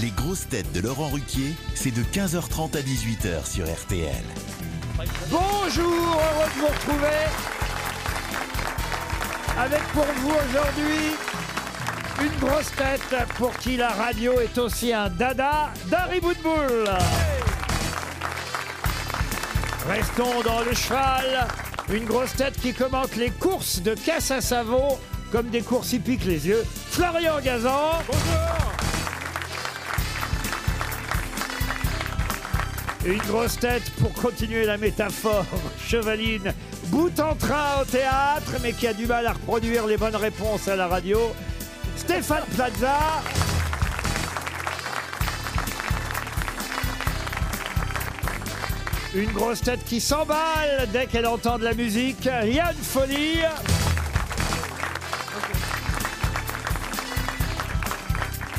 Les grosses têtes de Laurent Ruquier, c'est de 15h30 à 18h sur RTL. Bonjour, heureux de vous retrouver. Avec pour vous aujourd'hui une grosse tête pour qui la radio est aussi un dada d'Harry Boudboul. Restons dans le cheval. Une grosse tête qui commente les courses de caisse à savon comme des courses hippiques les yeux. Florian Gazan. Une grosse tête pour continuer la métaphore chevaline, bout en train au théâtre, mais qui a du mal à reproduire les bonnes réponses à la radio. Stéphane Plaza. Une grosse tête qui s'emballe dès qu'elle entend de la musique. Yann Folie.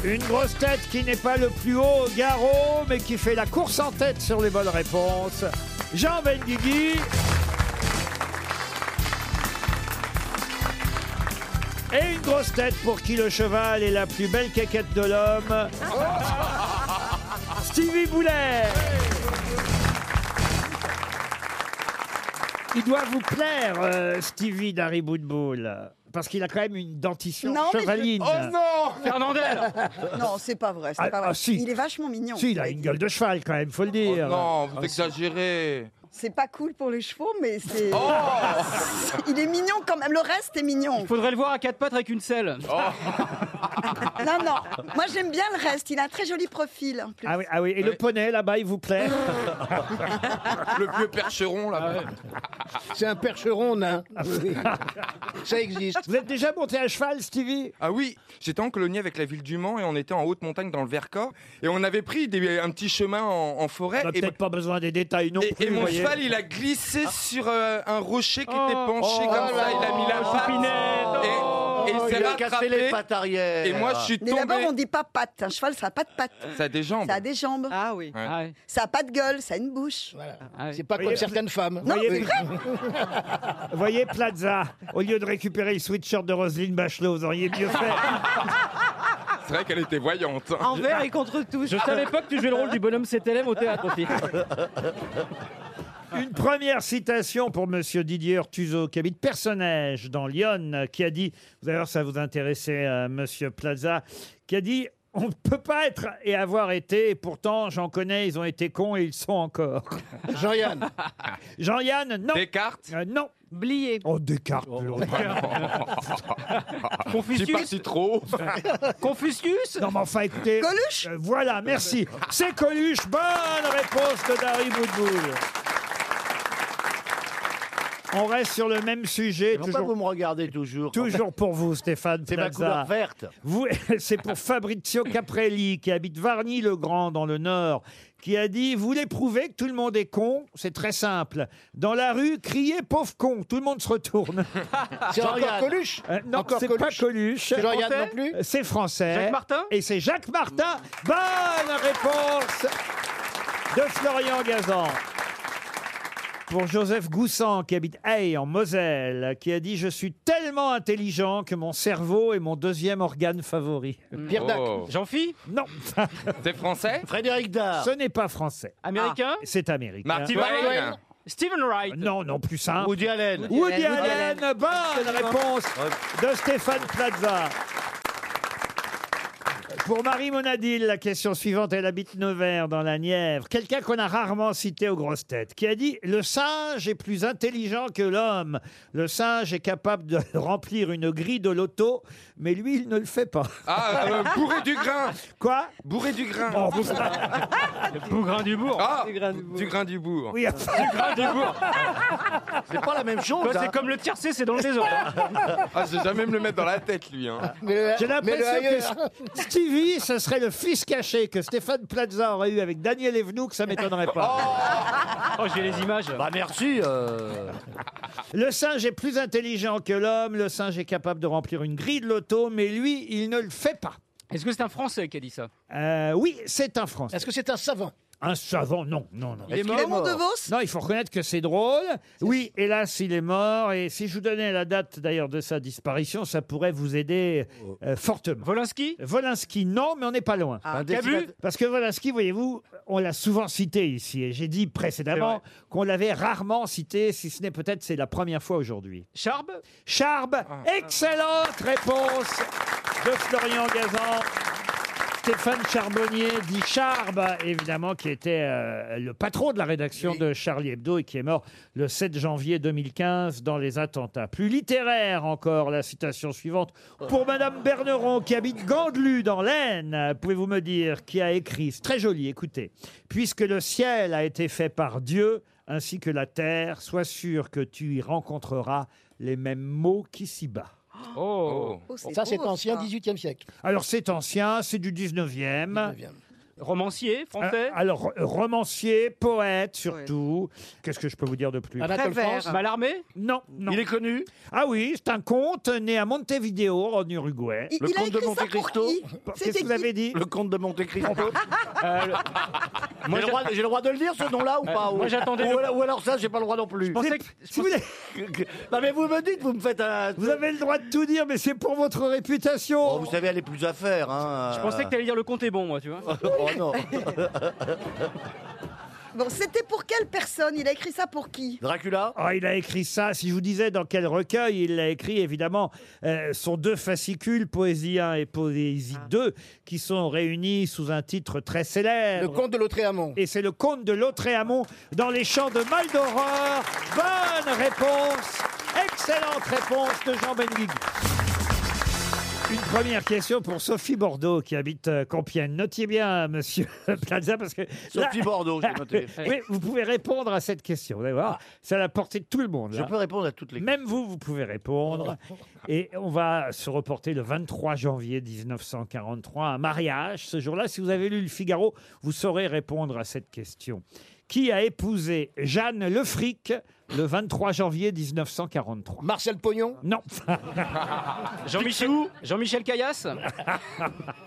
Une grosse tête qui n'est pas le plus haut au garrot, mais qui fait la course en tête sur les bonnes réponses. Jean Benguigui. Et une grosse tête pour qui le cheval est la plus belle quéquette de l'homme. Ah. Stevie Boulet. Il doit vous plaire, euh, Stevie d'Harry Boudboul. Parce qu'il a quand même une dentition Non, mais je- Oh chevaline. non Fernandel Non, c'est pas vrai, c'est Ah, pas vrai. ah, si. Il est vachement mignon. Si, il a une gueule de cheval quand même, faut le dire. Ah, Non, vous exagérez C'est pas cool pour les chevaux, mais c'est. Oh il est mignon quand même. Le reste est mignon. Faudrait le voir à quatre pattes avec une selle. Oh. Non, non. Moi, j'aime bien le reste. Il a un très joli profil en plus. Ah oui, ah oui, et le poney là-bas, il vous plaît Le vieux percheron, Ah, là C'est un percheron nain. Oui. Ça existe. Vous êtes déjà monté à cheval, Stevie Ah oui, j'étais en colonie avec la ville du Mans et on était en haute montagne dans le Vercors et on avait pris des- un petit chemin en, en forêt On n'a et, peut-être pas besoin des détails non et- plus. et mon vous voyez. Ah. cheval il a glissé sur euh, un rocher qui était penché comme oh ça, il a mis la patte Oh, et, et Oh, il s'est rattrapé pattes arrière. et moi je suis Mais tombé. d'abord, on dit pas patte. Un cheval, ça a pas de patte. Ça a des jambes. Ça a des jambes. Ah oui. Ouais. Ah oui. Ça a pas de gueule. Ça a une bouche. Ah oui. C'est pas comme certaines femmes. Vous voyez, Oui. Vous voyez, Plaza, au lieu de récupérer le sweatshirt de Roselyne Bachelot, vous auriez mieux fait. C'est vrai qu'elle était voyante. Envers et contre tous. Je savais pas que tu jouais le rôle du bonhomme cet élève au théâtre aussi. Une première citation pour Monsieur Didier Ortuzzo, qui habite Personnage, dans Lyon, qui a dit, vous allez voir, ça vous intéresser, euh, Monsieur Plaza, qui a dit, on ne peut pas être et avoir été, et pourtant, j'en connais, ils ont été cons et ils sont encore. Jean-Yann. Jean-Yann, non. Descartes Euh, non. Blié. Oh, Descartes. l'autre. Je suis parti trop. Confuscus. Non, mais enfin, écoutez. Coluche euh, Voilà, merci. C'est Coluche. Bonne réponse de Dari Boudboul. On reste sur le même sujet. Pourquoi vous Toujours, me regardez toujours toujours pour vous, Stéphane C'est ma Plaza. couleur verte. Vous, c'est pour Fabrizio Caprelli, qui habite Varny-le-Grand, dans le Nord, qui a dit Vous voulez prouver que tout le monde est con C'est très simple. Dans la rue, criez pauvre con. Tout le monde se retourne. C'est encore Coluche. Euh, non, Encore c'est pas Coluche. Coluche. C'est Jean-Yann Français non plus. Euh, C'est français. Jacques Martin Et c'est Jacques Martin. Bonne réponse de Florian Gazan. Pour Joseph Goussan, qui habite Hay, en Moselle, qui a dit Je suis tellement intelligent que mon cerveau est mon deuxième organe favori. Pierre Dac. Oh. jean phi Non, C'est français Frédéric Dard. ce n'est pas français. Ah, Américain. C'est américain. Marty Wayne Stephen Wright. Euh, Non, non, plus simple. Woody Allen. Woody Allen, bonne réponse de Stéphane Plaza. Pour Marie Monadil, la question suivante, elle habite Nevers dans la Nièvre. Quelqu'un qu'on a rarement cité aux grosses têtes, qui a dit « Le singe est plus intelligent que l'homme. Le singe est capable de remplir une grille de loto, mais lui, il ne le fait pas. Ah, euh, bourré du grain » Quoi Bourré du grain Bon, vous- Bougrain du bourg. Ah Du grain du bourg. Du grain du bourg oui, C'est pas la même chose. Bah, hein. c'est comme le tiercé, c'est dans le désordre. Ah, je vais jamais me le mettre dans la tête, lui. Hein. Mais le- J'ai mais le l'impression ailleurs. que Stevie, ce serait le fils caché que Stéphane Plaza aurait eu avec Daniel Evnou, que ça m'étonnerait pas. Oh, j'ai les images. Bah merci. euh. Le singe est plus intelligent que l'homme, le singe est capable de remplir une grille de loto, mais lui, il ne le fait pas. Est-ce que c'est un Français qui a dit ça Euh, oui, c'est un Français. Est-ce que c'est un savant Un savant, non, non, non. Il est Il est mort de Vos Non, il faut reconnaître que c'est drôle. Oui, hélas, il est mort. Et si je vous donnais la date d'ailleurs de sa disparition, ça pourrait vous aider euh, fortement. Oh. Volinsky Ah, Volinsky, non, mais on n'est pas loin. Un Cabu Parce que Volinsky, voyez-vous, on l'a souvent cité ici. Et j'ai dit précédemment qu'on l'avait rarement cité, si ce n'est peut-être c'est la première fois aujourd'hui. Charb Ah. Charb, excellente réponse de Florian Gazan. Stéphane Charbonnier dit Charb, évidemment, qui était euh, le patron de la rédaction de Charlie Hebdo et qui est mort le 7 janvier 2015 dans les attentats. Plus littéraire encore, la citation suivante. Pour Madame Berneron, qui habite Gandelu, dans l'Aisne, pouvez-vous me dire qui a écrit C'est très joli, écoutez. Puisque le ciel a été fait par Dieu, ainsi que la terre, sois sûr que tu y rencontreras les mêmes mots qu'ici-bas. Oh. Oh, Ça, c'est beau, ancien, ça. 18e siècle. Alors c'est ancien, c'est du 19e. 19e. Romancier français Euh, Alors, euh, romancier, poète surtout. Qu'est-ce que je peux vous dire de plus Anatole Prévert. France. Mallarmé Non, non. Il est connu Ah oui, c'est un conte né à Montevideo, en Uruguay. Il, Le il a comte de écrit ça pour Monte-Cristo qui C'était Qu'est-ce que vous qui avez dit Le comte de Monte Cristo Euh, le- J'ai le, droit- j'ai le droit de le dire ce nom-là Euh, ou pas ou- moi, j'attendais Ou, le- alors- ou alors ça, j'ai pas le droit non plus. pensais que- Si vous, voulez- Non Bah, mais vous me dites, vous me faites un. vous avez le droit de tout dire, mais c'est pour votre réputation. Oh, vous savez, elle est plus à faire. Hein. Je pensais que t'allais dire le compte est bon, moi, tu vois. Oh non, Bon, c'était pour quelle personne Il a écrit ça pour qui Dracula Ah, il a écrit ça, si je vous disais dans quel recueil, il l'a écrit évidemment, euh, sont deux fascicules, Poésie 1 et Poésie Ah. 2, qui sont réunis sous un titre très Le célèbre. comte de Lautréamont. et c'est le conte de Lautréamont dans les champs de Mal d'Horreur. Bonne réponse Excellente réponse de Jean Benguigui. Une première question pour Sophie Bordeaux qui habite euh, Compiègne. Notez bien, monsieur Plaza, parce que. là- Sophie Bordeaux, j'ai noté. Oui, vous pouvez répondre à cette question. Vous allez voir, c'est à la portée de tout le monde. Je là. peux répondre à toutes les Même vous, vous pouvez répondre. Et on va se reporter le 23 janvier 1943, un mariage. Ce jour-là, si vous avez lu le Figaro, vous saurez répondre à cette question. Qui a épousé Jeanne Le Fric le 23 janvier 1943 Marcel Pognon. Non. Jean-Michel Jean-Michel Caillasse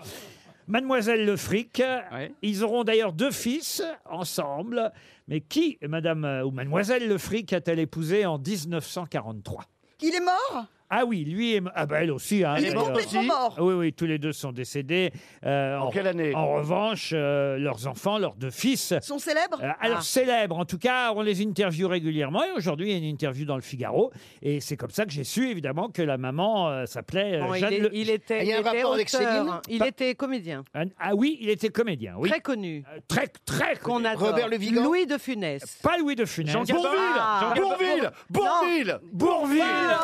Mademoiselle Le Fric. Ouais. Ils auront d'ailleurs deux fils ensemble. Mais qui, madame euh, ou mademoiselle Le Fric, a-t-elle épousé en 1943 Il est mort Ah oui, lui et... Ah bah elle aussi. hein, Il est d'ailleurs. complètement aussi. mort. Oui, oui, tous les deux sont décédés. Euh, En quelle année En revanche, euh, leurs enfants, leurs deux fils, euh, Sont célèbres Ah. alors célèbres, en tout cas, on les interviewe régulièrement. Et aujourd'hui, il y a une interview dans le Figaro. Et c'est comme ça que j'ai su, évidemment, que la maman euh, s'appelait euh, Bon, Jeanne il, est- Le- il était, Il y a un il était rapport avec Céline auteur, il Pas- était comédien, Ah, Ah oui, il était comédien, oui. très connu, Euh, Très, très, qu'on connu. adore. Robert Le Vigan Louis de Funès. Pas Louis de Funès. Jean Bour- Gabin Ah. Jean Gabin Bourville Bourville Bourville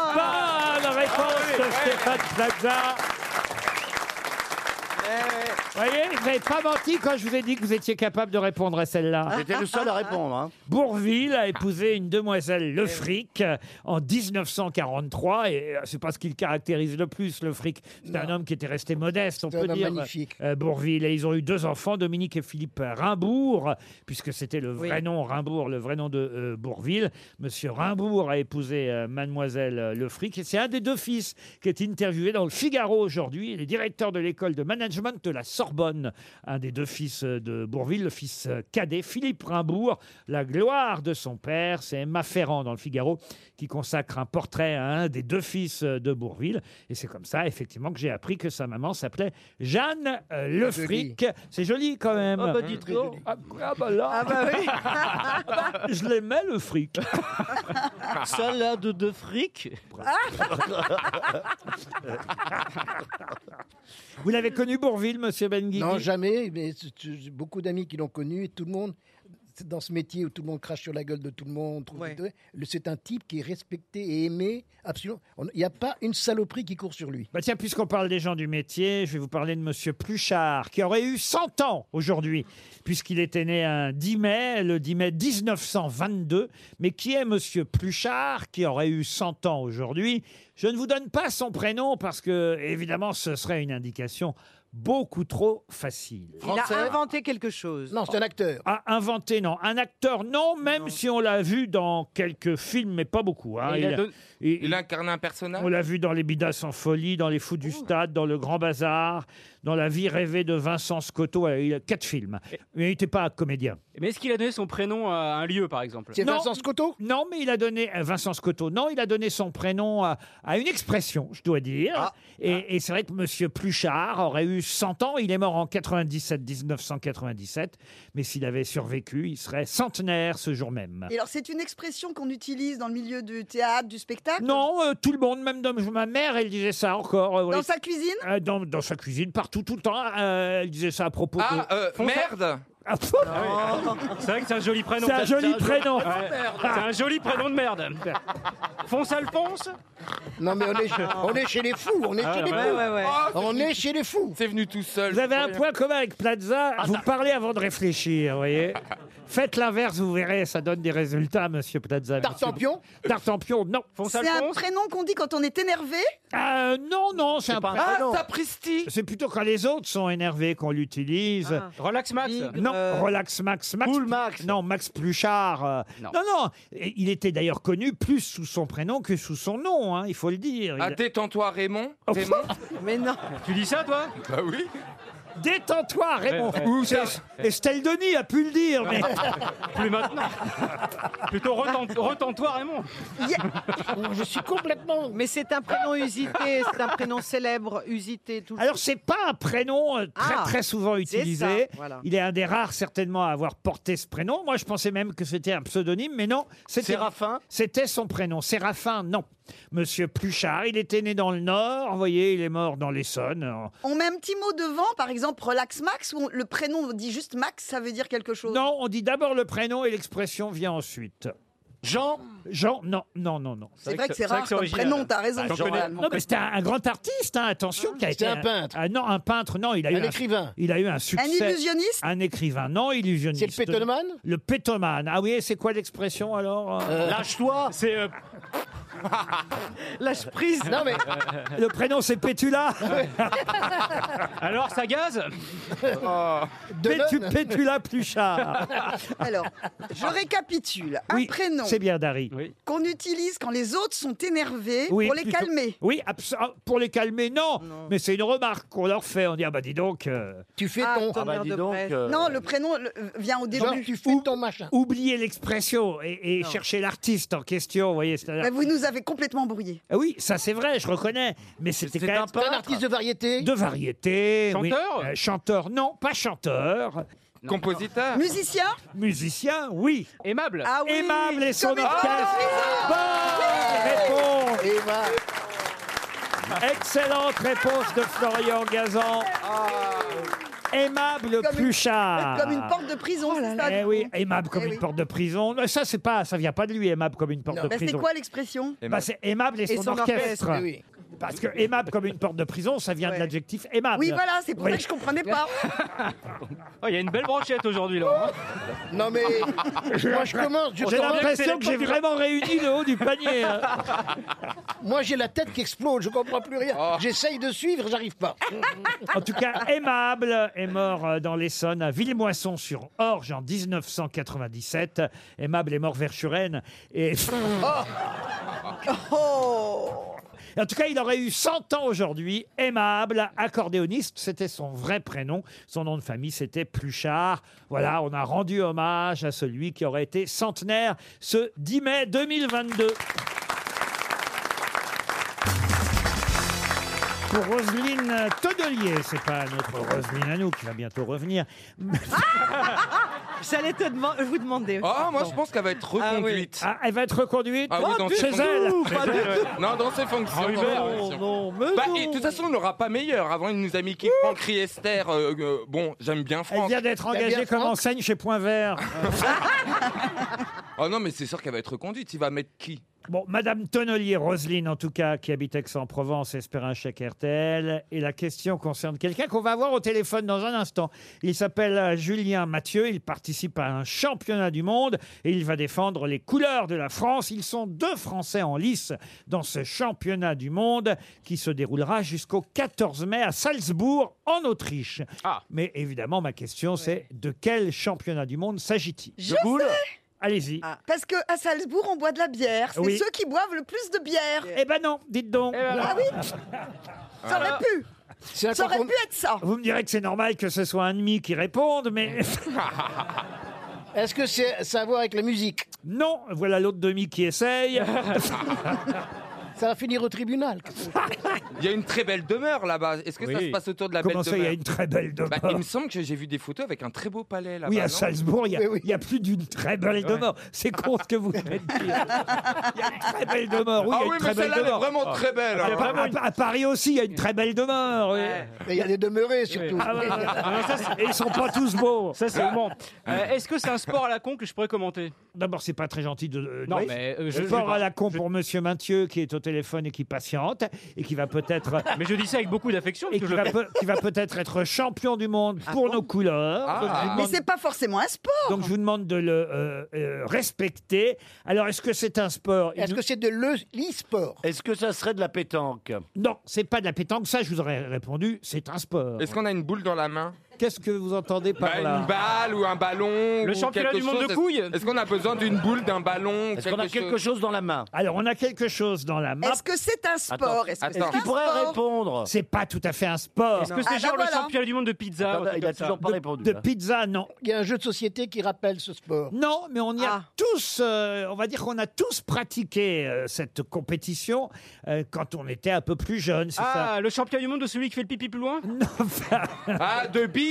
Bonne réponse oui, de ouais. Stéphane Plaza Vous voyez, vous n'avez pas menti quand je vous ai dit que vous étiez capable de répondre à celle-là. J'étais le seul à répondre. Hein. Eh Bourville a épousé une demoiselle Le Fric euh, en 1943 et euh, c'est pas ce qu'il caractérise le plus Le Fric. C'est un homme qui était resté modeste, on C'est un peut homme dire. magnifique. euh, Bourville et ils ont eu deux enfants, Dominique et Philippe Rimbourg, puisque c'était le vrai Oui. nom Rimbourg, le vrai nom de euh, Bourville. Monsieur Rimbourg a épousé euh, Mademoiselle euh, Le Fric et c'est un des deux fils qui est interviewé dans le Figaro aujourd'hui. Il est directeur de l'école de management de la Sorbonne, un des deux fils euh, de Bourville, le fils euh, cadet Philippe Rimbourg. La gloire de son père, c'est Emma Ferrand dans le Figaro qui consacre un portrait à un des deux fils euh, de Bourville. Et c'est comme ça, effectivement, que j'ai appris que sa maman s'appelait Jeanne euh, Le Joli. Fric. C'est joli quand même. Ah bah, dis Très donc. joli. Ah, Eh, ah bah là, Ah bah oui. Ah, je l'aimais le fric. Salade de fric Vous l'avez connu Bourville, monsieur Benguigui Non, jamais, mais c'est- c'est- j'ai beaucoup d'amis qui l'ont connu et tout le monde, c'est dans ce métier où tout le monde crache sur la gueule de tout le monde, trouve Ouais. des- le- c'est un type qui est respecté et aimé absolument. On- Il n'y a pas une saloperie qui court sur lui. Bah tiens, puisqu'on parle des gens du métier, je vais vous parler de Monsieur Pluchart, qui aurait eu 100 ans aujourd'hui, puisqu'il était né un 10 mai, le 10 mai 1922. Mais qui est Monsieur Pluchart, qui aurait eu 100 ans aujourd'hui Je ne vous donne pas son prénom parce que, évidemment, ce serait une indication beaucoup trop facile. Il a inventé quelque chose. Non, c'est un acteur. À inventer, non. Un acteur, non, même si on l'a vu dans quelques films, mais pas beaucoup. hein. Et il a Il- don- il- Ah, Il incarne un on personnage l'a vu dans Les Bidas en folie, dans Les Fous du Oh. Stade, dans Le Grand Bazar, dans La vie rêvée de Vincent Scotto. Voilà, Il a quatre films. Mais il n'était pas comédien. Mais est-ce qu'il a donné son prénom à un lieu, par exemple C'est Non. Vincent Scotto Non, mais il a donné, euh, Vincent Scotto, non, il a donné son prénom à, à une expression, je dois dire. Ah. et et c'est vrai que Monsieur Pluchart aurait eu 100 ans. Il est mort en 97, 1997. Mais s'il avait survécu, il serait centenaire ce jour même. Et alors, c'est une expression qu'on utilise dans le milieu du théâtre, du spectacle Non, euh, tout le monde, même dans- ma mère, elle disait ça encore. euh, Dans oui. sa cuisine Euh, dans, dans sa cuisine, partout, tout le temps. Euh, elle disait ça à propos Ah, de... euh, merde Ah, pff, C'est vrai que c'est un joli prénom. c'est un joli prénom. Ah, Ouais. C'est un joli prénom de merde. Fonce Alphonse Ah, Non, mais on est, on est chez les fous, on est chez les ouais, fous. ouais, Ah ouais. Oh, c'est Ah, On venu- est chez les fous. C'est venu tout seul. Vous avez un Rien. point commun avec Plaza, Ah, vous parlez avant de réfléchir, vous voyez. Faites l'inverse, vous verrez, ça donne des résultats, monsieur Plaza. monsieur- Tartampion Tartampion, non. Fonce C'est un Alphonse prénom qu'on dit quand on est énervé Ah, non, non, c'est un pr- Ah, sapristi C'est plutôt quand les autres sont énervés qu'on l'utilise. Ah. Relax Max Big. Non, Euh, relax Max, Max. Cool Max. Non, Max Pluchart. euh, Non. non, non, et il était d'ailleurs connu plus sous son prénom que sous son nom, hein, il faut le dire. Il- Ah, détends-toi, Raymond. Oh, Raymond Mais non. Tu dis ça, toi Bah oui. Détends-toi, Raymond. Ouais, Ou ça- Estelle Denis a pu le dire, mais Plus maintenant. Plutôt retente- retente-toi, Raymond. Oh, Je suis complètement. Mais c'est un prénom usité, c'est un prénom célèbre, usité. Tout le- alors c'est pas un prénom euh, très Ah, très souvent ça, utilisé. voilà. Il est un des rares certainement à avoir porté ce prénom. Moi, je pensais même que c'était un pseudonyme, mais non, c'était Séraphin c'était son prénom. Séraphin, non. Monsieur Pluchart, il était né dans le Nord, vous voyez, il est mort dans l'Essonne. en- On met un petit mot devant, par exemple relax Max, ou on- le prénom dit juste Max, ça veut dire quelque chose Non, on dit d'abord le prénom et l'expression vient ensuite. Jean Jean, non, non, non, non. C'est vrai que c'est rare c'est comme original. prénom, t'as raison. Bah, j'en Johan. Non, mais c'était un, un grand artiste, hein, attention. qui a C'était été un peintre. Ah non, un peintre, non, il a eu Un un, écrivain. il a eu un Un succès. illusionniste Un écrivain, non illusionniste. C'est le pétonomane Le pétomane. Ah oui, c'est quoi l'expression alors euh Lâche-toi C'est euh, Lâche prise. Non, mais Le prénom c'est Pétula. alors ça gaze Oh. Pétu, Delon Pétula Pluchard. Alors, je récapitule. Un Oui, prénom C'est bien Dari. qu'on utilise quand les autres sont énervés Oui, pour les plutôt- calmer. Oui, abs- ah, pour les calmer, non. Mais c'est une remarque qu'on leur fait. On dit ah bah dis donc, euh, tu fais Ah, ton. ton- Ah bah Tonnerre dis de donc. presse. euh, Non, le prénom le- euh, vient au Genre, début. tu fais ton machin. oubliez l'expression et, et cherchez l'artiste en question. Vous voyez, c'est-à-dire- Mais Bah, vous nous avez complètement brouillé. Ah oui, ça c'est vrai, je reconnais. Mais c'était quand C'est même un T'es un peintre artiste de variété de variété. oui. Chanteur Euh, Chanteur, non, pas chanteur. Ah. Compositeur Musicien Musicien, oui. aimable. Ah oui Aimable et son Comédien Ah, orchestre. de Bonne prison. réponse. Et va. Excellente réponse de Florian Gazan. Aimable Comme une- Pluchard. Comme une porte de prison, c'est ça Eh du oui, coup aimable comme Eh une oui. porte de prison. Mais Ça, c'est pas, ça vient pas de lui, aimable comme une porte Non. de Bah, C'est prison. quoi l'expression Bah, c'est aimable et son, son orchestre. Eh oui. Parce que aimable comme une porte de prison, ça vient de Ouais. l'adjectif aimable. Oui, voilà, c'est pour Oui. ça que je comprenais pas. Oh, il y a une belle branchette aujourd'hui là. hein. Non, mais. Moi, je commence. je J'ai commence- l'impression que j'ai vraiment réuni le haut du panier. hein. Moi, j'ai la tête qui explose, je comprends plus rien. Oh. J'essaye de suivre, j'arrive pas. En tout cas, Aimable est mort euh, dans l'Essonne à Villemoisson-sur-Orge en 1997. Aimable est mort vers Suresnes. Et... Oh, Oh. En tout cas, il aurait eu 100 ans aujourd'hui. Aimable, accordéoniste, c'était son vrai prénom. Son nom de famille, c'était Pluchart. Voilà, on a rendu hommage à celui qui aurait été centenaire ce 10 mai 2022. Pour Roselyne Todelier, c'est pas notre Roselyne à nous qui va bientôt revenir. J'allais te deman- vous demander. Ah, Oh, moi je pense qu'elle va être reconduite. Ah, elle va être reconduite Ah oui, dans chez ses elle. fonctions. Non, dans ses fonctions. En dans ses Uber, fonctions. Bah, et de toute façon, on n'aura pas meilleur. Avant, il nous a mis qui Franck Riester. euh, euh, bon, j'aime bien Elle Franck. vient d'être bien engagée comme Franck enseigne chez Point Vert. Ah non, mais c'est sûr qu'elle va être reconduite. Il va mettre qui Bon, Madame Tonnelier Roselyne, en tout cas, qui habite Aix-en-Provence, espère un chèque RTL. Et la question concerne quelqu'un qu'on va avoir au téléphone dans un instant. Il s'appelle euh, Julien Mathieu. Il participe à un championnat du monde et il va défendre les couleurs de la France. Ils sont deux Français en lice dans ce championnat du monde qui se déroulera jusqu'au 14 mai à Salzbourg, en Autriche. Ah. Mais évidemment, ma question, c'est de quel championnat du monde s'agit-il Je Allez-y. sais, Ah. parce que à Salzbourg, on boit de la bière. C'est Oui. ceux qui boivent le plus de bière. Eh ben non, dites donc. Ah oui Ça aurait pu. Ça aurait pu être ça. Vous me direz que c'est normal que ce soit un demi qui réponde, mais Est-ce que c'est ça a à voir avec la musique non, voilà l'autre demi qui essaye. Ça va finir au tribunal. Il y a une très belle demeure là-bas. Est-ce que ça Oui. se passe autour de la Comment belle ça, il y a demeure une très belle demeure Bah, Il me semble que j'ai vu des photos avec un très beau palais là-bas. Oui, à non Salzbourg, il y a- Oui, oui. il y a, plus d'une très belle demeure. C'est con ce que vous faites dire. Il y a une très belle demeure. Oui, il Ah y a une oui, mais très belle celle-là, elle est demeure. Ah. vraiment très belle. À, hein. à- à Paris aussi, il y a une très belle demeure. oui. Mais il y a des demeurés surtout. Ah ouais, ouais, ouais. Et ils sont pas tous beaux. Ah. Ça, c'est au Mans. Euh, Est-ce que c'est un sport à la con que je pourrais commenter D'abord, c'est pas très gentil de. euh, Non, oui. mais euh, je, Je je- pars à la con pour Monsieur Mathieu qui est au téléphone et qui patiente et qui va peut-être mais je dis ça avec beaucoup d'affection. et parce qui que je va, le fais. peut- qui va peut-être être champion du monde pour nos couleurs. Ah. Donc, je vous Mais demande- c'est pas forcément un sport. donc je vous demande de le euh, euh, respecter. Alors est-ce que c'est un sport Il Est-ce nous- que c'est de le- l'e-sport Est-ce que ça serait de la pétanque Non, c'est pas de la pétanque. Ça, je vous aurais répondu, c'est un sport. Est-ce qu'on a une boule dans la main Qu'est-ce que vous entendez par Bah, là Une balle ou un ballon Le ou championnat quelque du monde chose. de couilles Est-ce qu'on a besoin d'une boule, d'un ballon Est-ce qu'on a quelque chose dans la main Alors on a quelque chose dans la main. Est-ce que c'est un Attends, sport Est-ce que c'est attends. un Qui pourrait sport répondre C'est pas tout à fait un sport. Est-ce que c'est Ah, genre bah le voilà. championnat du monde de pizza ou un Attends, truc Il a comme ça toujours pas répondu. De là. pizza, non. Il y a un jeu de société qui rappelle ce sport. Non, mais on y a Ah. tous, euh, on va dire qu'on a tous pratiqué euh, cette compétition euh, quand on était un peu plus jeune, c'est ça Ah, le championnat du monde de celui qui fait le pipi plus loin Non, enfin, Ah, de billes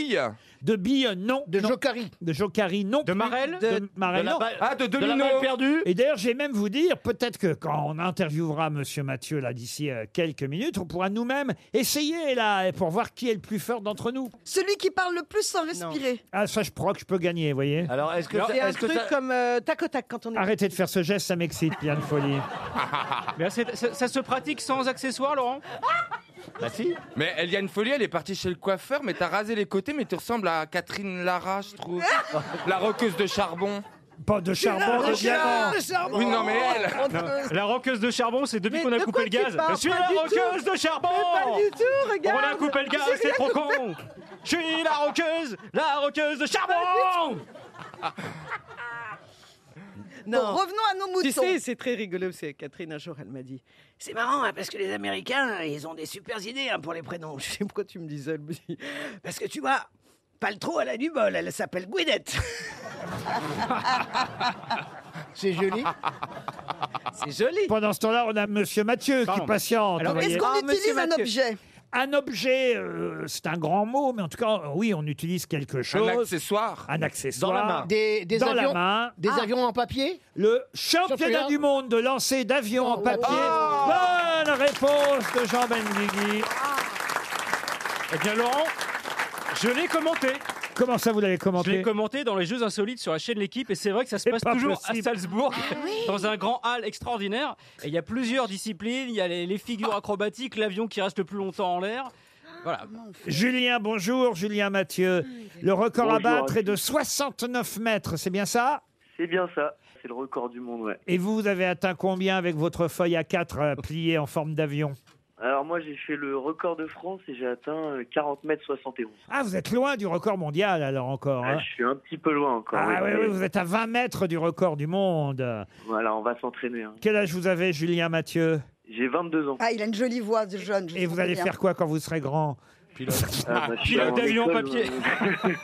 De billes, non. De non. jokari. De Jocari, non. De plus. Marel De Marel, De la non. balle- Ah, de de la domino balle perdue Et d'ailleurs, je vais même vous dire, peut-être que quand on interviewera Monsieur Mathieu là d'ici euh, quelques minutes, on pourra nous-mêmes essayer là pour voir qui est le plus fort d'entre nous. Celui qui parle le plus sans respirer. Ah, ça, je crois que je peux gagner, vous voyez. Alors, est-ce que ça- C'est un est-ce que truc ça- comme euh, tac au tac quand on est. Arrêtez de faire ce geste, ça m'excite, bien de folie. Mais là, c'est- ça, ça se pratique sans accessoires, Laurent Bah si. Mais elle y a une folie, elle est partie chez le coiffeur, mais t'as rasé les côtés, mais tu ressembles à Catherine Lara, je trouve. la roqueuse de charbon. Pas de charbon, de diamant. Oui, non, mais elle. Oh, La roqueuse de charbon, c'est depuis Mais qu'on a de coupé quoi le tu gaz. parles Je suis Pas la du tout. roqueuse de charbon Oh, Pas du tout, On regarde a coupé le gaz, J'ai c'est rien trop con Je suis la roqueuse La roqueuse de charbon Bon, Non. revenons à nos Tu moutons. sais, c'est très rigolo. C'est Catherine un jour, elle m'a dit. C'est marrant, hein, parce que les Américains, hein, ils ont des supers idées hein, pour les prénoms. Je sais pourquoi tu me dis ça. Elle me dit. Parce que tu vois, Paltrow, elle a du bol, elle s'appelle Gwyneth. C'est joli. C'est joli. Pendant ce temps-là, on a Monsieur Mathieu qui Pardon. patiente. Alors, vous voyez. Est-ce qu'on Ah, monsieur utilise un Mathieu. objet Un objet, euh, c'est un grand mot, mais en tout cas, euh, oui, on utilise quelque Un chose. accessoire. Un accessoire. Dans la main. Des, des Dans la avions. main. Ah. Des avions en papier. Le championnat Championnat. du monde de lancer d'avions en Oh Ah. là papier. Bonne réponse de Jean Benguigui. Eh bien, Laurent, je l'ai commenté. Comment ça, vous l'avez Je l'ai commenté commenté dans les Jeux Insolites sur la chaîne L'équipe et c'est vrai que ça se C'est passe pas toujours possible. à Salzbourg, Ah dans un grand hall extraordinaire. Et il y a plusieurs disciplines, il y a les, les figures acrobatiques, l'avion qui reste le plus longtemps en l'air. Ah, Voilà. Julien, bonjour. Julien Mathieu. Le record à battre est de 69 mètres, c'est bien ça C'est bien ça. C'est le record du monde, ouais. Et vous, vous avez atteint combien avec votre feuille A4 euh, pliée en forme d'avion Alors moi, j'ai fait le record de France et j'ai atteint euh, 40 mètres 71. Ah, vous êtes loin du record mondial alors encore. Ah, hein je suis un petit peu loin encore. Ah oui, ouais, oui, mais vous êtes à 20 mètres du record du monde. Voilà, on va s'entraîner. hein. Quel âge vous avez, Julien Mathieu J'ai 22 ans. Ah, il a une jolie voix de jeune. je Et sens vous allez bien. faire quoi quand vous serez grand Ah, bah, je suis pilote en d'avion en école, papier.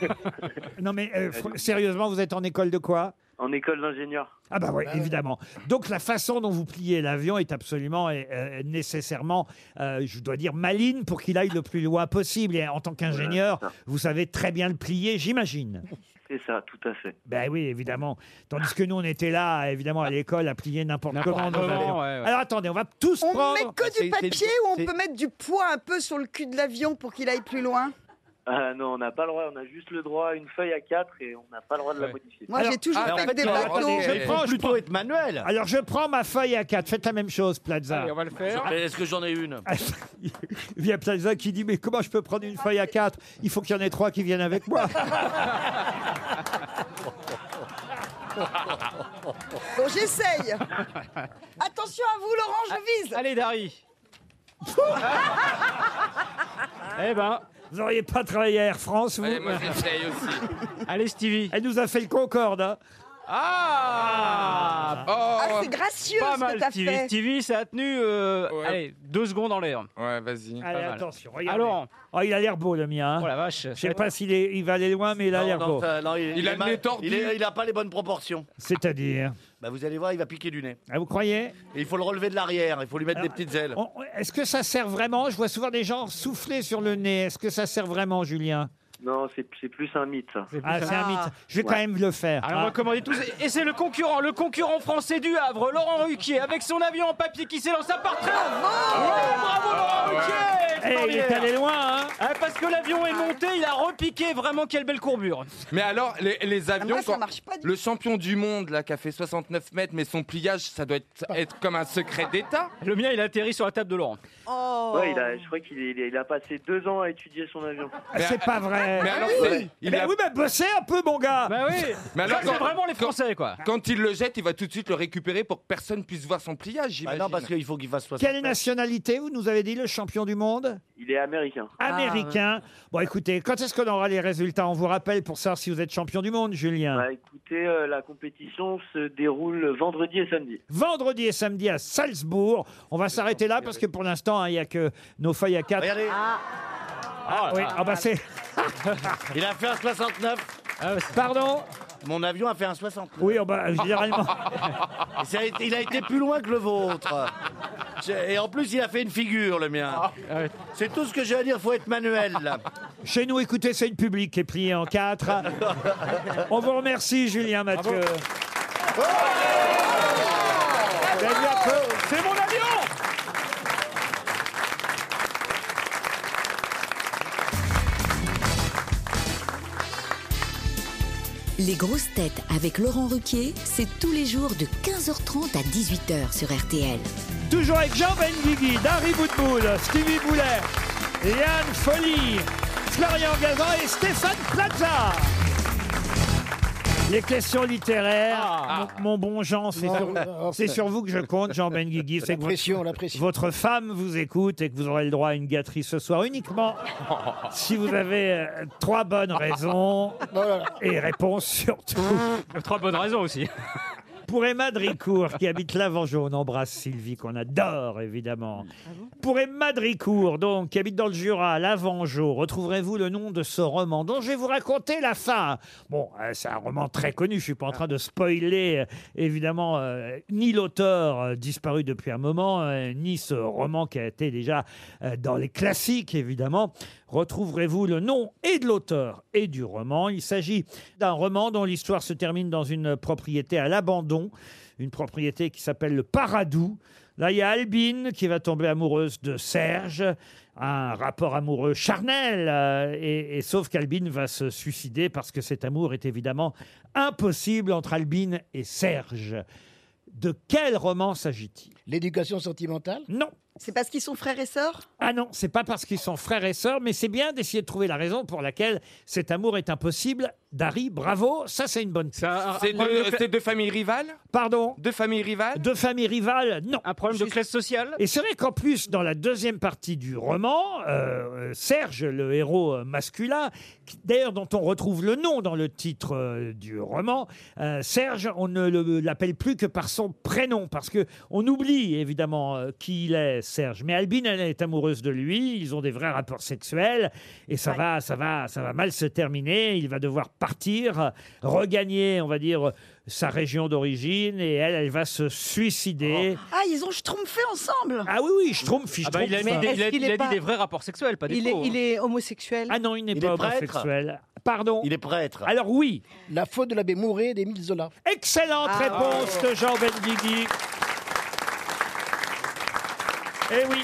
euh, Non mais euh, fr- sérieusement, vous êtes en école de quoi en école d'ingénieur. Ah bah oui, évidemment. Donc la façon dont vous pliez l'avion est absolument et euh, nécessairement, euh, je dois dire, maligne pour qu'il aille le plus loin possible. Et en tant qu'ingénieur, Voilà, c'est vous savez très bien le plier, j'imagine. C'est ça, tout à fait. Ben oui, évidemment. Tandis que nous, on était là, évidemment, à l'école, à plier n'importe comment. nos comment, avions. ouais, ouais. Alors attendez, on va tous On met prendre... que C'est- du c'est- papier ou on c'est- peut mettre du poids un peu sur le cul de l'avion pour qu'il aille plus loin Ah non, on n'a pas le droit, on a juste le droit à une feuille à 4 et on n'a pas le droit de la modifier. ah, Je prends, plutôt être manuel. Alors je prends ma feuille à 4. Faites la même chose, Plaza. Allez, on va le faire. Est-ce que j'en ai une Ah, Il y a Plaza qui dit Mais comment je peux prendre une feuille à 4 Il faut qu'il y en ait trois qui viennent avec moi. Bon, j'essaye. Attention à vous, Laurent, je vise. Allez, Dari. eh ben. Vous n'auriez pas travaillé à Air France, vous Allez, moi, j'essaye aussi. Allez, Stevie. Elle nous a fait le Concorde. hein. Ah, Ah, c'est gracieux Pas ce mal, que t'as Stevie. fait. Stevie, ça a tenu euh, allez, deux secondes en l'air. Ouais, vas-y. Allez, attention, regardez. Alors, Oh, il a l'air beau, le mien. hein. oh la vache. Je sais pas s'il est- il va aller loin, mais il a l'air beau. il, est mal- Il, est- il a pas les bonnes proportions. C'est-à-dire Bah, vous allez voir, il va piquer du nez. Ah, Vous croyez Et il faut le relever de l'arrière. Il faut lui mettre Alors, des petites ailes. on- Est-ce que ça sert vraiment Je vois souvent des gens souffler sur le nez. Est-ce que ça sert vraiment, Julien Non, c'est c'est plus un mythe. ça. Ah, c'est un mythe. Je vais Ouais. quand même le faire. Alors on va Ah. commander tous. Et c'est le concurrent, le concurrent français du Havre, Laurent Ruquier, avec son avion en papier qui s'élance à partir. Oh. Bravo Ah. Laurent Ruquier Eh, il est allé loin, hein Ah, Parce que l'avion est monté, il a repiqué. Vraiment, quelle belle courbure Mais alors, les, les avions, Ah, moi, ça quand- marche pas du le champion du monde, là, qui a fait 69 mètres, mais son pliage, ça doit être, être comme un secret d'État. Le mien, il atterrit sur la table de Laurent. Oh. Ouais, il a, je crois qu'il est- il a, il a passé deux ans à étudier son avion. Ah, C'est pas vrai. Mais alors, c'est- il Mais a- oui, mais bossez un peu, mon gars. Bah oui Mais alors, Ça, c'est quand- vraiment les Français, quoi. Quand il le jette, il va tout de suite le récupérer pour que personne puisse voir son pliage, Bah j'imagine. non, parce qu'il faut qu'il fasse 60. Quelle nationalité, vous nous avez dit, le champion du monde Il est américain. Ah. Ah, Américain. Bon, écoutez, quand est-ce qu'on aura les résultats On vous rappelle pour savoir si vous êtes champion du monde, Julien. Bah, écoutez, euh, la compétition se déroule vendredi et samedi. Vendredi et samedi à Salzbourg. On va s'arrêter là parce que pour l'instant, hein, il n'y a que nos feuilles à 4. Regardez, Ah, oui, ah bah c'est. il a fait un 69. Ah, Pardon Mon avion a fait un 69. Oui, oh bah, généralement. Et ça a été- il a été plus loin que le vôtre. J'ai- Et en plus, il a fait une figure, le Ah, mien. C'est tout ce que j'ai à dire, faut être manuel. là. Chez nous, écoutez, c'est une publique qui est pliée en quatre. On vous remercie, Julien Mathieu. Vous avez vu un peu C'est mon avion Les grosses têtes avec Laurent Ruquier, c'est tous les jours de 15h30 à 18h sur RTL. Toujours avec Jean Benguigui, Dari Boutboul, Stevie Boulet, Yann Folly, Florian Gazan et Stéphane Plaza. Les questions littéraires, Ah. mon, mon bon Jean, c'est sur, c'est sur vous que je compte, Jean Benguigui. C'est La que votre- pression, la pression. votre femme vous écoute et que vous aurez le droit à une gâterie ce soir uniquement si vous avez euh, trois bonnes raisons et réponses surtout. Trois bonnes raisons aussi. Pour Emma Dricourt, qui habite l'Avant-Jaune, on embrasse Sylvie, qu'on adore évidemment. Ah Pour Emma Dricourt, donc, qui habite dans le Jura, l'Avant-Jaune, retrouverez-vous le nom de ce roman dont je vais vous raconter la fin. Bon, euh, c'est un roman très connu, je suis pas en train de spoiler euh, évidemment euh, ni l'auteur euh, disparu depuis un moment, euh, ni ce roman qui a été déjà euh, dans les classiques évidemment. Retrouverez-vous le nom et de l'auteur et du roman. Il s'agit d'un roman dont l'histoire se termine dans une propriété à l'abandon, une propriété qui s'appelle le Paradou. Là, il y a Albine qui va tomber amoureuse de Serge, un rapport amoureux charnel, euh, et, et sauf qu'Albine va se suicider parce que cet amour est évidemment impossible entre Albine et Serge. De quel roman s'agit-il L'éducation sentimentale Non. C'est parce qu'ils sont frères et sœurs Ah non, c'est pas parce qu'ils sont frères et sœurs, mais c'est bien d'essayer de trouver la raison pour laquelle cet amour est impossible. Dari, bravo, ça c'est une bonne. C'est un, un C'est problème, deux, de, cla- c'est deux familles rivales Pardon Deux familles rivales Deux familles rivales, non. un problème de classe sociale. Et c'est vrai qu'en plus, dans la deuxième partie du roman, euh, Serge, le héros euh, masculin, qui- d'ailleurs dont on retrouve le nom dans le titre euh, du roman, euh, Serge, on ne le- l'appelle plus que par son prénom, parce que on oublie évidemment euh, qui il est, Serge. Mais Albine, elle est amoureuse de lui, ils ont des vrais rapports sexuels, et ça va, ça va, ça va mal se terminer. Il va devoir partir, euh, regagner, on va dire, euh, sa région d'origine, et elle, elle va se suicider. Ah, ils ont schtroumpfé ensemble Ah oui, oui, je trompe, fiche Oh. Ah bah, il a, trompe, mis ça. des, il a- est-ce qu'il il a est dit pas- des vrais rapports sexuels, pas des Il est, faux, hein. il est homosexuel. Ah non, il n'est Il pas est prêtre. homosexuel. Pardon. Il est prêtre. Alors oui, La faute de l'abbé Mouret d'Émile Zola. excellente Ah, réponse de Jean Benguigui. Eh oui.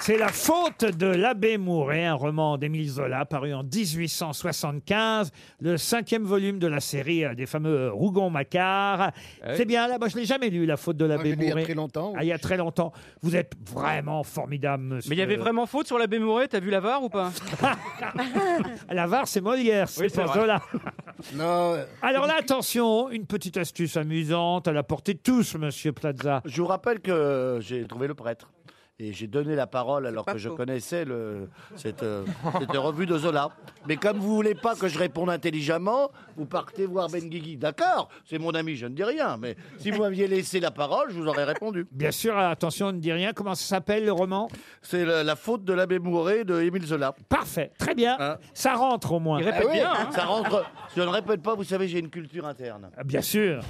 C'est La faute de l'abbé Mouret, un roman d'Émile Zola paru en 1875, le cinquième volume de la série euh, des fameux Rougon-Macquart. C'est bien là, moi je l'ai jamais lu, La faute de l'abbé Eh je l'ai Mouret. il y a très longtemps. Ah, il y a très longtemps. Vous êtes vraiment formidable, monsieur. Mais il y avait vraiment faute sur l'abbé Mouret, t'as vu la VAR ou pas Ah, La VAR, c'est Molière, c'est Oui, c'est pas vrai. Zola. Alors là, attention, une petite astuce amusante à la portée de tous, monsieur Plaza. Je vous rappelle que j'ai trouvé le prêtre. Et j'ai donné la parole alors pas que je faux. connaissais le, cette, euh, cette revue de Zola. Mais comme vous voulez pas que je réponde intelligemment, vous partez voir Ben Guigui. D'accord, c'est mon ami, je ne dis rien. Mais si vous m'aviez laissé la parole, je vous aurais répondu. Bien sûr, attention, on ne dit rien. Comment ça s'appelle le roman C'est la, La faute de l'abbé Mouret de Émile Zola. Hein Ah Parfait, très bien. ça rentre au moins. Il répète bien, hein. Ça rentre. Je ne répète pas, vous savez, j'ai une culture interne. Ah, Bien sûr.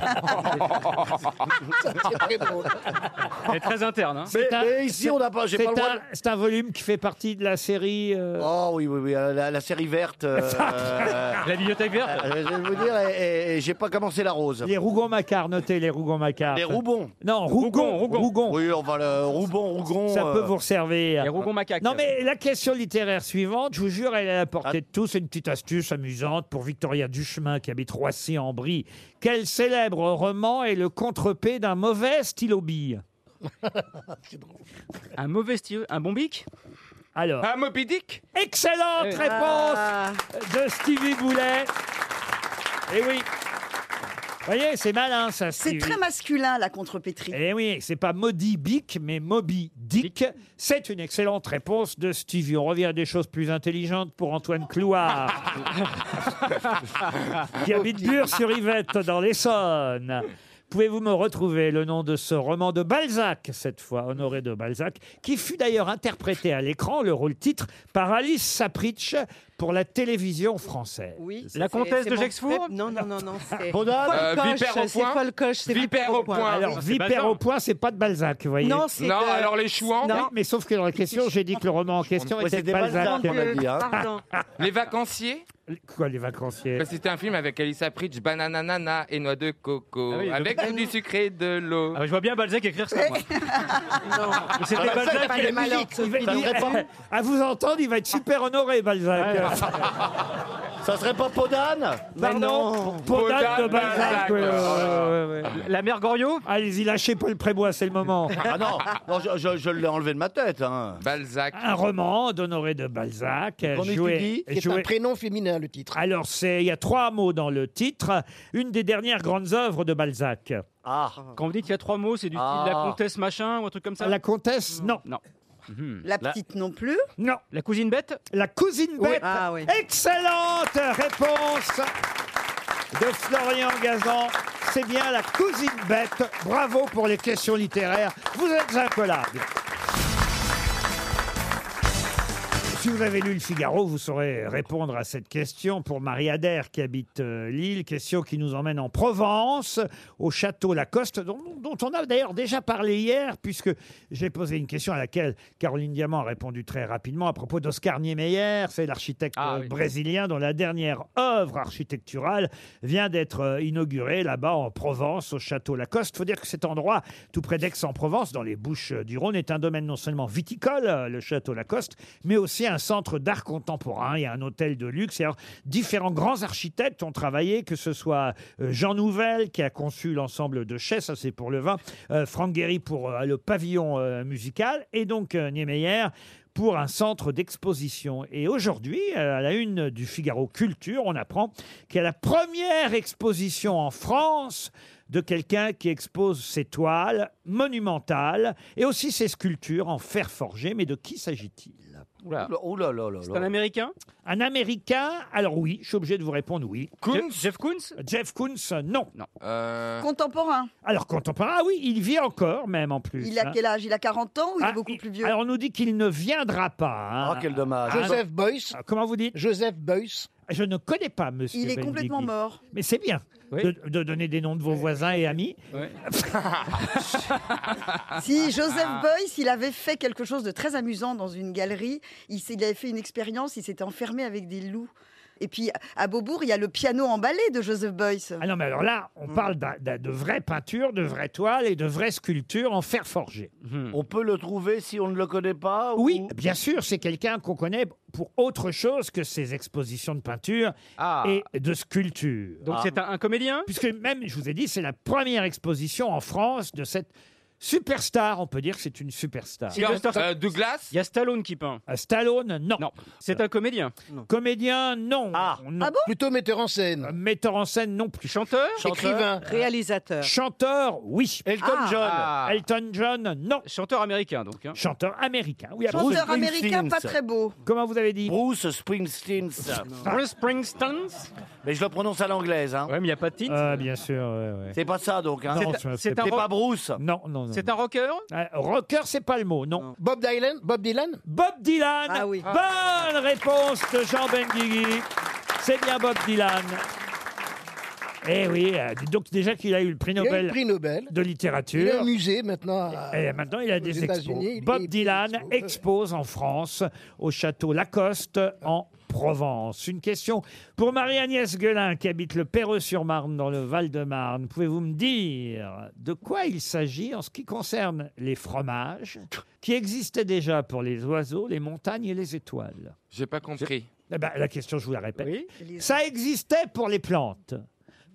Elle est très interne. hein. Mais- mais ici, on n'a pas- j'ai c'est pas le droit un- de- C'est un volume qui fait partie de la série. euh, Oh oui, oui, oui, euh, la, la série verte. la bibliothèque verte Je vais vous dire, et- et- et j'ai pas commencé la rose. Les Rougon-Macquart, notez les Rougon-Macquart. Les Roubons. Non, Rougon. Rougon. Oui, on va le Roubon, Rougon. Ça euh, peut vous servir. Les Rougon-Macquart. Non, mais la question littéraire suivante, je vous jure, elle est à la portée Ah. de tous. C'est une petite astuce amusante pour Victoria Duchemin, qui habite Roissy-en-Brie. Quel célèbre roman est le contrepé d'un mauvais stylo bille Un mauvais stylo, un bon bic Alors. Un Moby Dick Excellente Eh. réponse Ah. de Stevie Boulet. Et oui. Vous voyez, c'est malin ça. C'est très masculin, la contrepétrie. Eh oui, c'est pas Moby Dick, mais Moby Dick. C'est une excellente réponse de Stevie. On revient à des choses plus intelligentes pour Antoine Clouard, qui habite Bure-sur-Yvette, dans l'Essonne. Pouvez-vous me retrouver le nom de ce roman de Balzac, cette fois honoré de Balzac, qui fut d'ailleurs interprété à l'écran, le rôle-titre, par Alice Sapritch pour la télévision française Oui. La comtesse de Euh, Gexfour Gexfour Non, non, non, non. c'est- Baudin Folcoche, c'est Folcoche, c'est Vipère au point. Alors, Vipère au point, c'est pas de Balzac, vous voyez. Non, c'est euh, Non, de- alors les Chouans. Oui, Non. mais sauf que dans la question, j'ai dit que le roman en question Ouais, était de c'était Balzac. Balzac, on a dit, hein. Pardon. Les vacanciers Quoi, les vacanciers Bah, C'était un film avec Alissa Pritch, bananana et noix de coco, Ah oui, avec le- du sucré et de l'eau. Ah, Je vois bien Balzac écrire ça, moi. Mais c'était Ah, Balzac Balzac, qui il est l'a malin, musique. Sophie. Il va- Il il- répond. À vous entendre, il va être super honoré, Balzac. Ça serait pas Podane Bah non, Podane de Balzac. ouais, ouais, ouais, ouais, ouais. La mère Goriot Allez-y, lâchez Paul Prébois, c'est le moment. Ah non, non, je, je- je l'ai enlevé de ma tête. hein. Balzac. Un roman d'Honoré de Balzac. Qu'on joué- étudie, c'est un joué- prénom féminin, le titre. Alors, c'est il y a trois mots dans le titre. Une des dernières grandes œuvres de Balzac. Ah. Quand vous dites qu'il y a trois mots, c'est du Ah. style la comtesse machin ou un truc comme ça Mhm. La comtesse, non. Non. La petite non plus. Non. Hmm. La cousine bête La cousine Oui. bête. Ah oui. Excellente réponse de Florian Gazan. C'est bien la cousine bête. Bravo pour les questions littéraires. Vous êtes incollables. Si vous avez lu le Figaro, vous saurez répondre à cette question pour Marie Adair qui habite euh, Lille. Question qui nous emmène en Provence, au château Lacoste, dont, dont on a d'ailleurs déjà parlé hier, puisque j'ai posé une question à laquelle Caroline Diamant a répondu très rapidement à propos d'Oscar Niemeyer. C'est l'architecte euh, brésilien dont la dernière œuvre architecturale vient d'être euh, inaugurée là-bas en Provence, au château Lacoste. Il faut dire que cet endroit, tout près d'Aix-en-Provence, dans les Bouches du Rhône, est un domaine non seulement viticole, euh, le château Lacoste, mais aussi un centre d'art contemporain. Il y a un hôtel de luxe. Et alors, différents grands architectes ont travaillé, que ce soit euh, Jean Nouvel, qui a conçu l'ensemble de Chais, ça c'est pour le vin, euh, Franck Guéry pour euh, le pavillon euh, musical, et donc euh, Niemeyer pour un centre d'exposition. Et aujourd'hui, euh, à la une du Figaro Culture, on apprend qu'il y a la première exposition en France de quelqu'un qui expose ses toiles monumentales et aussi ses sculptures en fer forgé. Mais de qui s'agit-il Oula. Oh là là là C'est un américain Un Américain Alors oui, je suis obligé de vous répondre oui. Jeff Koons Jeff Koons, euh, non. euh, Contemporain. Alors contemporain, ah oui, il vit encore même en plus. Il a hein. quel âge Il a 40 ans ou il Ah, est beaucoup plus vieux Alors on nous dit qu'il ne viendra pas. hein. Ah, Ah, quel dommage. Joseph Beuys. Comment vous dites Joseph Beuys. Je ne connais pas monsieur. Il est Ben complètement Guigui. mort. Mais c'est bien Oui. de, de donner des noms de vos voisins et amis. Ah, Si Joseph Beuys, il avait fait quelque chose de très amusant dans une galerie. Il, s'est- il avait fait une expérience, il s'était enfermé avec des loups. Et puis à Beaubourg, il y a le piano emballé de Joseph Beuys. Mmh. Ah non, mais alors là, Hmm. on parle d'un- d'un- de vraies peintures, de vraies toiles et de vraies sculptures en fer forgé. On peut le trouver si on ne le connaît pas Oui, bien sûr, c'est quelqu'un qu'on connaît pour autre chose que ses expositions de peinture Ah. et de sculpture. Ah. Donc c'est un, un comédien Puisque même, je vous ai dit, c'est la première exposition en France de cette superstar. On peut dire que c'est une superstar. Euh, Douglas Il y a Stallone qui peint. Euh, Stallone, non. C'est un comédien. Comédien, non. Ah, Plutôt metteur en scène. Euh, metteur en scène, non plus. Chanteur Écrivain. Réalisateur. Chanteur, oui. Elton Ah. John. Elton John, non. Chanteur américain, donc. hein. Chanteur américain, oui. Chanteur absolument. américain pas très beau. Comment vous avez dit Bruce Springsteen. Bruce Springsteen Mais je le prononce à l'anglaise. Hein. Ouais, mais il n'y a pas de titre. Euh, bien sûr, ouais, ouais. C'est pas ça donc. Hein. Non, C'est- je me C'est fais pas. pas Bruce. Non, non, non. C'est un rocker Euh, rocker, c'est pas le mot, non. Bob Dylan Bob Dylan Bob Dylan. Ah oui. Bonne réponse de Jean Benguigui. C'est bien Bob Dylan. Eh oui, euh, dites donc déjà qu'il a eu le prix Il a eu Nobel Eh. le prix Nobel. de Il est au littérature. musée maintenant. à- Et maintenant, il a Euh, aux des expos. États-Unis, il est- Bob il est- Dylan il est- expose en France au château Lacoste en Provence. Une question pour Marie-Agnès Guelin qui habite le Perreux-sur-Marne dans le Val-de-Marne. Pouvez-vous me dire de quoi il s'agit en ce qui concerne les fromages qui existaient déjà pour les oiseaux, les montagnes et les étoiles J'ai pas compris. Eh ben, La question, je vous la répète. Oui. Ça existait pour les plantes,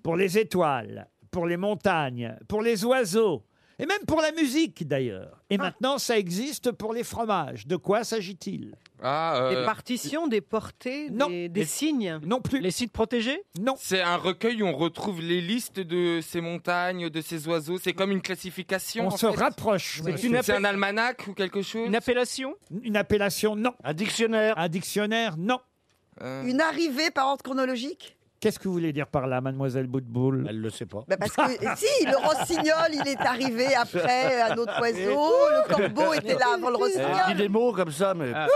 pour les étoiles, pour les montagnes, pour les oiseaux, et même pour la musique d'ailleurs. Et maintenant, ça existe pour les fromages. De quoi s'agit-il Ah, euh, Des partitions, des portées, Non. des, des signes. Non plus. Les sites protégés Non. c'est un recueil où on retrouve les listes de ces montagnes, de ces oiseaux. C'est comme une classification. On en se fait. rapproche. C'est monsieur. une, C'est appel- un almanach ou quelque chose une appellation Une appellation Non. Un dictionnaire. Un dictionnaire Non. Euh, Mmh. Une arrivée par ordre chronologique Qu'est-ce que vous voulez dire par là, mademoiselle Boutboul Elle le sait pas. Bah parce que si, le rossignol, il est arrivé après un autre oiseau, le corbeau était là avant le Elle dit rossignol. des mots comme ça, mais. Ah.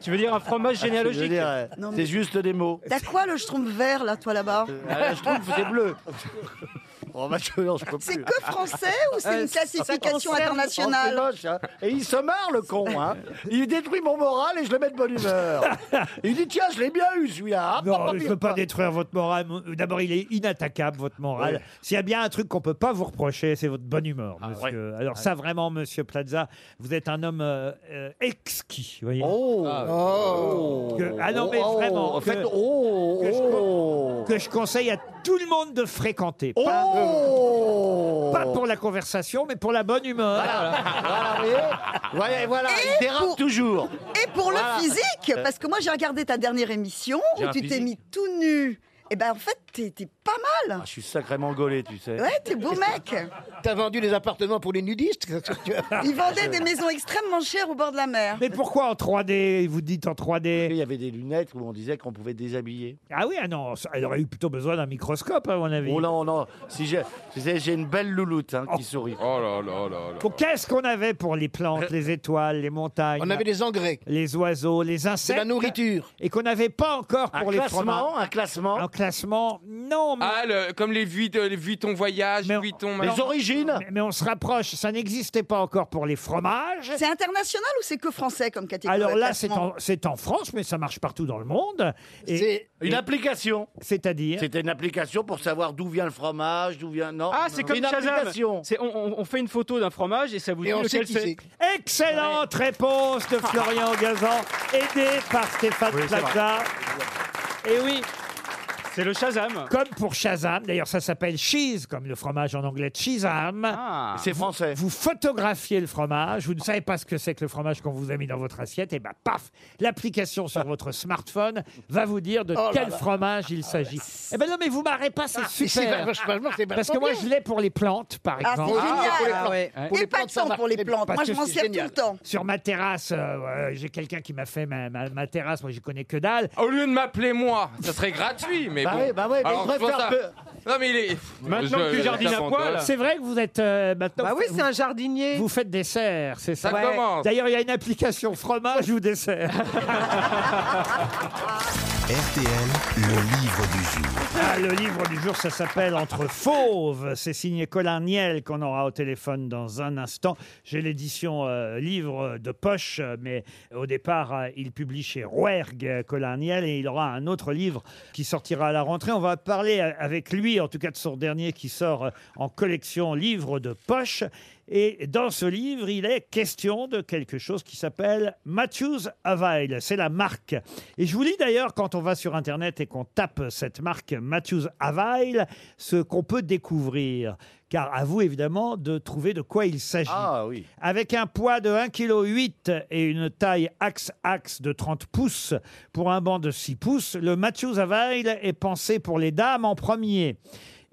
Tu veux dire un fromage Je veux généalogique dire, euh, Non, mais- C'est juste des mots. T'as quoi le schtroumpf vert, là, toi, là-bas Euh, Ah, je trouve que c'est bleu. Oh, bah, je, non, je peux C'est plus. Euh, que français ou c'est une classification internationale Oh, c'est moche, hein. Et il se marre, le con. Hein. Il détruit mon moral et je le mets de bonne humeur. Il dit tiens, je l'ai bien eu celui-là. Ah, Non, papa, je ne pire. peux pas détruire votre morale. euh, D'abord, il est inattaquable, votre morale. Ouais. S'il y a bien un truc qu'on peut pas vous reprocher, c'est votre bonne humeur, Ah. monsieur. Alors ça, vraiment, monsieur Plaza, vous êtes un homme euh, euh, exquis, voyez. Oh, oh. Que- ah non, mais Oh, vraiment, En que- fait, oh, que je- oh, que je conseille à tout le monde de fréquenter. oh. Pas, pas pour la conversation, mais pour la bonne humeur. Voilà, vous voyez voilà, voilà, il dérape pour- toujours. Et pour le Voilà. physique, Euh. parce que moi j'ai regardé ta dernière émission J'ai où un tu t'es physique. mis tout nu. Et ben en fait, t'es t'es pas mal. Ah, je suis sacrément gaulé, tu Euh. sais. Ouais, t'es beau mec. T'as vendu les appartements pour les nudistes qu'est-ce que tu Ah. as- Ils vendaient des maisons extrêmement chères au bord de la mer. Mais pourquoi en 3D Vous dites en Il 3D y avait des lunettes où on disait qu'on pouvait déshabiller. Ah oui, ah non, ça- elle aurait eu plutôt besoin d'un microscope, à mon avis. Oh non, non. Si j'ai, tu sais, j'ai une belle louloute hein, qui sourit. Oh là là là là. Pour- Qu'est-ce qu'on avait pour les Euh, plantes, les étoiles, les montagnes On avait des engrais. les oiseaux, les C'est insectes. la nourriture. Et qu'on n'avait pas encore Un pour les fromages. classement, un classement. Un classement, hmm, non, mais, Ah, le- comme les Vuitton, les Vuitton Voyage, Mais on- Vuitton Les Machin. origines. mais on se rapproche. Ça n'existait pas encore pour les fromages. C'est international ou c'est que français comme catégorie Alors de là, c'est classement en, c'est en France, mais ça marche partout dans le monde. Et C'est Une application. c'est-à-dire C'était une application pour savoir d'où vient le fromage, d'où vient. Oh. Non. Ah, c'est comme une Shazam application. C'est- on, on- on fait une photo d'un fromage et ça vous dit et on sait lequel qui c'est. c'est. excellente réponse de Florian Gazan, aidé par Stéphane Oui, c'est Plaza. Et oui, Eh C'est le Shazam. comme pour Shazam, d'ailleurs ça s'appelle cheese, comme le fromage en anglais Shazam. Ah. C'est français. Vous photographiez le fromage, vous ne savez pas ce que c'est que le fromage qu'on vous a mis dans votre assiette, et ben paf, l'application sur votre smartphone va vous dire de quel fromage il s'agit. Eh ben non, mais vous marrez pas, Ah, c'est Et c'est super. vachement- c'est Parce vachement que moi, bien. je l'ai pour les plantes, par Ah, exemple. c'est génial. Ah, ouais, ouais. Pour Et les pas plantes, de ça sang marche pour les très plantes. Moi, bien. Parce je que m'en c'est sers tout génial. le temps. Sur ma terrasse, euh, ouais, j'ai quelqu'un qui m'a fait ma, ma- ma terrasse, moi j'y connais que dalle. Au lieu de m'appeler moi, ça serait gratuit, mais Bah bon. ouais, bah ouais, mais Alors, il c'est pour préfère ça- Non, mais il est. Maintenant que tu jardines à hein. poil. C'est vrai que vous êtes euh, maintenant. Bah oui, vous- c'est un jardinier. vous faites dessert, c'est ça Ça commence. D'ailleurs, il y a une application fromage ou dessert. RTL, le livre du jour. Ah, le livre du jour, ça s'appelle Entre fauves. C'est signé Colin Niel qu'on aura au téléphone dans un instant. J'ai l'édition euh, livre de poche, euh, mais au départ, euh, il publie chez Rouergue, euh, Colin Niel, et il aura un autre livre qui sortira à la rentrée. On va parler euh, avec lui, en tout cas de son dernier qui sort euh, en collection livre de poche. Et dans ce livre, il est question de quelque chose qui s'appelle Matthews Avail. C'est la marque. Et je vous lis d'ailleurs, quand on va sur Internet et qu'on tape cette marque Matthews Avail, ce qu'on peut découvrir. Car à vous, évidemment, de trouver de quoi il s'agit. Avec un poids de 1,8 kg et une taille axe-axe de 30 pouces pour un banc de 6 pouces, le Matthews Avail est pensé pour les dames en premier.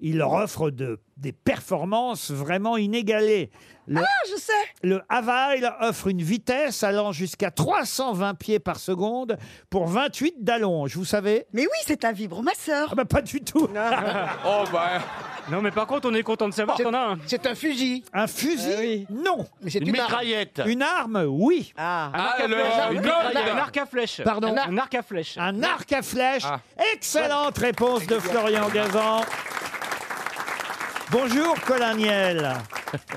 Il leur offre de- des performances vraiment inégalées. Le, Ah, je sais Le Havail offre une vitesse allant jusqu'à 320 pieds par seconde pour 28 d'allonge, vous savez Mais oui, c'est un vibromasseur. Ah bah pas du tout oh bah. Non mais par contre on est content de savoir qu'on a un. C'est un fusil. Ah Un fusil Ah Non. Mais c'est Une une arme. mitraillette. Une arme, oui. Ah, Ah, arc à le- flèche. une Un mitraillette. arc- un arc à flèche. Pardon Un ar- un arc à flèche. Un arc à flèche. Ah. Excellente réponse de Florian Gazan. Bonjour Colin Niel.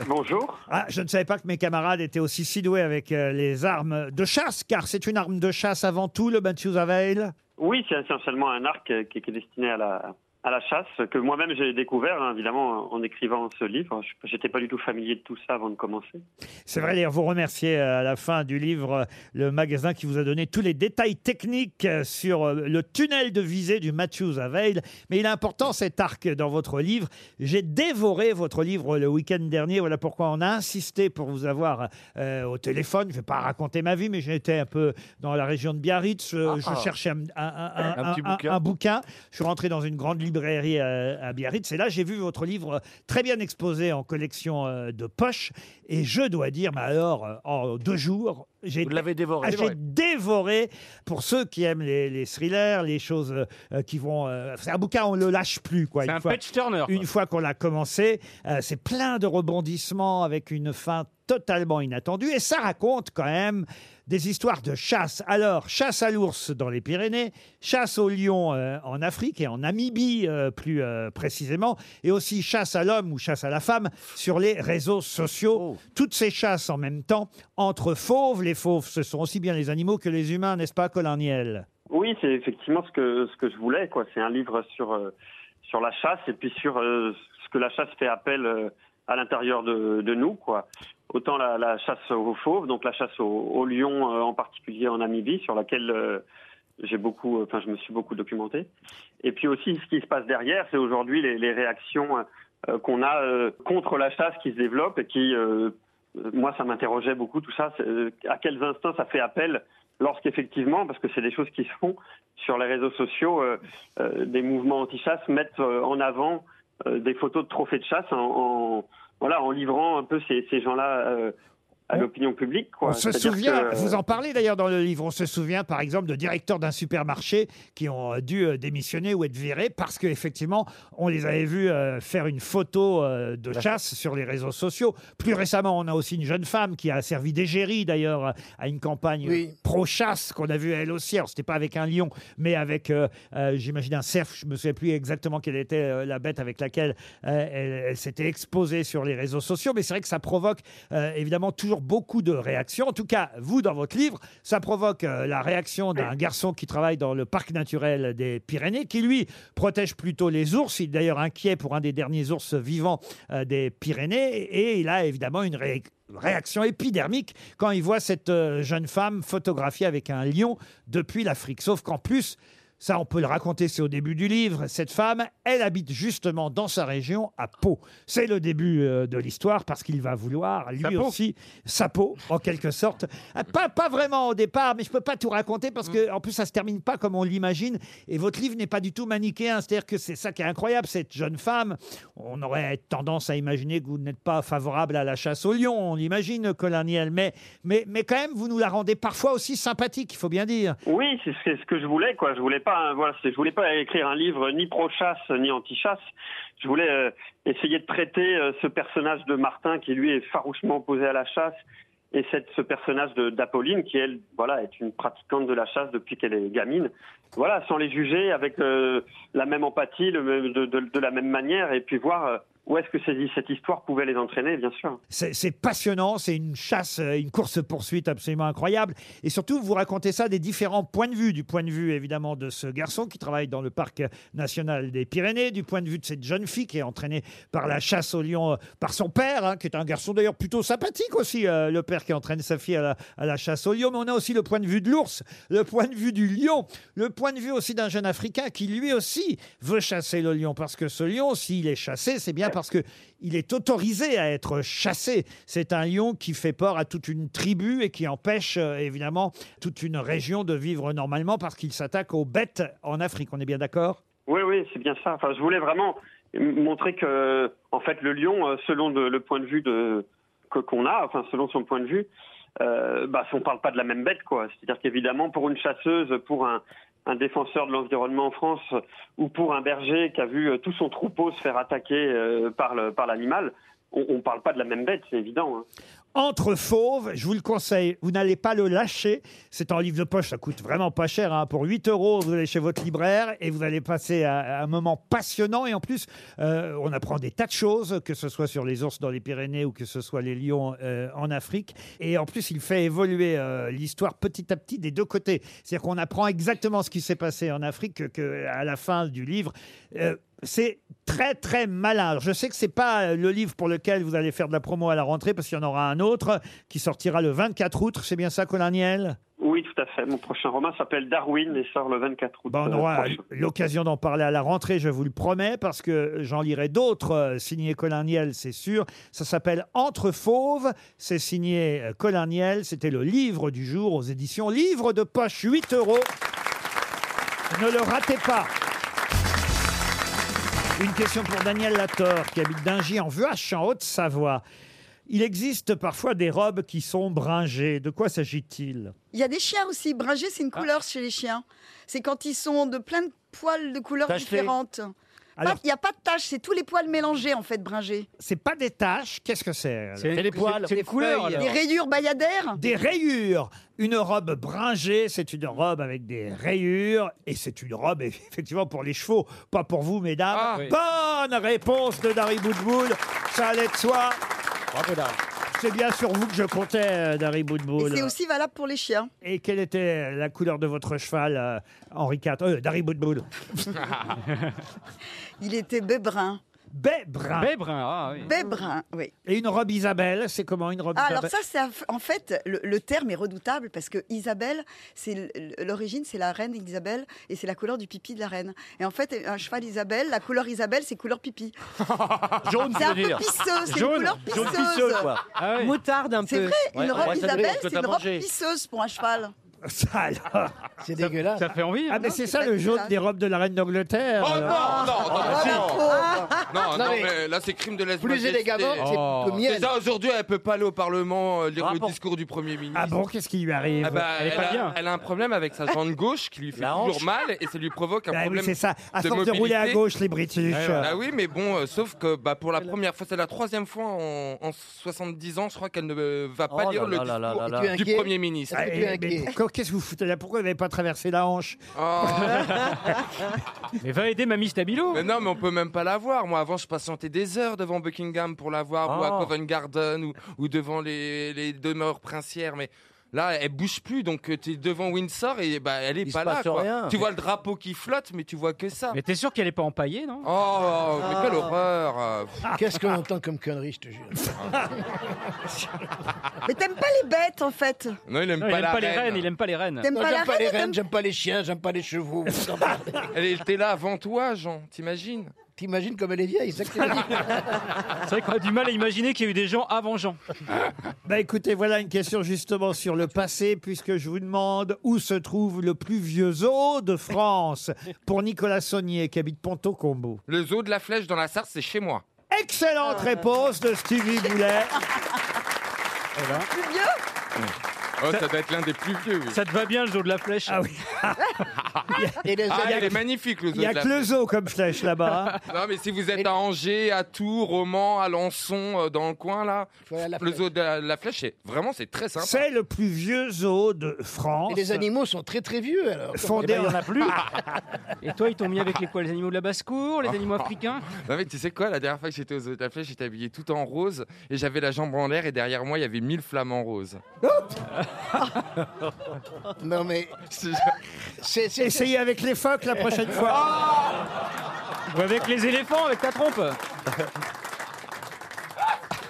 Bonjour. Ah, je ne savais pas que mes camarades étaient aussi si doués avec euh, les armes de chasse, car c'est une arme de chasse avant tout, le Matthews Avail. Oui, c'est essentiellement un arc euh, qui, qui est destiné à la, à la chasse, que moi-même j'ai découvert, hein, évidemment, en écrivant ce livre. Je- J'étais pas du tout familier de tout ça avant de commencer. C'est vrai, d'ailleurs, vous remerciez euh, à la fin du livre euh, le magasin qui vous a donné tous les détails techniques euh, sur euh, le tunnel de visée du Matthews Avail. Mais il est important cet arc dans votre livre. J'ai dévoré votre livre le week-end dernier. Voilà pourquoi on a insisté pour vous avoir euh, au téléphone. Je ne vais pas raconter ma vie, mais j'étais un peu dans la région de Biarritz. Euh, Ah, je ah. cherchais un, un- un- Un un- petit un- bouquin. un bouquin. Je suis rentré dans une grande librairie euh, à Biarritz et là j'ai vu votre livre euh, très bien exposé en collection euh, de poche et je dois dire, mais alors euh, en deux jours, j'ai Vous l'avez dévoré. Ah, j'ai dévoré pour ceux qui aiment les, les thrillers, les choses euh, euh, qui vont. euh, c'est un bouquin, on le lâche plus quoi. C'est une un fois- page turner, quoi. Une fois qu'on l'a commencé, euh, c'est plein de rebondissements avec une fin totalement inattendue et ça raconte quand même des histoires de chasse. Alors, chasse à l'ours dans les Pyrénées, chasse au lion euh, en Afrique et en Namibie euh, plus euh, précisément, et aussi chasse à l'homme ou chasse à la femme sur les réseaux Oh. sociaux. Toutes ces chasses en même temps entre fauves. Les fauves, ce sont aussi bien les animaux que les humains, n'est-ce pas, Colin Niel Oui, c'est effectivement ce que, ce que je voulais. quoi. C'est un livre sur, euh, sur la chasse et puis sur euh, ce que la chasse fait appel euh, à l'intérieur de, de nous. quoi. Autant la, la chasse aux fauves, donc la chasse aux, aux lions euh, en particulier en Namibie, sur laquelle euh, j'ai beaucoup, euh, enfin, je me suis beaucoup documenté. Et puis aussi ce qui se passe derrière, c'est aujourd'hui les, les réactions euh, qu'on a euh, contre la chasse qui se développe et qui, euh, euh, moi, ça m'interrogeait beaucoup tout ça. c'est, euh, à quels instincts ça fait appel lorsqu'effectivement, parce que c'est des choses qui se font sur les réseaux sociaux, euh, euh, des mouvements anti-chasse mettent euh, en avant euh, des photos de trophées de chasse en, en- voilà, en livrant un peu ces, ces gens-là euh, à l'opinion publique. Quoi. On se C'est-à-dire souvient, que, euh, vous en parlez d'ailleurs dans le livre, on se souvient par exemple de directeurs d'un supermarché qui ont euh, dû euh, démissionner ou être virés parce qu'effectivement, on les avait vus euh, faire une photo euh, de chasse sur les réseaux sociaux. Plus récemment, on a aussi une jeune femme qui a servi d'égérie d'ailleurs euh, à une campagne euh, pro-chasse qu'on a vue elle aussi. Alors, c'était pas avec un lion, mais avec, euh, euh, j'imagine, un cerf. Je me souviens plus exactement quelle était euh, la bête avec laquelle euh, elle, elle s'était exposée sur les réseaux sociaux. Mais c'est vrai que ça provoque euh, évidemment toujours beaucoup de réactions. En tout cas, vous, dans votre livre, ça provoque euh, la réaction d'un garçon qui travaille dans le parc naturel des Pyrénées, qui lui protège plutôt les ours. Il est d'ailleurs inquiet pour un des derniers ours vivants euh, des Pyrénées. Et il a évidemment une ré- réaction épidermique quand il voit cette euh, jeune femme photographiée avec un lion depuis l'Afrique. Sauf qu'en plus, ça, on peut le raconter, c'est au début du livre. Cette femme, elle habite justement dans sa région, à Pau. C'est le début euh, de l'histoire parce qu'il va vouloir, lui aussi, sa peau, en quelque sorte. Ah, Pas, pas vraiment au départ, mais je peux pas tout raconter parce que, en plus, ça se termine pas comme on l'imagine. Et votre livre n'est pas du tout manichéen. C'est-à-dire que c'est ça qui est incroyable. Cette jeune femme, on aurait tendance à imaginer que vous n'êtes pas favorable à la chasse au lion, on l'imagine, Colin Niel. Mais, mais, mais quand même, vous nous la rendez parfois aussi sympathique, il faut bien dire. Oui, c'est c'est ce que je voulais, quoi. Je voulais pas, hein, voilà, c'est- je voulais pas écrire un livre ni pro-chasse ni anti-chasse. Je voulais euh, essayer de traiter euh, ce personnage de Martin qui lui est farouchement opposé à la chasse et cette, ce personnage de- d'Apolline qui, elle, voilà, est une pratiquante de la chasse depuis qu'elle est gamine. Voilà, sans les juger, avec euh, la même empathie, le même- de, de- de la même manière, et puis voir euh, où est-ce que ces- cette histoire pouvait les entraîner, bien sûr. C'est c'est passionnant, c'est une chasse, euh, une course-poursuite absolument incroyable. Et surtout, vous racontez ça des différents points de vue. Du point de vue, évidemment, de ce garçon qui travaille dans le parc national des Pyrénées, du point de vue de cette jeune fille qui est entraînée par la chasse au lion euh, par son père, hein, qui est un garçon d'ailleurs plutôt sympathique aussi, euh, le père qui entraîne sa fille à la, à la chasse au lion. Mais on a aussi le point de vue de l'ours, le point de vue du lion, le point de vue aussi d'un jeune Africain qui lui aussi veut chasser le lion. Parce que ce lion, s'il est chassé, c'est bien parce que il est autorisé à être chassé. C'est un lion qui fait peur à toute une tribu et qui empêche euh, évidemment toute une région de vivre normalement parce qu'il s'attaque aux bêtes en Afrique. On est bien d'accord Oui, oui, c'est bien ça. Enfin, je voulais vraiment m- montrer que, en fait, le lion, euh, selon le, le point de vue de, que qu'on a, enfin, selon son point de vue, euh, bah, on parle pas de la même bête, quoi. C'est-à-dire qu'évidemment, pour une chasseuse, pour un, un défenseur de l'environnement en France, ou pour un berger qui a vu euh, tout son troupeau se faire attaquer euh, par le- par l'animal, on, on parle pas de la même bête, c'est évident. hein. Entre fauves, je vous le conseille, vous n'allez pas le lâcher. C'est en livre de poche, ça coûte vraiment pas cher. hein. Pour 8 euros, vous allez chez votre libraire et vous allez passer à- à un moment passionnant. Et en plus, euh, on apprend des tas de choses, que ce soit sur les ours dans les Pyrénées ou que ce soit les lions euh, en Afrique. Et en plus, il fait évoluer euh, l'histoire petit à petit des deux côtés. C'est-à-dire qu'on apprend exactement ce qui s'est passé en Afrique que- que à la fin du livre. Euh, c'est très très malin. Alors, Je sais que c'est pas euh, le livre pour lequel vous allez faire de la promo à la rentrée parce qu'il y en aura un autre qui sortira le 24 août. C'est bien ça, Colin Niel Oui, tout à fait. Mon prochain roman s'appelle Darwin et sort le 24 août. Bah, on euh, aura prochain. l'occasion d'en parler à la rentrée, je vous le promets, parce que j'en lirai d'autres euh, signés Colin Niel, c'est sûr. Ça s'appelle Entre fauves, c'est signé euh, Colin Niel. C'était le livre du jour aux éditions Livre de poche, 8 euros. Ne le ratez pas. Une question pour Daniel Lator, qui habite Dingy en Vuache, en Haute-Savoie. Il existe parfois des robes qui sont bringées. De quoi s'agit-il Il y a des chiens aussi. Bringé, c'est une Ah. couleur chez les chiens. C'est quand ils sont de plein de poils de couleurs Tachetés. différentes. Pas- Alors- Il n'y a pas de taches, c'est tous les poils mélangés en fait, bringé. C'est pas des taches, qu'est-ce que c'est euh, alors C'est- C'est des poils. c'est- c'est une couleur, alors. Des rayures bayadères Des rayures. Une robe bringée, c'est une robe avec des rayures. Et c'est une robe, effectivement, pour les chevaux. Pas pour vous, mesdames. Ah, Bonne réponse de Dari Boudboul. Ça allait de soi. C'est bien sur vous que je comptais, euh, Dari Boudboul. Et c'est aussi valable pour les chiens. Et quelle était la couleur de votre cheval, euh, Henri IV euh, Dari Boudboul Il était bébrun. Bébrin. Bébrin, ah oui. Bébrun, oui. Et une robe Isabelle, c'est comment une robe Ah, alors Isabelle ça, c'est un- en fait, le, le terme est redoutable parce que Isabelle, c'est l- l'origine, c'est la reine Isabelle et c'est la couleur du pipi de la reine. Et en fait, un cheval Isabelle, la couleur Isabelle, c'est couleur pipi. Jaune, c'est tu un veux peu dire. pisseux, c'est une Jaune. couleur Jaune pisseuse. pisseux, quoi. Ah oui. Moutarde un C'est peu. vrai, une Ouais, robe ouais, ça dépend Isabelle, ce que c'est t'as une robe mangé. pisseuse pour un cheval. Ça, alors. C'est dégueulasse. Ça fait envie. hein, Ah, mais c'est ça le jaune des robes de la reine d'Angleterre. Oh non, non, alors. non, Ah, non, non. non, Non, non, mais mais là c'est crime de lèse plus élégamment, c'est le miel. Déjà Oh. aujourd'hui, elle peut pas aller au Parlement euh, lire le discours du Premier ministre. Ah bon, qu'est-ce qui lui arrive Ah bah, Elle est pas a, bien. elle a un problème avec sa jambe gauche qui lui fait La hanche. toujours mal et ça lui provoque un Bah oui, problème. c'est ça. À force de de mobilité. rouler à gauche, les British. Ah oui, mais bon, euh, sauf que bah, pour la première fois, c'est la troisième fois en, en 70 ans, je crois qu'elle ne euh, va pas Oh lire là le là là discours là là. du Tu es Premier ministre. Ah, et- mais pourquoi- Qu'est-ce que vous foutez là Pourquoi vous n'avez pas traversé la hanche Oh. Mais va aider Mamie Stabilo. Mais non, mais on peut même pas la voir. Moi, avant, je patientais des heures devant Buckingham pour la voir, ou Oh. Ah. à Covent Garden, ou, ou devant les, les demeures princières. Mais là, elle bouge plus, donc euh, t'es devant Windsor et bah, elle est Il se pas là. passe quoi. rien. Tu vois le drapeau qui flotte, mais tu vois que ça. Mais t'es sûr qu'elle est pas empaillée, non Oh, mais quelle Ah. horreur euh, pff. Qu'est-ce qu'on entend comme connerie, je te jure Mais t'aimes pas les bêtes en fait. Non, il aime Non, pas il aime la pas les reine. reines, il aime pas les reines. T'aimes Non, pas la J'aime pas reine les et t'aimes- reines, j'aime pas les chiens, j'aime pas les chevaux. vous vous en parlez. Elle était là avant toi, Jean, t'imagines T'imagines comme elle est vieille, c'est ça que tu veux dire C'est vrai qu'on a du mal à imaginer qu'il y a eu des gens avant Jean. Bah écoutez, voilà une question justement sur le passé, puisque je vous demande où se trouve le plus vieux zoo de France pour Nicolas Saunier qui habite Ponto Combo. Le zoo de la flèche dans la Sarthe, c'est chez moi. Ah. Eh ben. Excellente réponse de Stevie Boulet. Plus vieux Oh, ça doit être l'un des plus vieux. oui. Ça te va bien le zoo de la flèche hein Ah oui. Et les Ah, oeufs- il est magnifique le zoo Il n'y a de la que le zoo comme flèche là-bas. hein. Non, mais si vous êtes à Angers, à Tours, au Mans, à Lançon, euh, dans le coin là, le zoo de la, la flèche, c'est- vraiment c'est très sympa. C'est le plus vieux zoo de France. Et les animaux sont très très vieux alors. Fondé Eh ben, il y en a plus. Et toi, ils t'ont mis avec les quoi Les animaux de la basse-cour Les animaux africains Ah. Non mais tu sais quoi, la dernière fois que j'étais aux Hôtels Flèche, j'étais habillé tout en rose et j'avais la jambe en l'air et derrière moi il y avait mille flamants roses. Non mais Essayez avec les phoques la prochaine fois. Ah. Ou avec les éléphants, avec ta trompe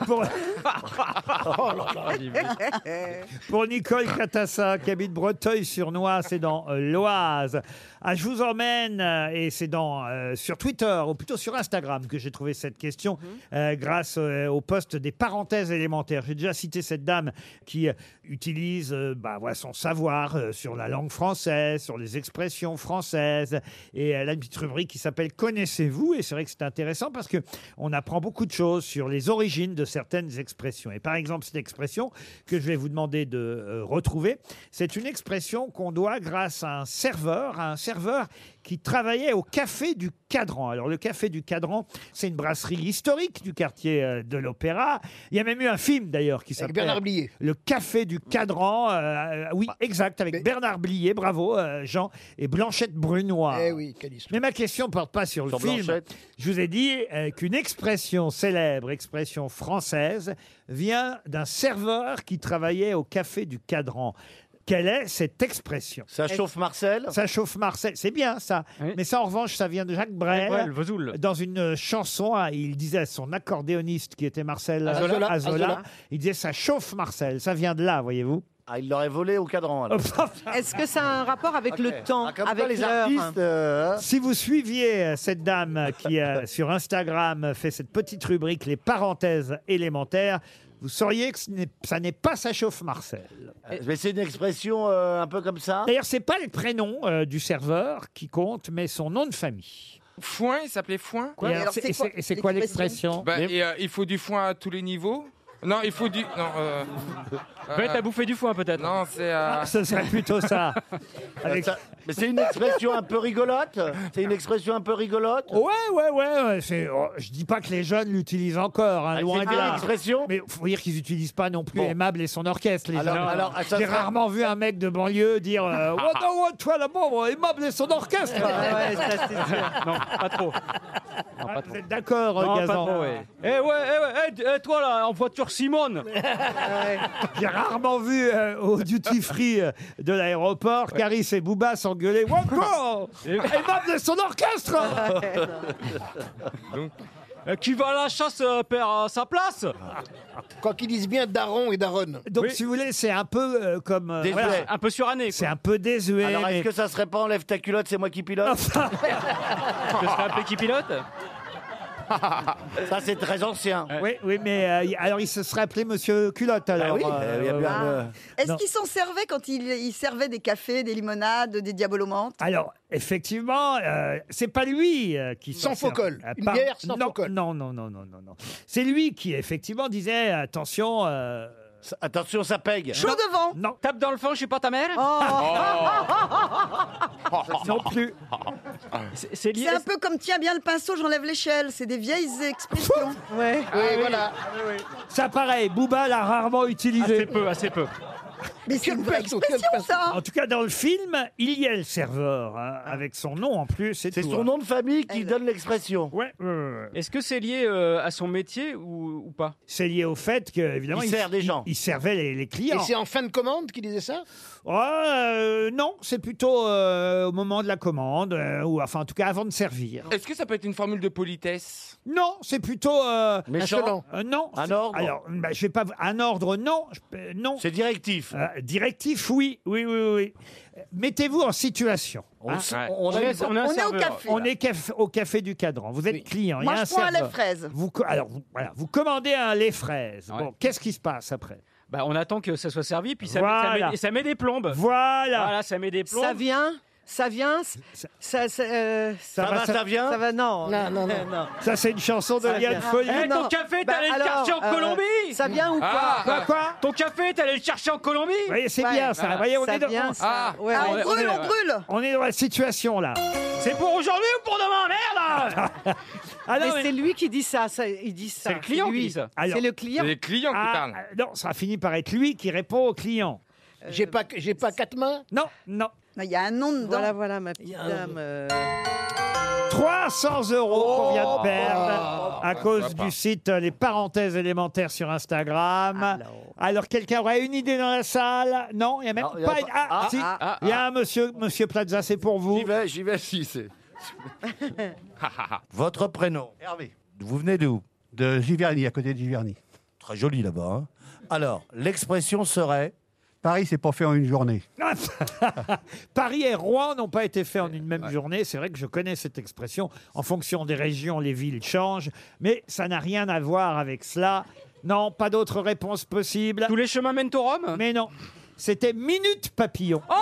Pour- Oh là là, j'ai vu. Pour Nicole Catassa, qui habite Breteuil-sur-Noix, c'est dans euh, l'Oise. Ah, je vous emmène, euh, et c'est dans euh, sur Twitter, ou plutôt sur Instagram, que j'ai trouvé cette question, euh, grâce euh, au poste des parenthèses élémentaires. J'ai déjà cité cette dame qui euh, utilise euh, bah, voilà, son savoir euh, sur la langue française, sur les expressions françaises, et elle a une petite rubrique qui s'appelle Connaissez-vous Et c'est vrai que c'est intéressant parce que on apprend beaucoup de choses sur les origines de certaines expressions. Et par exemple, cette expression que je vais vous demander de euh, retrouver, c'est une expression qu'on doit grâce à un serveur, à un serveur qui travaillait au café du Cadran. Alors le café du Cadran, c'est une brasserie historique du quartier euh, de l'Opéra. Il y a même eu un film d'ailleurs qui s'appelle Bernard Blier. Ah. Le café du Cadran. euh, oui, exact, avec Bernard Blier. Bravo, euh, Jean et Blanchette Brunois. Eh oui, quelle histoire. Mais ma question porte pas sur le Sur film. Blanchette. Je vous ai dit euh, qu'une expression célèbre, expression française, vient d'un serveur qui travaillait au café du Cadran. Quelle est cette expression Ça chauffe Marcel Ça chauffe Marcel, c'est bien ça. Mais ça en revanche, ça vient de Jacques Brel. Jacques Brel, Vesoul. Dans une euh, chanson, ah, il disait à son accordéoniste qui était Marcel euh, Azola. Azola, Azola. il disait ça chauffe Marcel, ça vient de là, voyez-vous. Oh, Ah, il l'aurait volé au cadran. alors. Est-ce que ça a un rapport avec le Ok. temps, Ah, comme quoi, avec les l'heure artistes, euh, hein. Si vous suiviez euh, cette dame euh, qui, euh, sur Instagram, euh, fait cette petite rubrique, les parenthèses élémentaires, vous sauriez que ce n'est- ça n'est pas ça chauffe Marcel. Mais c'est une expression euh, un peu comme ça. D'ailleurs, c'est pas le prénom euh, du serveur qui compte, mais son nom de famille. Foin, il s'appelait Foin. Quoi Et alors, c'est- et c'est- et c'est quoi l'expression Bah, et, euh, Il faut du foin à tous les niveaux. Non, il faut du. Non, euh, Bête à bouffer du foin peut-être. Non, c'est. euh, Ah, Ce serait plutôt ça. Avec- Ah. Ça- Mais c'est une expression un peu rigolote. C'est une expression un peu rigolote. Ouais, ouais, ouais. ouais, c'est- oh, je dis pas que les jeunes l'utilisent encore, hein, Ah, loin c'est de une là. expression Mais faut dire qu'ils n'utilisent pas non plus Bon. Aimable et son orchestre. Les Alors- jeunes. alors, ça J'ai sera- rarement vu un mec de banlieue dire euh, Oh non, ouais, toi là-bas, Aimable et son orchestre. Ah Ouais, ça, c'est sûr. Non, pas trop. Ah, vous êtes d'accord, Non, euh, pas Gazan trop, ouais. Eh ouais, eh ouais, eh, d- eh, toi là, en voiture Simone J'ai rarement vu euh, au duty free euh, de l'aéroport Caris et Booba s'engueuler. Wow, wow Aimable et son orchestre Euh, Qui va à la chasse euh, perd euh, sa place Quand ils disent bien daron et daronne. Donc, si vous voulez, c'est un peu euh, comme. euh, Désuet. voilà, Un peu suranné. c'est un peu désuet. Alors est-ce mais- que ça serait pas enlève ta culotte, c'est moi qui pilote Ce serait appelé qui pilote Ça c'est très ancien. Oui, oui, mais euh, il- alors il se serait appelé Monsieur Culotte alors. oui, euh, il y a bien, euh, Ah. Est-ce Non. qu'ils s'en servaient quand ils, ils servaient des cafés, des limonades, des diabolomantes Alors, effectivement, euh, c'est pas lui euh, qui s'en Sans sert- faux col. Euh, Une par- bière sans non, faux col. Non, non, non, non, non, non. C'est lui qui effectivement disait attention. euh, ça- Attention, ça pègue. Chaud devant non, Tape dans le fond, je suis pas ta mère Oh. Oh. non plus. C'est c'est lié. C'est un peu comme tiens bien le pinceau, j'enlève l'échelle. C'est des vieilles expressions. Ah Ouais. Ah Oui, voilà. Ah Eh Ça pareil, Booba l'a rarement utilisé. Assez peu, assez peu. Mais c'est une vraie Quel pinceau, quel expression, pinceau. ça en tout cas, dans le film, il y a le serveur hein, avec son nom en plus. C'est tout, son hein. nom de famille qui donne l'expression. Ouais, ouais, ouais. Est-ce que c'est lié euh, à son métier ou, ou pas C'est lié au fait que évidemment Il sert des gens. Il, servait les, les Et clients. c'est en fin de commande qu'il disait ça Oh, euh, non, c'est plutôt euh, au moment de la commande euh, ou enfin en tout cas avant de servir. Est-ce que ça peut être une formule de politesse Non, c'est plutôt. euh, Méchant. euh, non. Un c'est- ordre. Alors, bah, je vais pas. vous- Un ordre, non. je peux- non. C'est directif. Euh, directif, oui. Oui, oui, oui. Euh, Mettez-vous en situation. On, hein. s- Ouais. on a- est, On est au serveur. café. On est caf- au café du cadran. Vous êtes client. il y a Moi, un je prends un lait serveur. fraise. Vous, co- alors, vous, voilà, vous commandez un lait fraise. Ouais. Bon, qu'est-ce qui se passe après Bah, on attend que ça soit servi, puis ça, Voilà. ça met, et ça met des plombes. Voilà. Voilà, ça met des plombes. Ça vient ça vient, c- ça, ça, euh, Ça va, ça vient Ça va, non. Non, non, non. Ça, c'est une chanson de Ça Liane vient. Folie. Eh, Ton Non. café, Bah, t'es allé le alors, chercher en euh, Colombie ça vient ou Ah, pas Quoi, quoi Ton café, t'es allé le chercher en Colombie Voyez, c'est bien ça. Voyez, on est dans... Ah, on, est- est- brûle. On est dans la situation là. C'est pour aujourd'hui ou pour demain Merde Ah non, mais mais- c'est lui qui dit ça, ça- il dit ça. C'est le client lui. qui dit ça. C'est le client. Ah, euh, Non, ça finit par être lui qui répond au client. Euh, J'ai pas, j'ai pas quatre mains. Non, non. Il y a un nom dedans. Voilà, voilà, ma petite dame. Ah. euh. 300 euros qu'on vient Oh, de perdre bah, à bah, cause bah. du site euh, Les Parenthèses élémentaires sur Instagram. Ah, Alors, oh. quelqu'un aurait une idée dans la salle Non, il n'y a même Non, il y a pas pas- une. Ah, Ah, si, ah, ah, il y a un monsieur, monsieur Plaza, c'est pour vous. J'y vais, j'y vais, si, c'est. Ah Ah. Votre prénom Hervé. Vous venez d'où De Giverny, à côté de Giverny. Très joli là-bas. hein. Alors, l'expression serait. Paris, c'est pas fait en une journée. Paris et Rouen n'ont pas été faits en une même journée. C'est vrai que je connais cette expression. En fonction des régions, les villes changent. Mais ça n'a rien à voir avec cela. Non, pas d'autre réponse possible. Tous les chemins mènent au Oh Rome Mais non. C'était Minute Papillon. Oh.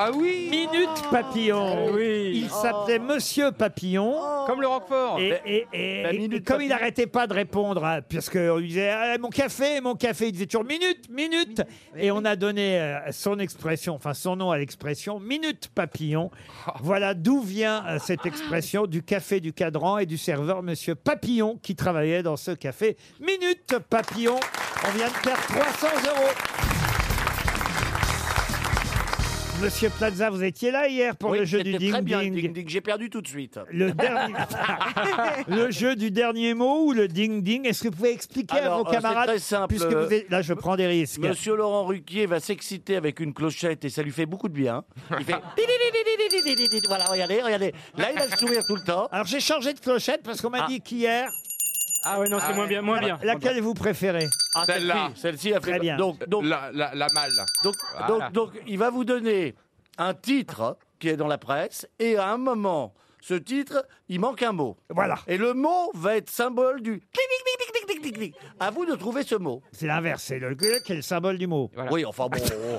Ah oui Minute Papillon. Il s'appelait Monsieur Papillon. Ah. Comme le Roquefort. Ben, Et, et- et- et comme il n'arrêtait pas de répondre, hein, puisque on lui disait Ah, mon café, mon café, il disait toujours minute, minute. Et on a donné euh, son expression, enfin son nom à l'expression minute papillon. Ah. Voilà d'où vient euh, cette expression du café du cadran et du serveur Monsieur Papillon qui travaillait dans ce café. Minute papillon. On vient de faire 300 euros. Monsieur Plaza, vous étiez là hier pour Oui, le jeu du c'était très bien, le ding-ding. ding-ding. J'ai perdu tout de suite. Le dernier- le jeu du dernier mot ou le ding-ding Est-ce que vous pouvez expliquer Alors, à vos euh, c'est camarades très simple. euh, Puisque vous êtes- là, je prends des risques. Monsieur Laurent Ruquier va s'exciter avec une clochette et ça lui fait beaucoup de bien. Il fait. Voilà, regardez, regardez. Là, il a le sourire tout le temps. Alors, j'ai changé de clochette parce qu'on m'a dit qu'hier. Ah ouais, non, c'est moins bien, moins bien. Laquelle vous préférez Ah, Celle-là. celle-ci, Celle-ci a fait Très bien. Donc, donc, La, la, la malle. donc, Voilà. donc, donc, il va vous donner un titre qui est dans la presse et à un moment, ce titre, il manque un mot. Voilà. Et le mot va être symbole du. clic, clic, clic, clic, clic, clic, clic. À vous de trouver ce mot. C'est l'inverse, c'est le quel symbole du mot. Oui, enfin bon. oh.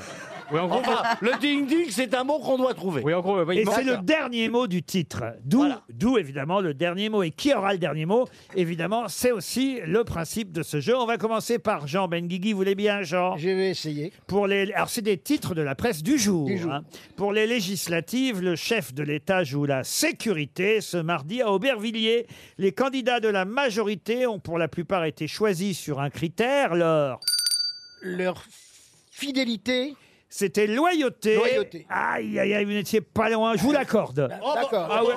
Oui, en gros, Enfin, le ding-ding, c'est un mot qu'on doit trouver. Oui, en gros, bah, Et c'est le dernier mot du titre. D'où, d'où évidemment le dernier mot. Et qui aura le dernier mot Évidemment, c'est aussi le principe de ce jeu. On va commencer par Jean Benguigui. Vous voulez bien, Jean Je vais essayer. Pour les... Alors, c'est des titres de la presse du jour. Du jour. hein. Pour les législatives, le chef de l'État joue la sécurité. Ce mardi, à Aubervilliers, les candidats de la majorité ont pour la plupart été choisis sur un critère, leur... Leur fidélité. C'était loyauté. Loyauté. Aïe, aïe, aïe, vous n'étiez pas loin, Ah. je vous Oh, l'accorde. Oh. D'accord. Ah ouais.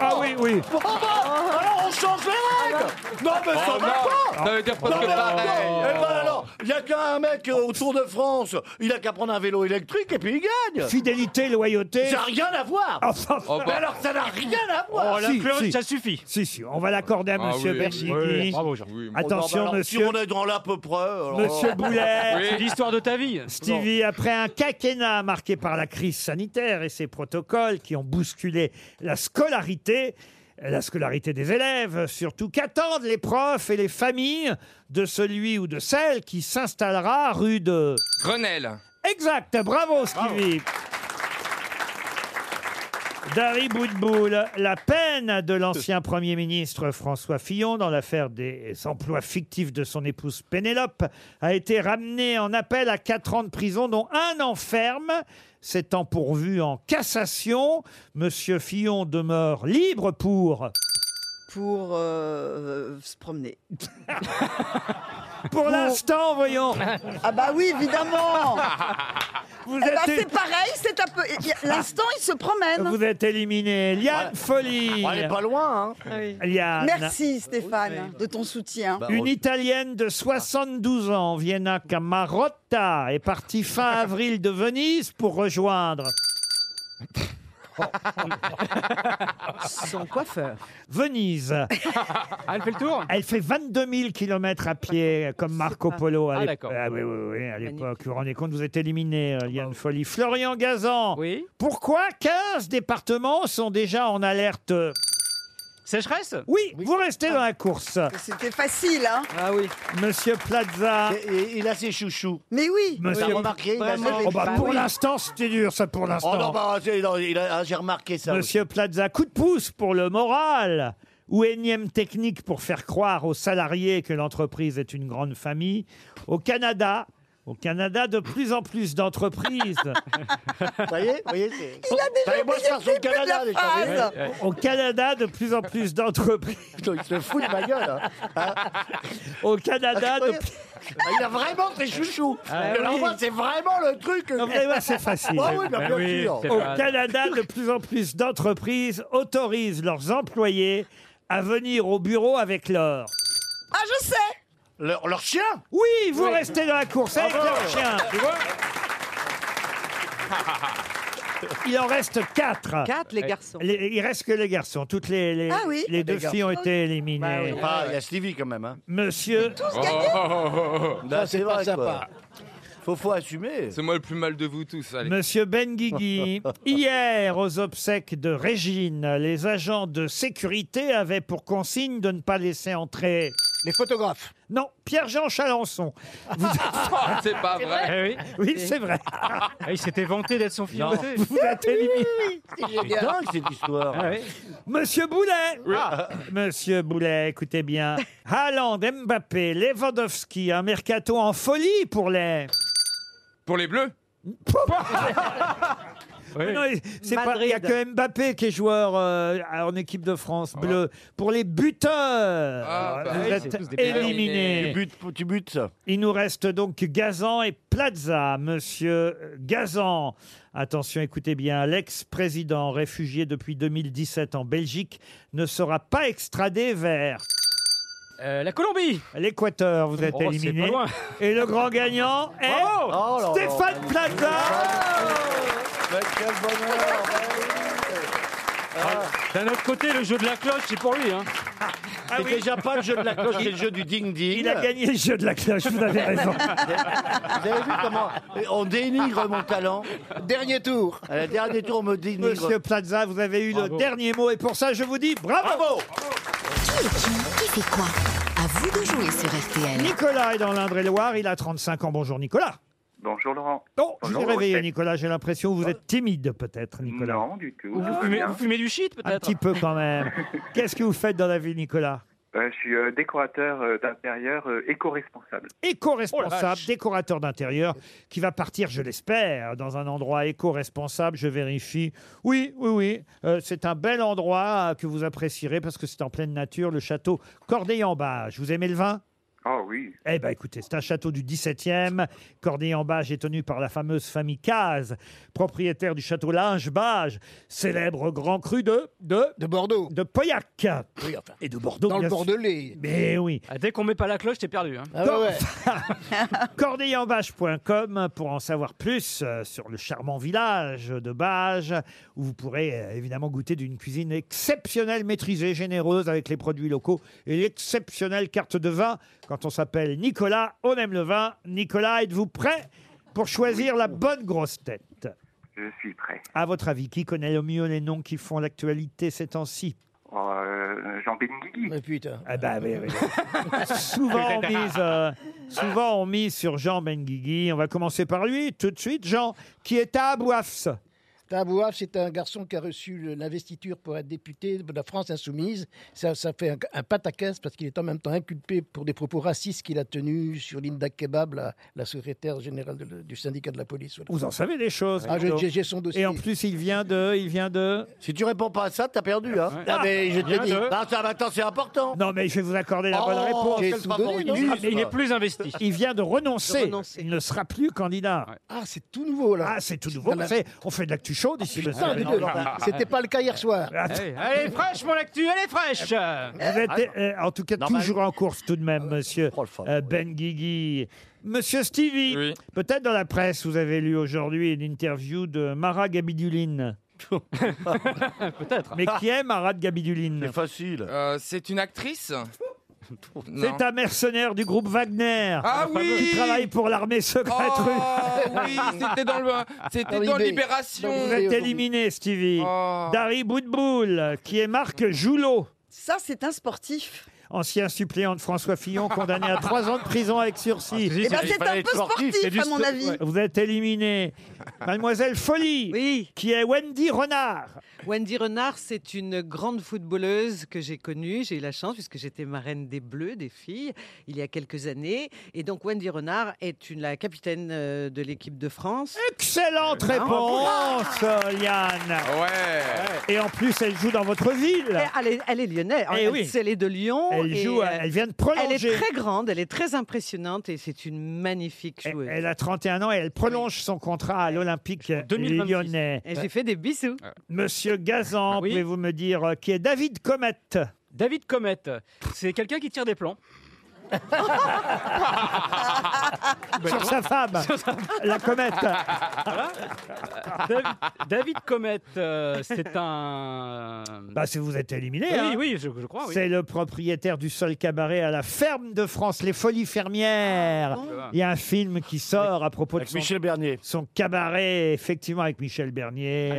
Ah oui, oui. alors on change les règles Non mais ça Oh, va non. pas Ça veut dire pas Non, que mais pareil. attends. Eh ben Oh. alors, il n'y a qu'un mec au Tour de France, il a qu'à prendre un vélo électrique et puis il gagne Fidélité, loyauté. Oh. Ça n'a rien à voir Ah, Enfin, Mais alors ça n'a rien à voir Oh, la Si, Claude, si. ça suffit. bah. Si, si, on va l'accorder à Ah monsieur oui, Bergigny. oui, bravo, Jean. Oui, bon. Attention, Oh, non, mais alors, si monsieur. on est dans l'à peu près... alors- Monsieur Boulet. Oui. C'est l'histoire de ta vie. Stevie, après un quinquennat marqué par la crise sanitaire et ses protocoles qui ont bousculé la scolarité, la scolarité des élèves, surtout qu'attendent les profs et les familles de celui ou de celle qui s'installera rue de... Grenelle. Exact, Ah, bravo Stevie. Dari Boudboul, la peine de l'ancien Premier ministre François Fillon dans l'affaire des emplois fictifs de son épouse Pénélope a été ramenée en appel à 4 ans de prison, dont un an ferme. S'étant pourvu en cassation, Monsieur Fillon demeure libre pour... Pour euh, se promener. Pour l'instant, voyons. Ah bah oui, évidemment. Vous Eh ben, êtes- c'est pareil, c'est un peu. il y a- L'instant, il se promène. Vous êtes éliminé. Liane Folie. On n'est pas loin, hein Liane. Ah Merci Stéphane de ton soutien. Une Italienne de 72 ans, Vienna Camarotta, est partie fin avril de Venise pour rejoindre Son coiffeur. Venise. elle fait le tour Elle fait 22 000 km à pied, comme Marco Polo à Ah, l'ép- d'accord. Ah oui, oui, oui, à l'époque. Vous vous rendez compte, vous êtes éliminé, euh, Liane Folie. Florian Gazan. Pourquoi 15 départements sont déjà en alerte Sécheresse Oui, vous restez dans la course. C'était facile, hein Ah oui. Monsieur Plaza. il a ses chouchous. Mais oui Monsieur- T'as remarqué, il a Vraiment. sauvé. Oh, bah, Bah Pour oui. l'instant, c'était dur, ça, pour l'instant. Oh non, bah, c'est- non, il a- ah, j'ai remarqué ça. Monsieur Plaza, coup de pouce pour le moral ou énième technique pour faire croire aux salariés que l'entreprise est une grande famille. Au Canada, au Canada, de plus en plus d'entreprises. aussi. Ça y est, vous voyez, c'est- Il a déjà Ça y est, moi, je oublié pars sur le début le de Canada, la déjà, vous voyez. phrase. Au Canada, de plus en plus d'entreprises. Il se fout de ma gueule. hein. Hein Au Canada, de Ah, Il a vraiment ses chouchous. Ah Mais alors, oui. moi, c'est vraiment Oh, le truc. Non, vous allez voir, c'est facile. Ben Ah oui, bah, bien sûr. Au Canada, de plus en plus d'entreprises autorisent leurs employés à venir au bureau avec leur. Ah, je sais Leur, leur chien Oui, vous restez dans la course avec Bravo. leur chien. Tu vois Il en reste quatre. Quatre, les garçons. Les- il reste que les garçons. Toutes les, les, Ah oui. les deux Les filles ont garçons. été Bah éliminées. oui. Ah, il y a Stevie quand même. Hein. Monsieur. Oh, oh, oh, oh. Ça, Bah, c'est c'est pas vrai, sympa. quoi. Faut, faut assumer. C'est moi le plus mal de vous tous. Allez. Monsieur Benguigui, hier, aux obsèques de Régine, les agents de sécurité avaient pour consigne de ne pas laisser entrer. Les photographes Non, Pierre-Jean Chalençon. Vous- Ah, C'est pas Eh vrai. Oui, c'est vrai. Ah, Il s'était vanté d'être son fiancé. Vous êtes éliminé. C'est dingue cette histoire. Ah oui. Monsieur Boulet Ah, Monsieur Boulet, écoutez bien. Haaland, Mbappé, Lewandowski, un mercato en folie pour les... Pour les bleus Mais non, c'est pas- Il n'y a Madrid. que Mbappé qui est joueur euh, en équipe de France bleue. Pour les buteurs, Ah, bah vous oui, c'est êtes tous des buteurs. éliminés. Tu butes, tu butes ça. Il nous reste donc Gazan et Plaza. Monsieur Gazan, attention, écoutez bien, l'ex-président réfugié depuis 2017 en Belgique ne sera pas extradé vers... Euh, la Colombie L'Équateur, vous êtes Oh, c'est éliminé. pas loin. Et le grand gagnant est Bravo. Oh là là. Stéphane Plaza Bah, quel bonheur Ah. D'un autre côté, le jeu de la cloche, c'est pour lui. Hein. C'est déjà pas le jeu de la cloche, c'est le jeu du ding-ding. Ah Il a gagné le jeu de la cloche, vous avez raison. Vous avez vu comment on dénigre mon talent Dernier tour. dernier tour, on me dénigre. Monsieur Plaza, vous avez eu le dernier mot et pour ça, je vous dis bravo, Qui est qui Qui fait quoi À vous de jouer sur RTL. Nicolas est dans l'Indre-et-Loire, il a 35 ans. Bonjour Nicolas. Bonjour Laurent. Non, je Bonjour, vous ai réveillé, Rochette. Nicolas. J'ai l'impression que vous êtes timide, peut-être, Nicolas. Non, du tout. Ah, Tout fumez- bien. vous fumez du shit, peut-être Un petit peu quand même. Qu'est-ce que vous faites dans la vie, Nicolas Euh, je suis euh, décorateur euh, d'intérieur euh, éco-responsable. éco-responsable, décorateur d'intérieur, qui va partir, je l'espère, dans un endroit éco-responsable. Je vérifie. Oui, oui, oui. Euh, c'est un bel endroit euh, que vous apprécierez parce que c'est en pleine nature, le château Corday-en-Bage. Vous aimez le vin Ah oui. Eh ben écoutez, c'est un château du 17e. Corday-en-Bage est tenu par la fameuse famille Caz, propriétaire du château Linge-Bage, célèbre grand cru de, de Bordeaux. De Pauillac. Oui, enfin, Et de Bordeaux. Dans bien le sûr. Bordelais. Ah, Mais oui. Ah, dès qu'on met pas la cloche, t'es perdu. Hein. Ah Corneillenbage.com pour en savoir plus euh, sur le charmant village de Bages, où vous pourrez euh, évidemment goûter d'une cuisine exceptionnelle, maîtrisée, généreuse avec les produits locaux et l'exceptionnelle carte de vin. Quand on s'appelle Nicolas, on aime le vin. Nicolas, êtes-vous prêt pour choisir la bonne grosse tête Je suis prêt. À votre avis, qui connaît le mieux les noms qui font l'actualité ces temps-ci Oh, euh, Jean Benguigui. Mais putain. Ah bah oui, oui. souvent, on mise, euh, souvent, on mise sur Jean Benguigui. On va commencer par lui tout de suite. Jean, qui est à Abouafs. Tabouaf, c'est un garçon qui a reçu le- l'investiture pour être député de la France insoumise. Ça, ça fait un, un pataquès parce qu'il est en même temps inculpé pour des propos racistes qu'il a tenus sur Linda Kebab, la, la secrétaire générale de- du syndicat de la police. Vous en savez des choses. Ah, je- plutôt. j'ai- j'ai son dossier. Et en plus, il vient de... Il vient de... Si tu réponds pas à ça, t'as perdu. Hein. Ah, mais je te Bien dis. de- bah, Ah, ça, attends, c'est important. Non, mais je vais vous accorder la Oh, bonne réponse. quel favoritisme. Ah, mais Il est plus investi. Il vient de renoncer. De renoncer. Il ne sera plus candidat. Ah, c'est tout nouveau là. Ah, c'est tout nouveau. dans la- C'est- On fait de l'actu chaude ici. Ah, Putain, monsieur. dis donc, c'était pas le cas hier soir. Allez, allez, ah. fraîche, mon actu, elle est fraîche. Vous Ah, êtes, euh, en tout cas, toujours en course tout de même, monsieur euh, Ben Guigui. Monsieur Stevie, peut-être dans la presse, vous avez lu aujourd'hui une interview de Mara Gabiduline. peut-être. Mais qui est Mara de Gabiduline Facile. Euh, c'est une actrice Non. C'est un mercenaire du groupe Wagner Ah oui qui travaille pour l'armée secrète Oh, russe. oui, c'était dans le- c'était dans Libération. Oh. Vous êtes éliminé, Stevie. Dari Boudboul, qui est Marc Joulot. Ça, c'est un sportif. Ancien suppléant de François Fillon, condamné à trois ans de prison avec sursis. Eh ben, c'est un peu sportif, à mon avis. Vous êtes éliminé. Mademoiselle Folie, qui est Wendy Renard. Wendy Renard, c'est une grande footballeuse que j'ai connue. J'ai eu la chance puisque j'étais marraine des Bleus, des filles, il y a quelques années. Et donc Wendy Renard est une, la capitaine euh, de l'équipe de France. Excellente Ah, réponse, Yann. Et en plus, elle joue dans votre ville. Elle est, elle est lyonnaise. Eh Elle- oui. Elle est de Lyon. Elle et, joue, euh, elle vient de prolonger. Elle est très grande, elle est très impressionnante et c'est une magnifique joueuse. Elle a 31 ans et elle prolonge son contrat à l'Olympique 2026. lyonnais. Et j'ai fait des Ah bisous. Euh. Monsieur Gazan, Oui. pouvez-vous me dire euh, qui est David Comet David Comet, c'est quelqu'un qui tire des plans. Sur sa femme, la comète. Voilà. David, David Comet, euh, c'est un. Bah, si vous êtes éliminé. Oui, hein. oui, je, je crois. oui. C'est le propriétaire du seul cabaret à la ferme de France, Les Folies Ah, Fermières. Il y a un film qui sort à propos de son, Bernier. son cabaret, effectivement, avec Michel Bernier.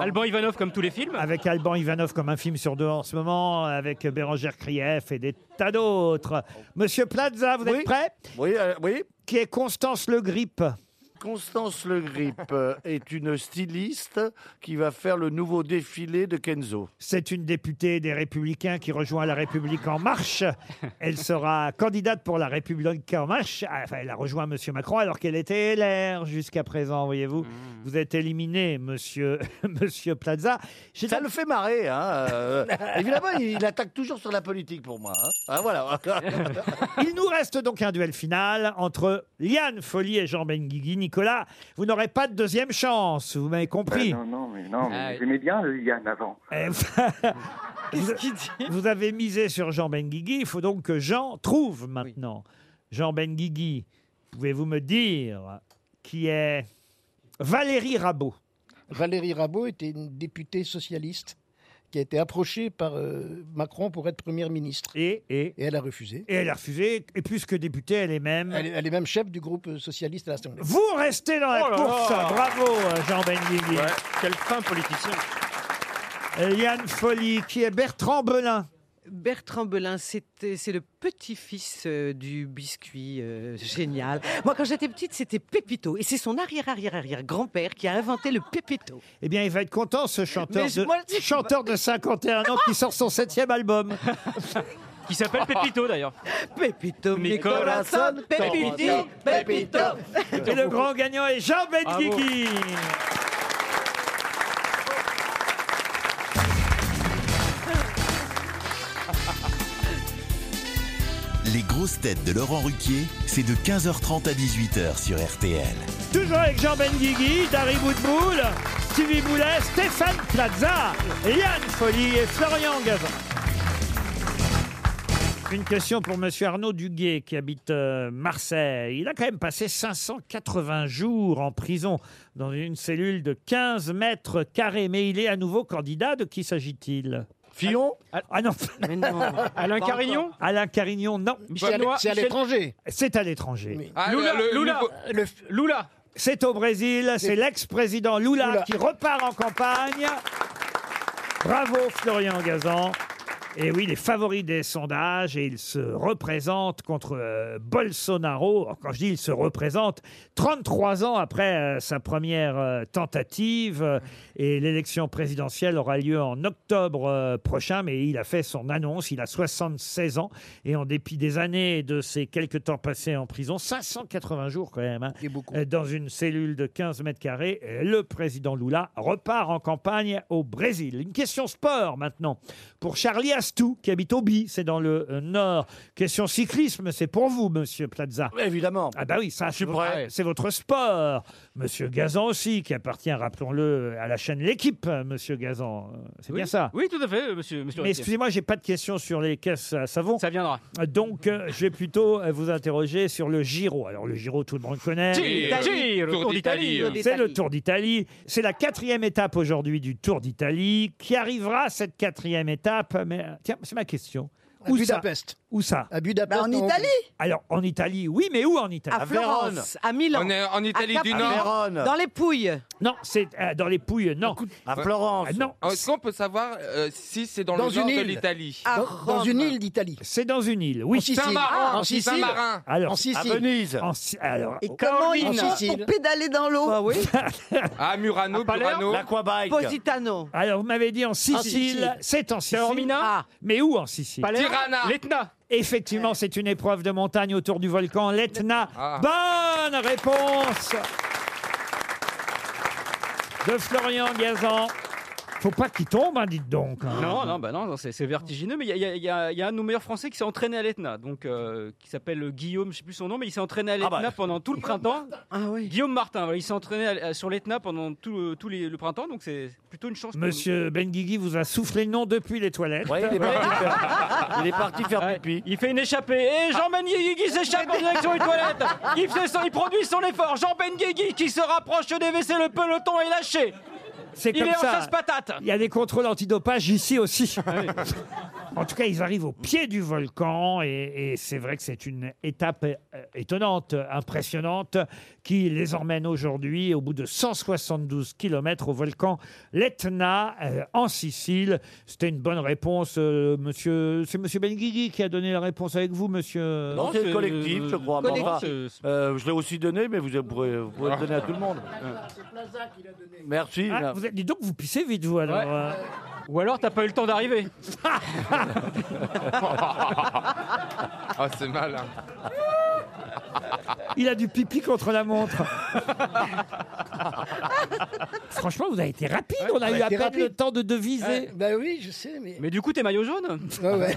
Alban Ivanov, comme tous les films. Avec Alban Ivanov comme un film sur deux en ce moment, avec Bérangère Krief et des tas d'autres. Monsieur Plaza, vous êtes prêt Oui, euh, oui. Qui est Constance Le Grip Constance Le Grip euh, est une styliste qui va faire le nouveau défilé de Kenzo. C'est une députée des Républicains qui rejoint La République En Marche. Elle sera candidate pour La République En Marche. Ah, Enfin, elle a rejoint M. Macron alors qu'elle était LR jusqu'à présent, voyez-vous. Vous êtes éliminé, Monsieur, monsieur Plaza. Ça le fait marrer, hein Euh, évidemment, il, il attaque toujours sur la politique pour moi. hein. Ah, voilà. Il nous reste donc un duel final entre Liane Folly et Jean Benguigui. Nicolas, vous n'aurez pas de deuxième chance, vous m'avez compris. Ben non, non, mais non, mais Ah, j'aimais bien le Yann avant. Eh, vous, vous avez misé sur Jean Benguigui, il faut donc que Jean trouve maintenant. Jean Benguigui, pouvez-vous me dire qui est Valérie Rabault Valérie Rabault était une députée socialiste qui a été approchée par euh, Macron pour être première ministre. Et, elle a refusé. Et elle a refusé, et plus que députée, elle est même... Elle, est- elle est même chef du groupe euh, socialiste à l'Assemblée. Vous restez dans la Oh là course, là. bravo euh, Jean Benguigui. Quel fin politicien. Liane Folly, qui est Bertrand Belin. Bertrand Belin, c'était- c'est le petit-fils euh, du biscuit euh, génial. Moi, quand j'étais petite, c'était Pépito. Et c'est son arrière-arrière-arrière-grand-père qui a inventé le Pépito. Eh bien, il va être content, ce chanteur, Mais je- de, moi, je- chanteur de 51 ans qui sort son septième album. Qui s'appelle Pépito d'ailleurs. Pépito, mi corazón, Pépito, Pépito. Et le grand gagnant est Jean Benguigui. Les grosses têtes de Laurent Ruquier, c'est de 15h30 à 18h sur RTL. Toujours avec Jean Benguigui, Dari Boudboul, Stevie Boulet, Stéphane Plaza, Yann Folly et Florian Gazan. Une question pour Monsieur Arnaud Duguet qui habite euh, Marseille. Il a quand même passé 580 jours en prison dans une cellule de 15 mètres carrés, mais il est à nouveau candidat. De qui s'agit-il Fillon Ah non. Alain Pas Carignon encore. Alain Carignon, non. Michel Noir- C'est à Michel- l'étranger. C'est à l'étranger. Ah, Lula, le- le Lula. nouveau- Lula. C'est au Brésil, c'est l'ex-président Lula, Lula. qui repart en campagne. Bravo Florian Gazan. Et oui, il est favori des sondages et il se représente contre euh, Bolsonaro. Alors, Quand je dis il se représente, 33 ans après euh, sa première euh, tentative euh, et l'élection présidentielle aura lieu en octobre euh, prochain, mais il a fait son annonce, il a 76 ans et en dépit des années de ses quelques temps passés en prison, 580 jours quand même, hein, euh, dans une cellule de 15 mètres carrés, euh, le président Lula repart en campagne au Brésil. Une question sport maintenant pour Charlie Astou qui habite Obi, c'est dans le euh, Nord. Question cyclisme, c'est pour vous, Monsieur Plaza. Évidemment. Ah bah oui, ça, c'est votre- prêt. c'est votre sport. Monsieur Gazan aussi, qui appartient, rappelons-le, à la chaîne L'équipe, euh, Monsieur Gazan. Euh, C'est Oui. bien ça Oui, tout à fait, euh, monsieur. monsieur mais Ruquier. excusez-moi, j'ai pas de questions sur les caisses à savon. Ça viendra. Donc, euh, je vais plutôt euh, vous interroger sur le Giro. Alors, le Giro, tout le monde connaît. Giro, D'Italie. Giro, Tour d'Italie. Tour d'Italie. C'est le Tour d'Italie. C'est la quatrième étape aujourd'hui du Tour d'Italie. Qui arrivera à cette quatrième étape Mais euh, tiens, c'est ma question. À Budapest. Ça Où ça À Budapest. Bah, en en- Italie. Alors, en Italie, oui, mais où en Italie À Florence, à Milan. à Capri, Dans les Pouilles. Non, c'est euh, dans les Pouilles, non. À Florence. Non. Est-ce qu'on peut savoir euh, si c'est dans, Dans le nord une de île. l'Italie Dans- dans une île d'Italie. C'est dans une île, oui. En Sicile. Saint-Marin, Ah, en Sicile. Saint-Marin. Alors, En Sicile. À Venise. En Si- alors, Et comment ils Caroline. En font Sicile. pour pédaler dans l'eau Ah À Ah, Murano, Burano. Positano. Alors, vous m'avez dit en Sicile, Sicile. c'est en Sicile. Taormina Ah. Mais où en Sicile Palerme Tirana. L'Etna Effectivement, c'est une épreuve de montagne autour du volcan l'Etna. Ah. Bonne réponse de Florian Gazan. Faut pas qu'il tombe, hein, dites donc. hein. Non, non, bah non, non, c'est c'est vertigineux, mais il y a- il y, a- il y a- il y a un de nos meilleurs Français qui s'est entraîné à l'Etna, donc euh, qui s'appelle Guillaume, je sais plus son nom, mais il s'est entraîné à Ah bah. l'Etna pendant tout le printemps. Guillaume Martin, voilà, il s'est entraîné à- à- sur l'Etna pendant tout, le- tout les- le printemps, donc c'est plutôt une chance. pour Monsieur Benguigui vous a soufflé le nom depuis les toilettes. il est parti faire- il est parti faire Ouais, Il fait une échappée. Et Jean Benguigui s'échappe en direction des toilettes. Il, fait son- il produit son effort. Jean Benguigui qui se rapproche des WC. Le peloton est lâché. C'est il comme est en ça. chasse patate. Ah Il y a des contrôles antidopage ici aussi. en tout cas, ils arrivent au pied du volcan et, et c'est vrai que c'est une étape euh, étonnante, impressionnante, qui les emmène aujourd'hui au bout de 172 km au volcan l'Etna euh, en Sicile. C'était une bonne réponse, euh, monsieur. C'est monsieur Benguigui qui a donné la réponse avec vous, monsieur. Euh, Non, c'est le collectif, je crois. mais Collectif. enfin, euh, je l'ai aussi donné, mais vous pourrez, vous pouvez le donner à tout le monde. Merci. Ah, là. vous êtes- dis donc, vous pissez vite, vous alors. Ouais. euh. Ou alors, t'as pas eu le temps d'arriver. Ah, c'est mal. hein. Il a du pipi contre la montre. Franchement, vous avez été rapide. Ouais, on a ouais, eu à t'es peine rapide. le temps de deviser. Ouais, bah oui, je sais, mais. Mais du coup, t'es maillot jaune Ouais, ouais.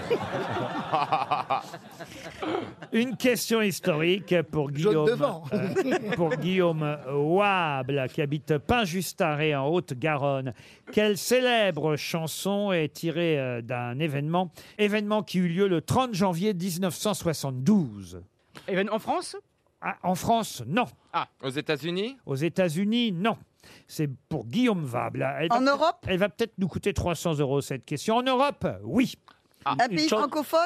Une question historique pour Guillaume, devant. euh, pour Guillaume Wable, qui habite Pinjustaré en Haute-Garonne. Quelle célèbre chanson est tirée euh, d'un événement, événement qui eut lieu le 30 janvier 1972 Even en France Ah, En France, non. Ah, aux États-Unis Aux États-Unis, non. C'est pour Guillaume Vable. en Europe Elle va peut-être nous coûter 300 euros cette question. En Europe, oui. Un pays francophone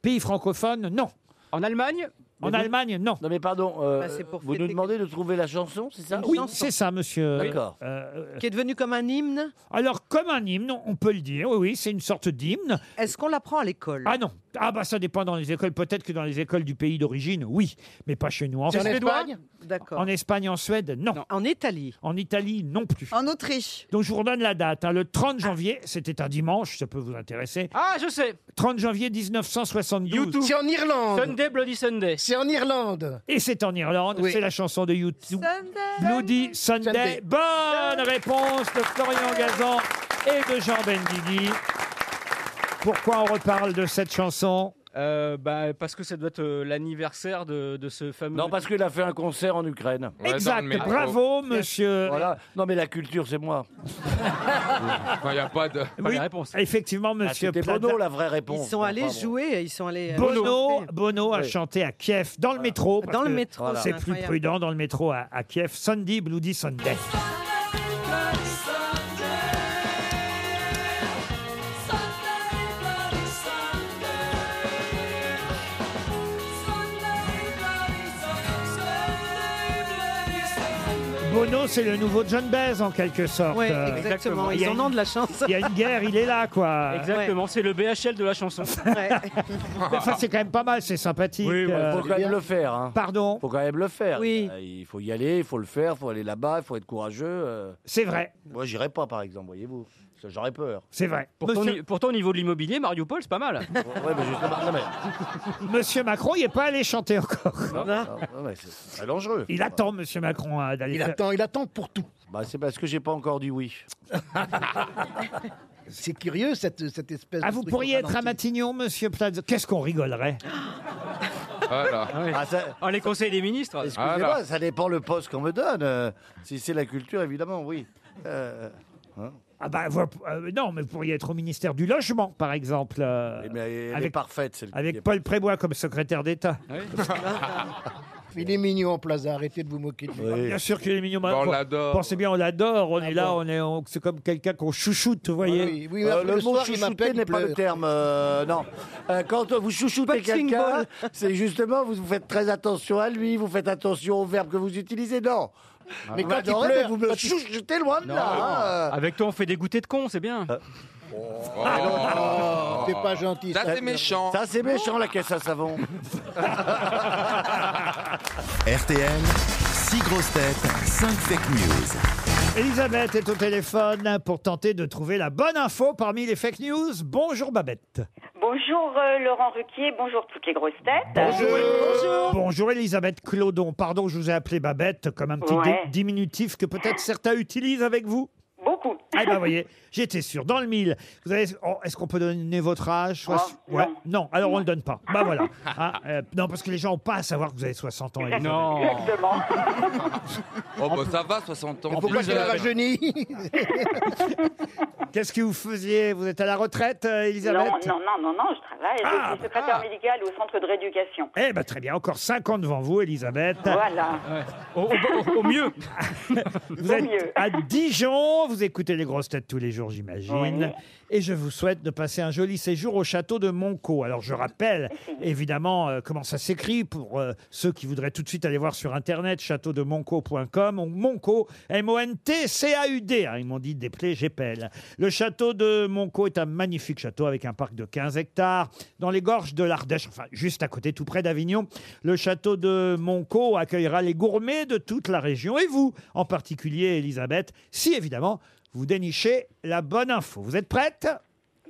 Pays francophone, non. En Allemagne En Allemagne, non. Non, mais pardon, euh, Bah, c'est pour vous nous fêter- demandez de trouver la chanson, c'est ça Oui, c'est ça, monsieur. D'accord. Euh, euh, Qui est devenu comme un hymne. alors, comme un hymne, on peut le dire, oui, oui, c'est une sorte d'hymne. Est-ce qu'on l'apprend à l'école Ah non, ah bah ça dépend dans les écoles, peut-être que dans les écoles du pays d'origine, oui, mais pas chez nous. En, C'est France. Espagne D'accord. en Espagne, en Suède, non. En Italie. En Italie, non plus. En Autriche Donc je vous redonne la date, hein, le 30 janvier, c'était un dimanche, ça peut vous intéresser. Ah, je sais. 30 janvier 1972. C'est en Irlande. Sunday, Bloody Sunday. C'est en Irlande. Et c'est en Irlande, Oui. c'est la chanson de YouTube. Sunday. Bloody Sunday. Sunday. Bonne réponse de Florian Gazan et de Jean Benguigui. Pourquoi on reparle de cette chanson Euh, bah, parce que ça doit être euh, l'anniversaire de, de ce fameux. Non, parce qu'il a fait un concert en Ukraine. Exact, bravo monsieur. Voilà. Non, mais la culture, c'est moi. Il n'y a pas de. Oui, Effectivement, monsieur Ah, C'était Plaza. Bono, Oh, la vraie Ils réponse. sont allés Enfin, bon. jouer, ils sont allés. euh, Bono, chanter. Bono a Oui. chanté à Kiev, dans le métro. parce Dans le que métro, C'est c'est plus incroyable. prudent dans le métro à, à Kiev. Sunday, Bloody Sunday. Bono, c'est le nouveau John Baez en quelque sorte. Ouais, Euh, exactement. Il y Ils a en une- ont de la chance. Il y a une guerre, il est là, quoi. Exactement, c'est le BHL de la chanson. Ouais. Enfin, c'est quand même pas mal, c'est sympathique. Oui, Euh, faut quand même le faire. Hein. Pardon Faut quand même le faire. Oui. Euh, Il faut y aller, il faut le faire, il faut aller là-bas, il faut être courageux. euh. C'est vrai, Moi, j'irai pas, par exemple, voyez-vous. Parce que J'aurais peur. c'est vrai. Pourtant, Monsieur- ni- pourtant, au niveau de l'immobilier, Mario Paul, c'est pas mal. Ouais, mais justement, non, mais, Monsieur Macron, il n'est pas allé chanter encore. non, mais c'est très dangereux. Il attend, Monsieur Macron, hein, d'aller Il faire- attend, il attend pour tout. Bah, c'est parce que j'ai pas encore dit oui. C'est curieux cette, cette espèce. Ah, de vous truc Ah. pourriez au être à ralenti. Matignon, Monsieur Plaza Qu'est-ce qu'on rigolerait Voilà. Ah, ça, Ah, Ah, les conseils des ministres. excusez-moi, ça dépend le poste qu'on me donne. euh, si c'est la culture, évidemment, oui. Euh, hein. Ah bah, vous- euh, non, mais vous pourriez être au ministère du Logement, par exemple, euh, Mais elle est avec- parfaite, celle qui est avec Paul Prébois comme secrétaire d'État. Il est mignon, Plaza. Arrêtez de vous moquer de lui. Ah, Bien sûr qu'il est mignon. Bah, on Pen- l'adore. Pensez bien, on l'adore. On est là, Ah bon on est, on- c'est comme quelqu'un qu'on chouchoute, vous voyez. oui, oui, Euh, le mot chouchouter n'est pas le terme, euh, non. Euh, quand vous chouchoutez quelqu'un, c'est justement, vous, vous faites très attention à lui, vous faites attention au verbe que vous utilisez, non. Mais Ah. Vous quand il m'adorez, mais pleure, vous me quand il- chouchoutez loin de Non, là. non. hein, euh. Avec toi, on fait des goûters de cons, c'est bien. Oh. T'es pas gentil. Ça, c'est méchant. Oh. Ça, c'est méchant, la caisse à savon. RTL, 6 grosses têtes, 5 fake news. Elisabeth est au téléphone pour tenter de trouver la bonne info parmi les fake news. Bonjour Babette. Bonjour euh, Laurent Ruquier, bonjour toutes les grosses têtes. Bonjour. Bonjour Elisabeth Clodon. Pardon, je vous ai appelé Babette comme un petit Ouais. di- diminutif que peut-être certains utilisent avec vous. Beaucoup. Ah ben, vous voyez, j'étais sûr. Dans le mille. Vous avez... oh, Est-ce qu'on peut donner votre âge Sois- Oh, ouais. non. non, alors on le donne pas. Bah voilà. Hein, euh, non, parce que les gens n'ont pas à savoir que vous avez 60 ans. Elisabeth. Exactement. Oh, bah ça va, 60 ans. pourquoi Plus, qu'elle euh, rajeunit Qu'est-ce que vous faisiez Vous êtes à la retraite, euh, Elisabeth Non, non, non, non, non, je travaille. Ah, je suis secrétaire médicale au centre de rééducation. Eh ben très bien, encore 5 ans devant vous, Elisabeth. Voilà. Au, mieux. vous Au êtes mieux. à Dijon, vous écoutez les grosses têtes tous les jours, j'imagine. Et je vous souhaite de passer un joli séjour au château de Monco. Alors je rappelle évidemment euh, comment ça s'écrit pour euh, ceux qui voudraient tout de suite aller voir sur internet châteaudemonco.com ou Monco, M-O-N-T-C-A-U-D. hein, ils m'ont dit des plaies, j'épelle. Le château de Monco est un magnifique château avec un parc de 15 hectares dans les gorges de l'Ardèche, enfin juste à côté, tout près d'Avignon. Le château de Monco accueillera les gourmets de toute la région et vous, en particulier Elisabeth, si évidemment vous dénichez la bonne info. Vous êtes prête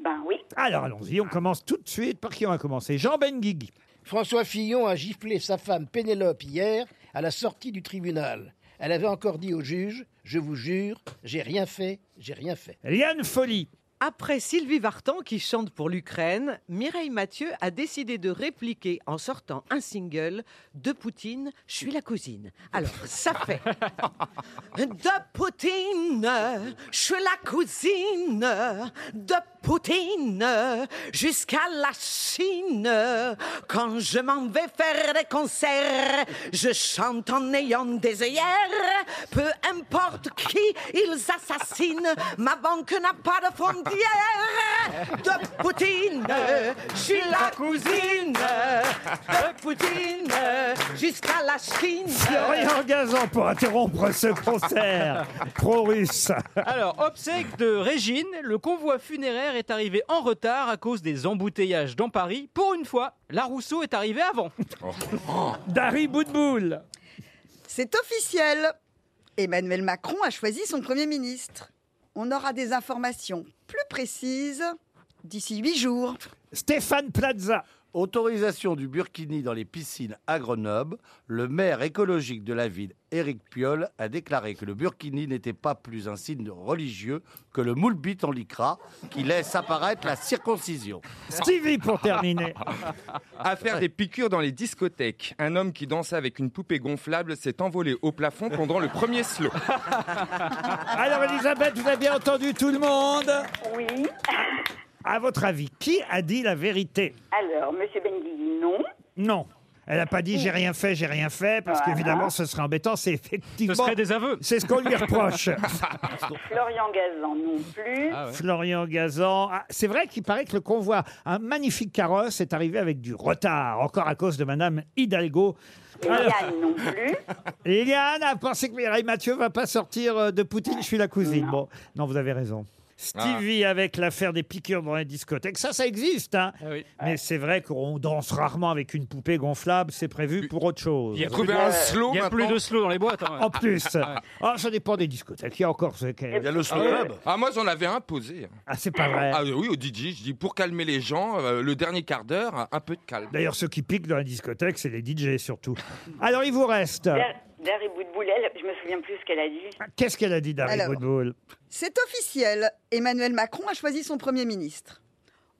Ben oui. Alors allons-y, on commence tout de suite. Par qui on va commencer Jean Benguigui. François Fillon a giflé sa femme Pénélope hier à la sortie du tribunal. Elle avait encore dit au juge Je vous jure, j'ai rien fait, j'ai rien fait. Liane Folie. Après Sylvie Vartan qui chante pour l'Ukraine, Mireille Mathieu a décidé de répliquer en sortant un single de Poutine, Je suis la cousine. Alors, ça fait De Poutine, je suis la cousine de Poutine jusqu'à la Chine. Quand je m'en vais faire des concerts, je chante en ayant des œillères. Peu importe qui ils assassinent, ma banque n'a pas de frontières. De Poutine, je suis la cousine de Poutine jusqu'à la Chine. Florian Gazan pour interrompre ce concert pro-russe. Alors, obsèque de Régine, le convoi funéraire est arrivé en retard à cause des embouteillages dans Paris. Pour une fois, la Rousseau est arrivée avant. Oh. Dari Boudboul. C'est officiel. Emmanuel Macron a choisi son Premier ministre. On aura des informations plus précises d'ici huit jours. Stéphane Plaza. Autorisation du burkini dans les piscines à Grenoble. Le maire écologique de la ville, Éric Piolle, a déclaré que le burkini n'était pas plus un signe religieux que le moulbit en lycra qui laisse apparaître la circoncision. Stevie pour terminer. À faire des piqûres dans les discothèques. Un homme qui dansait avec une poupée gonflable s'est envolé au plafond pendant le premier slow. Alors Elisabeth, vous avez bien entendu tout le monde Oui. À votre avis, qui a dit la vérité Alors, Monsieur Benguigui, non. Non. Elle n'a pas dit j'ai rien fait, j'ai rien fait, parce Voilà. qu'évidemment ce serait embêtant, c'est effectivement... Ce serait des aveux. C'est ce qu'on lui reproche. Florian Gazan, non plus. Florian Gazan. Ah, c'est vrai qu'il paraît que le convoi, un magnifique carrosse, est arrivé avec du retard, encore à cause de Madame Hidalgo. Et Alors, Yann, non plus. Liane a pensé que Mireille Mathieu va pas sortir euh, de Poutine, je suis la cousine. Bon, non, vous avez raison. Stevie avec l'affaire des piqûres dans les discothèques, ça, ça existe. hein. Mais c'est vrai qu'on danse rarement avec une poupée gonflable, c'est prévu pour autre chose. Il y a plus, de- il y a plus de slow dans les boîtes. hein. En plus, ah, ça dépend des discothèques. Il y a encore ce qu'est- Ah, moi, j'en avais imposé. Ah, c'est pas vrai. Ah oui, au DJ, je dis pour calmer les gens, euh, le dernier quart d'heure, un peu de calme. D'ailleurs, ceux qui piquent dans la discothèque, c'est les DJ surtout. Alors, il vous reste. Der- Dari Boudboul, elle, je me souviens plus ce qu'elle a dit. Qu'est-ce qu'elle a dit, Dari Alors. Boudboul C'est officiel. Emmanuel Macron a choisi son Premier ministre.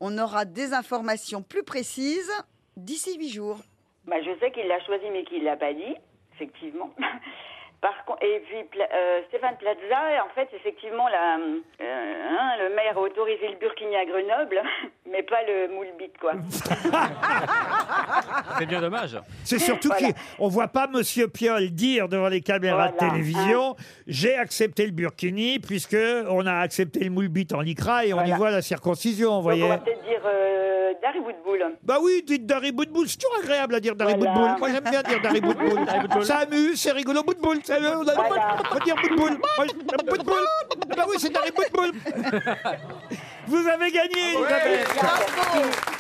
On aura des informations plus précises d'ici huit jours. Bah, je sais qu'il l'a choisi, mais qu'il l'a pas dit, effectivement. Par con- et puis Pla- euh, Stéphane Plaza, en fait, effectivement, la, euh, hein, le maire a autorisé le burkini à Grenoble, hein, mais pas le moule bite, quoi. C'est bien dommage. C'est surtout qu'on ne voit pas Monsieur Piolle dire devant les caméras de Voilà. Ah. télévision j'ai accepté le burkini puisque on a accepté le moulbit en lycra et on y voit la circoncision, vous Donc, voyez. on va peut-être dire euh, Dari Woodbull. Bah oui, dites Dari Boudboul, c'est toujours agréable à dire Dari Voilà. Boudboul. Moi j'aime bien dire Dari Boudboul. Dari Boudboul. Ça amuse, c'est rigolo, Boudboul. ça- On a- on va dire Boudboul. Moi, je- Boudboul. Ah Bah oui, c'est Dari Boudboul. Vous avez Ah gagné, Isabelle.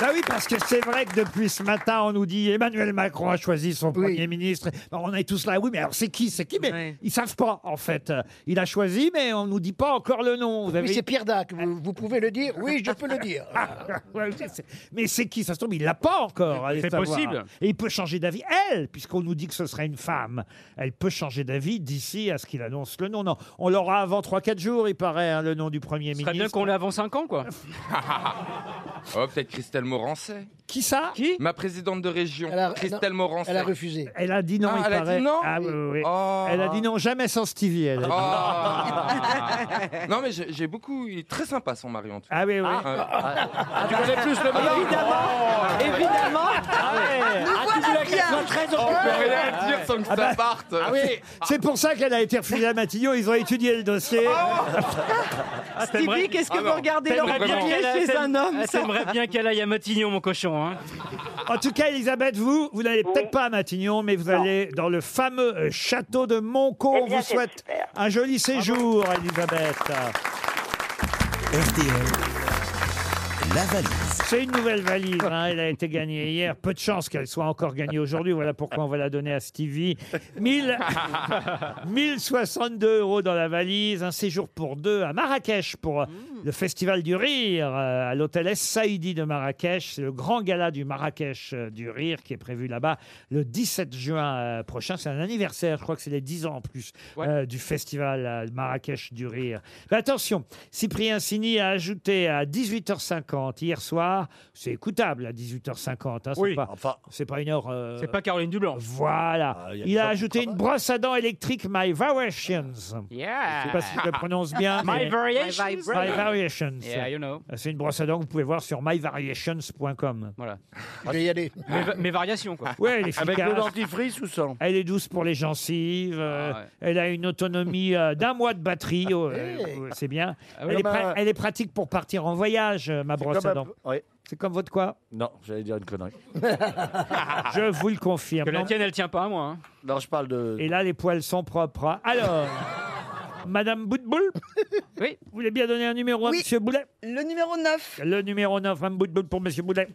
Bah oui, parce que c'est vrai que depuis ce matin, on nous dit Emmanuel Macron a choisi son Premier ministre. On est tous là, oui, mais alors c'est qui C'est qui Mais ils savent pas, en fait. Il a choisi, mais on nous dit pas encore le nom. Vous avez... Oui, c'est Pierre Dac. Vous, vous pouvez le dire Oui, je peux le dire. Ah, Ouais, je sais. mais c'est qui Ça se trouve, il l'a pas encore. allez C'est savoir. possible. Et il peut changer d'avis, elle, puisqu'on nous dit que ce sera une femme. Elle peut changer d'avis d'ici à ce qu'il annonce le nom. Non, on l'aura avant 3-4 jours, il paraît, hein, le nom du Premier Très bien ministre. qu'on l'ait avant 5 ans, quoi. Oh, peut-être Christelle Morancet. Qui ça Qui Ma présidente de région, Christelle non, Morancet. elle a refusé. Elle a dit non, Ah, il elle a dit paraît. non Ah oui, oui, oui. Oh. Elle a dit non, jamais sans Stevie. elle a dit. Ah. non, mais j'ai j'ai beaucoup. Il est très sympa, son mari, en tout cas. Ah oui, oui. Ah. tu connais plus le mari Oh. Évidemment oh. Ah ouais. Nous Ah, tu voulais qu'elle soit très occupée. Ah bah, ah oui, C'est pour ça qu'elle a été refusée à Matignon, ils ont étudié le dossier. Ah. Stevie, qu'est-ce que Ah vous non. regardez T'aimerais Laurent bien Ruquier qu'elle a- chez un homme Ah, ça T'aimerais bien qu'elle aille à Matignon, mon cochon. Hein. En tout cas, Elisabeth, vous, vous n'allez peut-être pas à Matignon, mais vous allez dans le fameux euh, château de Montcon. On bien, vous c'est souhaite un joli séjour, Elisabeth. La valise. C'est une nouvelle valise, hein, elle a été gagnée hier. Peu de chance qu'elle soit encore gagnée aujourd'hui, voilà pourquoi on va la donner à Stevie. 1000 1062 euros dans la valise, un séjour pour deux à Marrakech pour euh, le Festival du Rire euh, à l'hôtel Es Saïdi de Marrakech. C'est le grand gala du Marrakech euh, du Rire qui est prévu là-bas le 17 juin euh, prochain. C'est un anniversaire, je crois que c'est les 10 ans en plus euh, du Festival euh, Marrakech du Rire. Mais attention, Cyprien Sini a ajouté à 18h50 hier soir, c'est écoutable à 18h50, hein, c'est pas, c'est pas une heure... euh, C'est pas Caroline Dublanc. Voilà. il a ajouté une brosse à dents électrique My Variations. Yeah. Je sais pas si je le prononce bien. My mais- Variations. My Variations. Ah, Yeah, you know. C'est une brosse à dents que vous pouvez voir sur myvariations.com. Voilà. Je vais y aller. Mes, va- mes variations, quoi. Ouais, elle est Avec efficace. le dentif- ou sans Elle est douce pour les gencives. euh, Ah ouais. Elle a une autonomie euh, d'un mois de batterie. oh, euh, Hey. euh, c'est bien. Ah oui. elle, est Comme pra- un- elle est pratique pour partir en voyage, euh, ma brosse comme à un dents. peu- oui. C'est comme votre quoi Non, j'allais dire une connerie. Je vous le confirme. Que la tienne, elle tient pas à moi. hein. Non, je parle de. Et là, les poils sont propres. hein. Alors, Madame Boutboul Oui. Vous voulez bien donner un numéro à Oui. Monsieur Boulet Le numéro 9. Le numéro 9, Madame Boutboul pour Monsieur Boulet.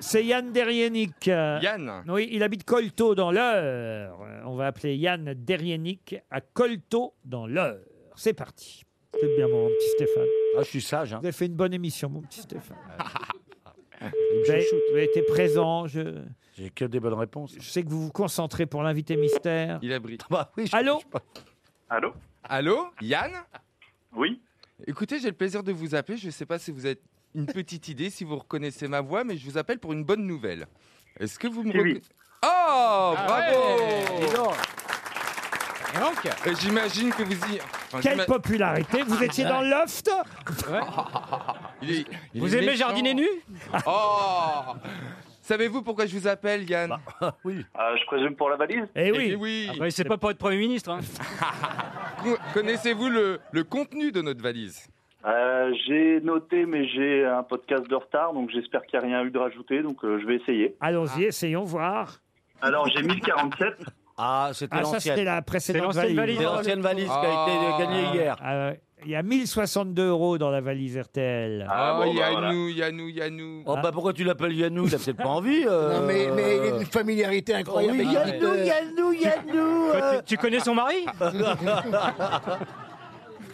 C'est Yann Derienik. Yann. Oui, il habite Colto dans l'heure. On va appeler Yann Derienik à Colto dans l'heure. C'est parti. C'est bien mon petit Stéphane. Ah, je suis sage. Hein. Vous avez fait une bonne émission, mon petit Stéphane. Vous avez, vous avez été présent. Je... J'ai que des bonnes réponses. je sais que vous vous concentrez pour l'invité mystère. Il a brillé. Allô Allô Allô Yann Oui Écoutez, j'ai le plaisir de vous appeler. Je ne sais pas si vous êtes une petite idée, si vous reconnaissez ma voix, mais je vous appelle pour une bonne nouvelle. Est-ce que vous me Kiwi. reconna- Oh, Ah ouais. Dis bravo Euh, J'imagine que vous y... enfin, Quelle j'ima- popularité Ah, Vous étiez dans le loft Il est- il Vous est aimez méchant. jardiner nu Oh Savez-vous pourquoi je vous appelle, Yann Oui. je présume pour la valise Eh oui. Après, c'est pas pour être Premier ministre. hein. Con- Connaissez-vous le, le contenu de notre valise Euh, j'ai noté, mais j'ai un podcast de retard, donc j'espère qu'il n'y a rien eu de rajouté, donc euh, je vais essayer. Allons-y, essayons voir. Alors, j'ai 1047. Ah, c'était Ah, ça, c'était la précédente valise. C'est l'ancienne valise qui a été gagnée hier. Ah ouais. il y a 1062 euros dans la valise RTL. Ah, bon, bah, Yannou, Yannou, Yannou. Oh, bah pourquoi tu l'appelles Yannou Il a peut-être pas envie. euh. Non, mais, mais il y a une familiarité incroyable. Oh oui, avec Yannou, cette- Yannou, Yannou Quoi, tu, tu connais son mari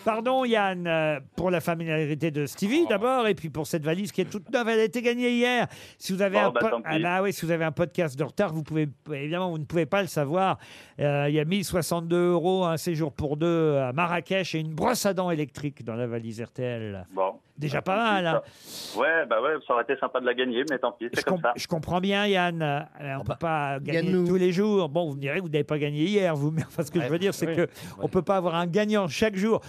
Pardon Yann, euh, pour la familiarité de Stevie Oh. d'abord, et puis pour cette valise qui est toute neuve, elle a été gagnée hier. Si vous avez, Oh, un, bah, po- tant pis. Ah bah oui, si vous avez un podcast de retard, vous pouvez évidemment vous ne pouvez pas le savoir. Euh, il y a 1062 euros, un séjour pour deux à Marrakech et une brosse à dents électrique dans la valise RTL. Bon, Bah, Déjà pas mal. hein. Ouais, bah ouais, ça aurait été sympa de la gagner, mais tant pis, c'est comme ça. Je comprends bien, Yann. euh, Ah on ne bah, peut pas gagner gagne-nous. tous les jours. Bon, vous me direz que vous n'avez pas gagné hier, vous. Mais enfin, ce que je veux dire, c'est que on ne peut pas avoir un gagnant chaque jour.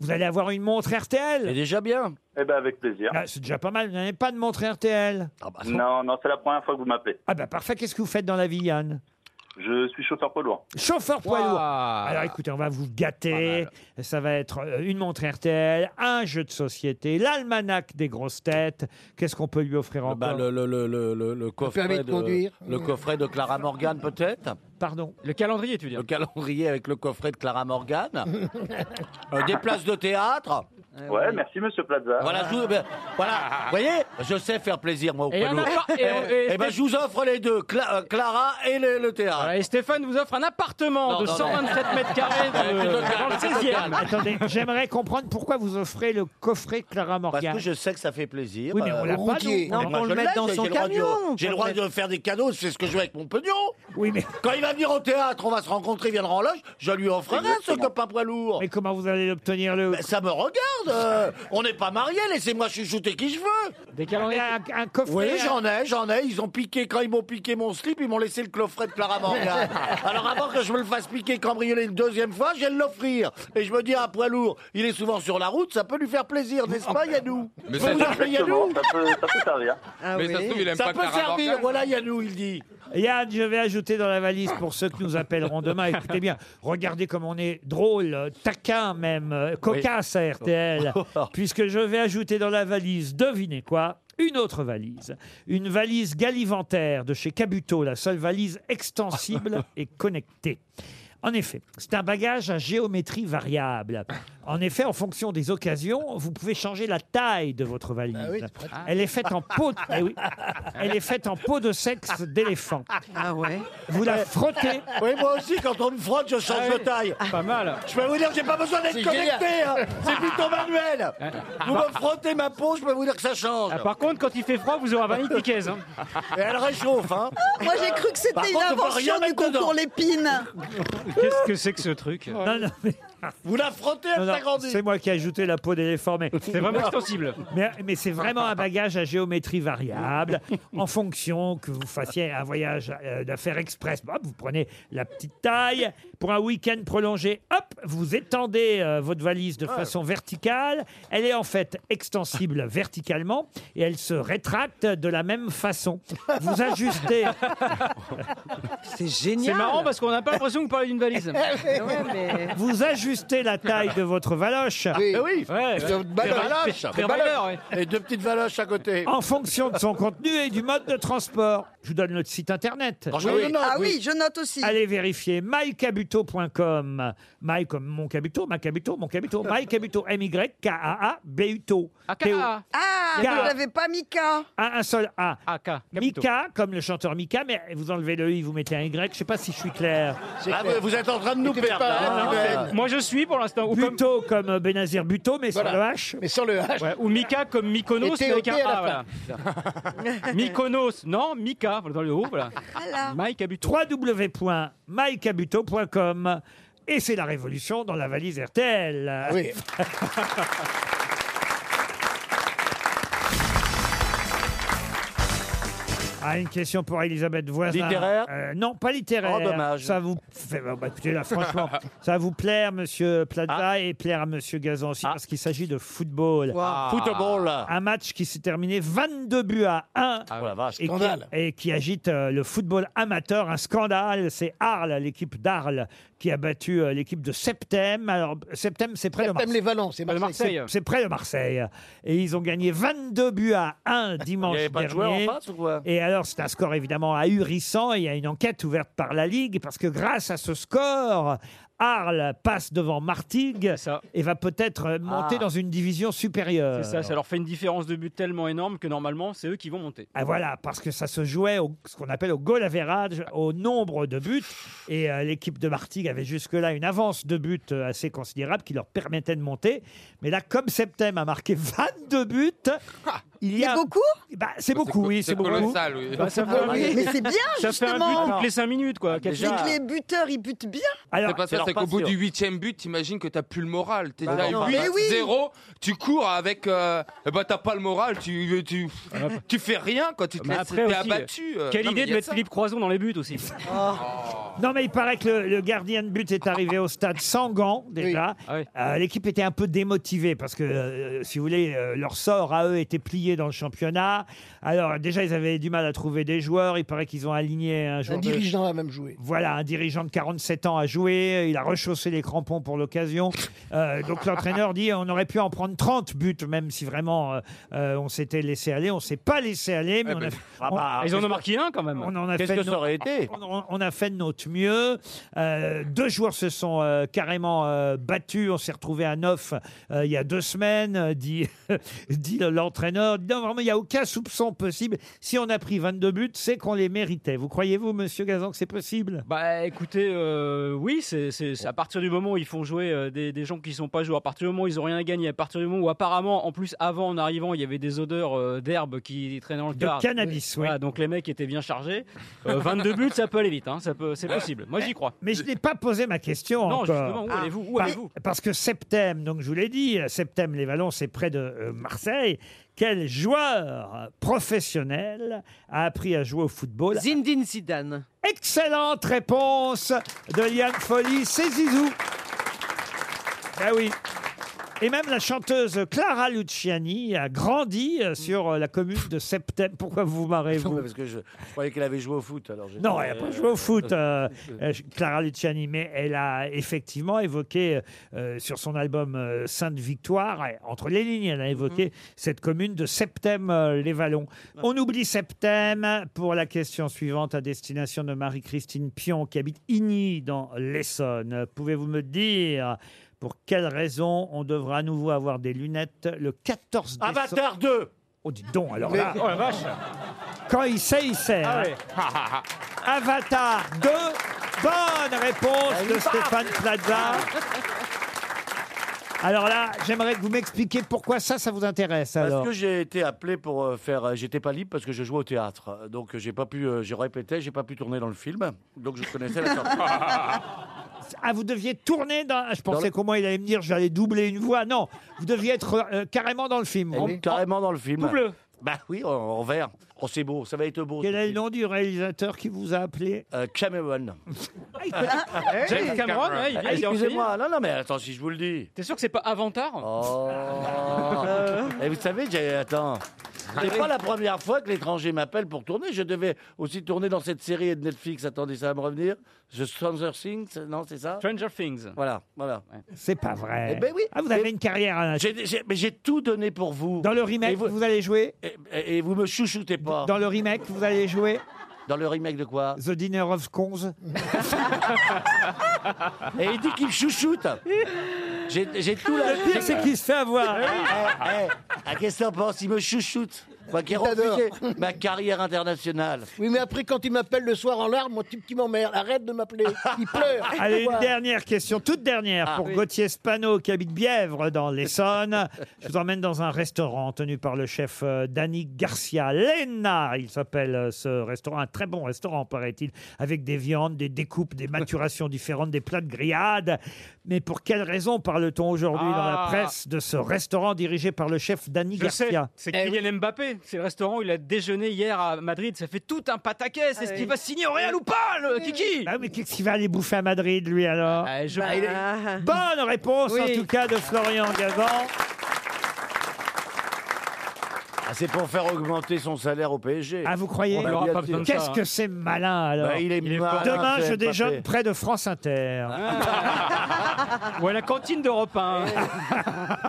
Vous allez avoir une montre RTL. C'est déjà bien. Eh ben avec plaisir. Ah, c'est déjà pas mal. Vous n'avez pas de montre RTL. Ah bah, Ah, Non, non, c'est la première fois que vous m'appelez. parfait. Qu'est-ce que vous faites dans la vie, Yann Je suis chauffeur poids lourd. Chauffeur poids lourd. Alors écoutez, on va vous gâter. Ça va être euh, une montre RTL, un jeu de société, l'almanach des grosses têtes. Qu'est-ce qu'on peut lui offrir encore Bah, le, le, le, le, le- le coffret permis de conduire. le coffret de Clara Morgan, peut-être Pardon Le calendrier, tu dis Le calendrier avec le coffret de Clara Morgan. Euh, des places de théâtre. Ouais, merci, monsieur Plaza. Voilà, je vous, ben, voilà. Vous voyez, je sais faire plaisir, moi, au Et poids un lourd. appart- et- Eh et- ben, je vous offre les deux, Cla- euh, Clara et le, le théâtre. et Stéphane vous offre un appartement de 127 mètres carrés Euh, dans le- dans le 16e. Attendez, j'aimerais comprendre pourquoi vous offrez le coffret Clara Morgan. Parce que je sais que ça fait plaisir. Oui, mais on l'a pas, nous. euh, Non, Mais moi, qu'on je le mette l'ai, dans j'ai son le droit de- camion, J'ai le qu'on droit le de faire des cadeaux, c'est ce que je fais avec mon pognon. Oui, mais. Quand il va venir au théâtre, on va se rencontrer, il viendra en loge, je lui offrirai ce Exactement. copain poids lourd. Ben, Mais comment vous allez l'obtenir le. ça me regarde. euh, on n'est pas mariés, laissez-moi chuchoter qui je veux. Des calendriers. Un, coffret. Oui, un- j'en ai, j'en ai. Ils ont piqué, quand ils m'ont piqué mon slip, ils m'ont laissé le coffret de Clara Morgan. Alors avant que je me le fasse piquer, cambrioler une deuxième fois, je vais l'offrir. Et je me dis, un poids lourd, il est souvent sur la route, ça peut lui faire plaisir, n'est-ce pas, Yannou Mais Vous ça- vous appelez Exactement, Yannou ça peut, ça peut servir. Ça peut servir, voilà Yannou, il dit. Yann, je vais ajouter dans la valise pour ceux que nous appellerons demain. Écoutez bien, regardez comme on est drôle, euh, taquin même, euh, cocasse à RTL, puisque je vais ajouter dans la valise, devinez quoi une autre valise, une valise galivantaire de chez Cabuto, la seule valise extensible et connectée. En effet, c'est un bagage à géométrie variable. En effet, en fonction des occasions, vous pouvez changer la taille de votre valise. oui, c'est pratique. Elle est faite en peau. de- eh oui. Elle est faite en peau de sexe d'éléphant. Ah ouais Vous la frottez. Oui, moi aussi, quand on me frotte, je change Ah oui. de taille. Pas mal. Je peux vous dire que j'ai pas besoin d'être C'est connecté. génial. Ah. hein. C'est plutôt manuel. Vous me frottez ma peau, je peux vous dire que ça change. Ah, par contre, quand il fait froid, vous aurez un vanille piquaise. Hein. Et elle réchauffe, hein. Moi, j'ai cru que Par c'était une contre, on peut invention rien du mettre dedans. concours Lépine. Qu'est-ce que c'est que ce truc Non, non, mais- Vous la frottez, Non, elle non, s'agrandit. c'est moi qui ai ajouté la peau d'éléphant, mais C'est vraiment extensible. Mais, mais c'est vraiment un bagage à géométrie variable, en fonction que vous fassiez un voyage euh, d'affaires express. Hop, vous prenez la petite taille pour un week-end prolongé. Hop, vous étendez euh, votre valise de Ah. façon verticale. Elle est en fait extensible verticalement et elle se rétracte de la même façon. Vous ajustez. C'est génial. C'est marrant Oh, parce qu'on n'a pas l'impression que vous parlez d'une valise. Vous ajustez la taille de votre valoche. Oui, Eh oui. Ouais. Deux valoches. Faire Deux valeur, valoches. Et deux petites valoches à côté. en fonction de son contenu et du mode de transport. Je vous donne notre site internet. Ah Je oui. le note, Ah oui, oui. je note aussi. Allez vérifier mycabuto.com. My comme mon cabuto, ma cabuto, mon cabuto, mycabuto, M-Y-K-A-A-B-U-T-O. Ah, Il ah y a- vous n'avez pas Mika. Un, un seul A. Cabuto. Mika, comme le chanteur Mika, mais vous enlevez le I, vous mettez un Y. Je sais pas si je suis clair. Ah, vous- vous êtes en train de nous perdre. là, non, Ruben. Moi, je suis pour l'instant. Ou, comme, Buto comme euh, Benazir Buto, mais sur Voilà. le H. Mais sans le H. ouais, ou Mika comme Et Mykonos, mais avec un TOT à la A. Voilà. Mykonos, non, Mika, dans le haut, voilà. Mike Abuto. www.mycabuto.com. Et c'est la révolution dans la valise RTL. Oui. Ah, une question pour Elisabeth Voisin. Littéraire Euh, Non, pas littéraire. Oh, dommage. Ça vous fait, bah, bah, écoutez, là, franchement, ça va vous plaire, Monsieur Plaza, Ah. et plaire à Monsieur Gazan aussi, parce qu'il s'agit de football. Wow. Football. Un match qui s'est terminé 22 buts à 1. Ah, la vache. Et qui, et qui agite euh, le football amateur. Un scandale, c'est Arles, l'équipe d'Arles, qui a battu euh, l'équipe de Septem. Alors, Septem, c'est près de Septem Marseille. les Vallons, c'est Marseille. C'est- C'est près de Marseille. Et ils ont gagné 22 buts à 1 dimanche Il y avait pas de joueurs en dernier. face ou quoi et alors, c'est un score évidemment ahurissant. Et il y a une enquête ouverte par la Ligue parce que grâce à ce score, Arles passe devant Martigues et va peut-être euh, monter Ah. dans une division supérieure. C'est ça, ça leur fait une différence de but tellement énorme que normalement, c'est eux qui vont monter. Ah, voilà, parce que ça se jouait au, ce qu'on appelle au goal average, au nombre de buts. Et euh, l'équipe de Martigues avait jusque-là une avance de buts euh, assez considérable qui leur permettait de monter. Mais là, comme Septem a marqué 22 buts, il y a. Ah. beaucoup Ah, bah, C'est beaucoup, oui, c'est beaucoup. colossal, oui. Bah, ça fait- Mais c'est bien, Ça fait un but justement. Ah, toutes les 5 minutes, quoi. Quatre C'est minutes. que les buteurs, ils butent bien. Alors, pas ça, c'est c'est qu'au bout du huitième but, t'imagines que t'as plus le moral. T'es Bah déjà non. à Mais oui. 0 tu cours avec. euh, eh ben, t'as pas le moral, tu, tu, tu fais rien, quoi. Tu te Mais laisses- après t'es aussi, abattu. euh. quelle Non, mais idée y de a mettre ça. Philippe Croison dans les buts aussi. Oh. Non, mais il paraît que le, le gardien de but est arrivé au stade sans gants, déjà. Euh, L'équipe était un peu démotivée parce que, euh, si vous voulez, euh, leur sort à eux était plié dans le championnat. Alors, déjà, ils avaient du mal à trouver des joueurs. Il paraît qu'ils ont aligné un Un joueur. de- dirigeant a même joué. Voilà, un dirigeant de 47 ans a joué, il a rechaussé les crampons pour l'occasion. Euh, donc l'entraîneur dit on aurait pu en prendre 30 buts, même si vraiment euh, euh, on s'était laissé aller. On s'est pas laissé aller, mais Eh on a ben, ah bah, ils en ont marqué un, quand même. On en a Qu'est-ce fait que ça no- aurait été on, on- on a fait de notre mieux. Euh, deux joueurs se sont euh, carrément euh, battus. On s'est retrouvé à 9 euh, il y a deux semaines, euh, dit, dit l'entraîneur. Non, vraiment, il n'y a aucun soupçon possible. Si on a pris 22 buts, c'est qu'on les méritait. Vous croyez-vous, monsieur Gazan, que c'est possible Bah écoutez, euh, oui, c'est c'est- c'est à partir du moment où ils font jouer euh, des, des gens qui sont pas joueurs, à partir du moment où ils n'ont rien à gagner, à partir du moment où apparemment, en plus, avant en arrivant, il y avait des odeurs euh, d'herbe qui traînaient dans le De car. cannabis, oui. Voilà, donc les mecs étaient bien chargés. Euh, 22 buts, ça peut aller vite, hein, ça peut- c'est possible. Moi j'y crois. Mais je n'ai pas posé ma question Non, encore. justement, où allez-vous Où Par- allez-vous Parce que Septem, donc je vous l'ai dit, Septem les Vallons, c'est près de euh, Marseille. Quel joueur professionnel a appris à jouer au football Zindine Zidane. Excellente réponse de Liane Folly, c'est Zizou. Ben oui. Et même la chanteuse Clara Luciani a grandi euh, sur euh, la commune de Septem. Pourquoi vous vous marrez, Non, vous mais parce que je, je croyais qu'elle avait joué au foot. Alors j'ai- non, elle n'a pas joué au foot, euh, euh, Clara Luciani, mais elle a effectivement évoqué euh, sur son album euh, Sainte Victoire, euh, entre les lignes, elle a évoqué cette commune de Septem-les-Vallons. On oublie Septem pour la question suivante à destination de Marie-Christine Pion qui habite Igny dans l'Essonne. Pouvez-vous me dire pour quelle raison on devra à nouveau avoir des lunettes le 14 décembre Avatar 2 Oh, dis donc, alors Mais- là Oh, la vache. Quand il sait, il sait Ah hein. ouais. Avatar 2. Bonne réponse de Stéphane Plaza. Alors là, j'aimerais que vous m'expliquiez pourquoi ça, ça vous intéresse alors. Parce que j'ai été appelé pour euh, faire. euh, J'étais pas libre parce que je jouais au théâtre. Euh, Donc euh, j'ai pas pu. euh, J'ai répété, j'ai pas pu tourner dans le film. Donc je connaissais la sortie. Ah, vous deviez tourner dans. Ah, Je Dans pensais le- qu'au moins il allait me dire j'allais doubler une voix. Non, vous deviez être euh, carrément dans le film. Eh oui, carrément dans le film. Double. Bah oui, en, en vert. Oh, c'est beau, ça va être beau. Quel est le nom du réalisateur qui vous a appelé Euh, Cameron. James Cameron, ouais, il vient- Ah, il vient en Excusez-moi, non, non, mais attends, si je vous le dis. T'es sûr que c'est pas Avantar Oh. Et vous savez, j'ai. Attends. Ah C'est pas la première fois que l'étranger m'appelle pour tourner. Je devais aussi tourner dans cette série de Netflix. Attendez, ça va me revenir. The Stranger Things, non, c'est ça Stranger Things. Voilà, voilà. C'est pas vrai. Eh ben oui. Ah, vous avez une carrière. hein. J'ai- j'ai- Mais j'ai tout donné pour vous. Dans le remake, Et vous... allez jouer Et, et- et vous me chouchoutez pas. Dans le remake, vous allez jouer Dans le remake de quoi The Dinner of Scones. Et il dit qu'il chouchoute. J'ai j'ai tout la. Le pire, c'est qu'il se fait avoir. Eh, eh, à qu'est-ce que t'en penses Il me chouchoute. Moi qui ai Il t'adore. refusé ma carrière internationale. Oui, mais après, quand il m'appelle le soir en larmes, mon type qui m'emmerde, arrête de m'appeler. Il pleure. Allez, une Voilà. dernière question, toute dernière, Ah, pour oui. Gauthier Spano, qui habite Bièvre, dans l'Essonne. Je vous emmène dans un restaurant tenu par le chef euh, Danny Garcia Lena. Il s'appelle euh, ce restaurant, un très bon restaurant, paraît-il, avec des viandes, des découpes, des maturations différentes, des plats de grillade. Mais pour quelle raison parle-t-on aujourd'hui dans la Ah. presse de ce restaurant dirigé par le chef Danny Je sais, Garcia Eh, c'est Kylian Mbappé. C'est le restaurant où il a déjeuné hier à Madrid. Ça fait tout un pataquès. Est-ce qu'il va signer au Real ou pas, le Kiki Bah Ah, mais qu'est-ce qu'il va aller bouffer à Madrid, lui, alors je- Bah, il est- Bonne réponse, Oui. en tout cas, de Florian Gazan. Ah, c'est pour faire augmenter son salaire au PSG. Ah, vous croyez Bah, bien sûr. Qu'est-ce que c'est malin, alors Bah, il est Il est malin, Ah. Demain, c'est je Mbappé. déjeune près de France Inter. Ou à la cantine d'Europe 1.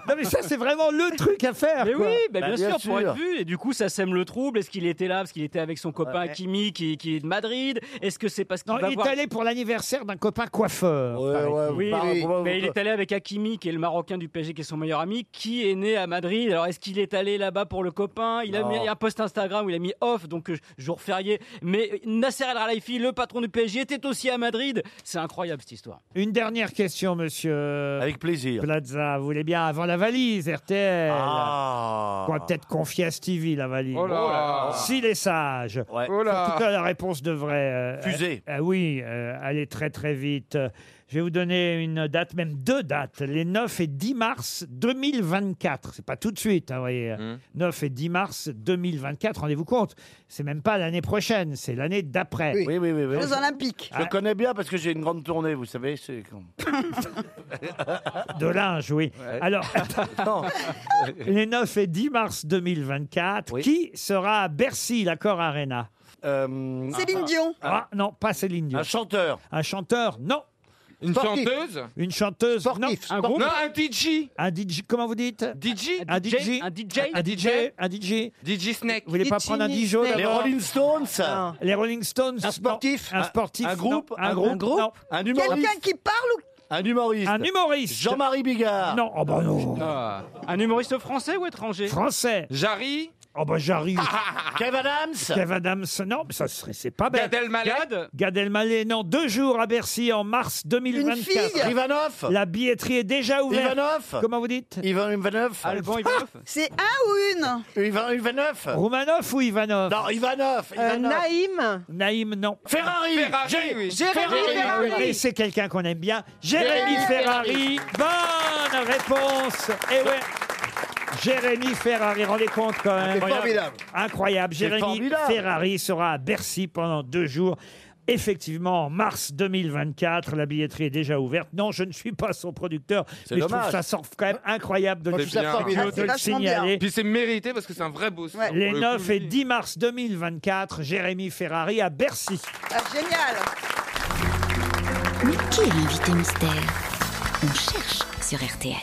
non, mais ça, c'est vraiment le truc à faire. Mais quoi. oui, bah, bien, sûr, pour être vu. Et du coup, ça sème le trouble. Est-ce qu'il était là parce qu'il était avec son copain Ouais. Kimi qui, qui est de Madrid Est-ce que c'est parce qu'il Non, va il est voir... allé pour l'anniversaire d'un copain coiffeur. paraît-il. oui, oui, mais il est allé avec Hakimi, qui est le Marocain du PSG, qui est son meilleur ami, qui est né à Madrid. Alors, est-ce qu'il est allé là-bas pour le copains. Il a Non. mis un post Instagram où il a mis off, donc euh, jour férié. Mais Nasser El Khelaifi, le patron du PSG, était aussi à Madrid. C'est incroyable cette histoire. Une dernière question, monsieur. Avec plaisir. Plaza, vous voulez bien avant la valise, RTL. Ah. On va peut-être confier à Stevie la valise. Oh là. Oh là. S'il est sage. Oh là. En tout cas, la réponse devrait. euh, Fuser. euh, euh, oui, euh, aller très très vite. Euh, Je vais vous donner une date, même deux dates, les 9 et 10 mars 2024. C'est pas tout de suite, hein, vous voyez. Hmm. 9 et 10 mars 2024, rendez-vous compte. C'est même pas l'année prochaine, c'est l'année d'après. Ah. Oui, oui, oui. oui. Olympiques. Je connais bien parce que j'ai une grande tournée, vous savez. C'est... De linge, oui. Ouais. Alors, les 9 et 10 mars 2024, qui sera à Bercy, l'accord Arena Céline Dion. Ah, non, pas Céline Dion. Un chanteur. Un chanteur, non. Une Sportif. chanteuse Une chanteuse, non. Un groupe Non, un DJ. Un DJ, comment vous dites DJ Un DJ Un DJ Un DJ Un DJ DJ Snake. Vous voulez pas prendre un Dijon Les d'abord Rolling Stones Non. Les Rolling Stones Un sportif Un sportif Un non. groupe Un groupe non. Un humoriste Quelqu'un qui parle ou Un humoriste. Un humoriste Jean-Marie Bigard. Non, oh bah non. Ah. Un humoriste français ou étranger Français. Jarry. Oh bah j'arrive. Kev Adams Kev Adams, non, mais ça serait, c'est pas bête. Gad Elmaleh Gad Gad Elmaleh, non, deux jours à Bercy en mars 2024. Une fille Ivanov La billetterie est déjà ouverte. Ivanov Comment vous dites Ivan Ivanov Alban Ivanov C'est un ou une Ivan Ivanov Roumanov ou Ivanov Non, Ivanov, Ivanov. Euh, Naïm Naïm, non. Ferrari Ferrari, Jérémy oui. Ferrari, Ferrari. oui. Et c'est quelqu'un qu'on aime bien. Eh Jérémy Jérémy Ferrari. Bonne réponse. Et ouais. Jérémy Ferrari, rendez compte quand même. Ah, formidable. Incroyable. C'est Jérémy formidable. Ferrari sera à Bercy pendant deux jours. Effectivement, en mars 2024, la billetterie est déjà ouverte. Non, je ne suis pas son producteur, C'est mais je trouve dommage. ça sort quand même incroyable de le- C'est bien. de le signaler. Puis c'est mérité parce que c'est un vrai beau sport. hein. Les Pour le 9 coup, et 10 mars 2024, Jérémy Ferrari à Bercy. Ah, Génial Mais qui est l'invité mystère On cherche sur RTL.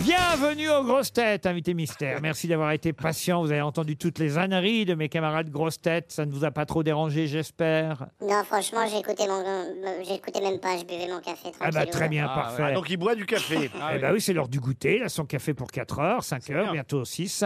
Bienvenue aux grosses têtes, invité mystère. Merci d'avoir été patient. Vous avez entendu toutes les âneries de mes camarades grosses têtes. Ça ne vous a pas trop dérangé, j'espère. Non, franchement, j'écoutais mon, euh, j'écoutais même pas, je buvais mon café Ah bah tranquillou. très bien, parfait. Ah, donc il boit du café. eh ben oui, c'est l'heure du goûter. Là, son café pour 4 heures, 5 heures, bientôt 6.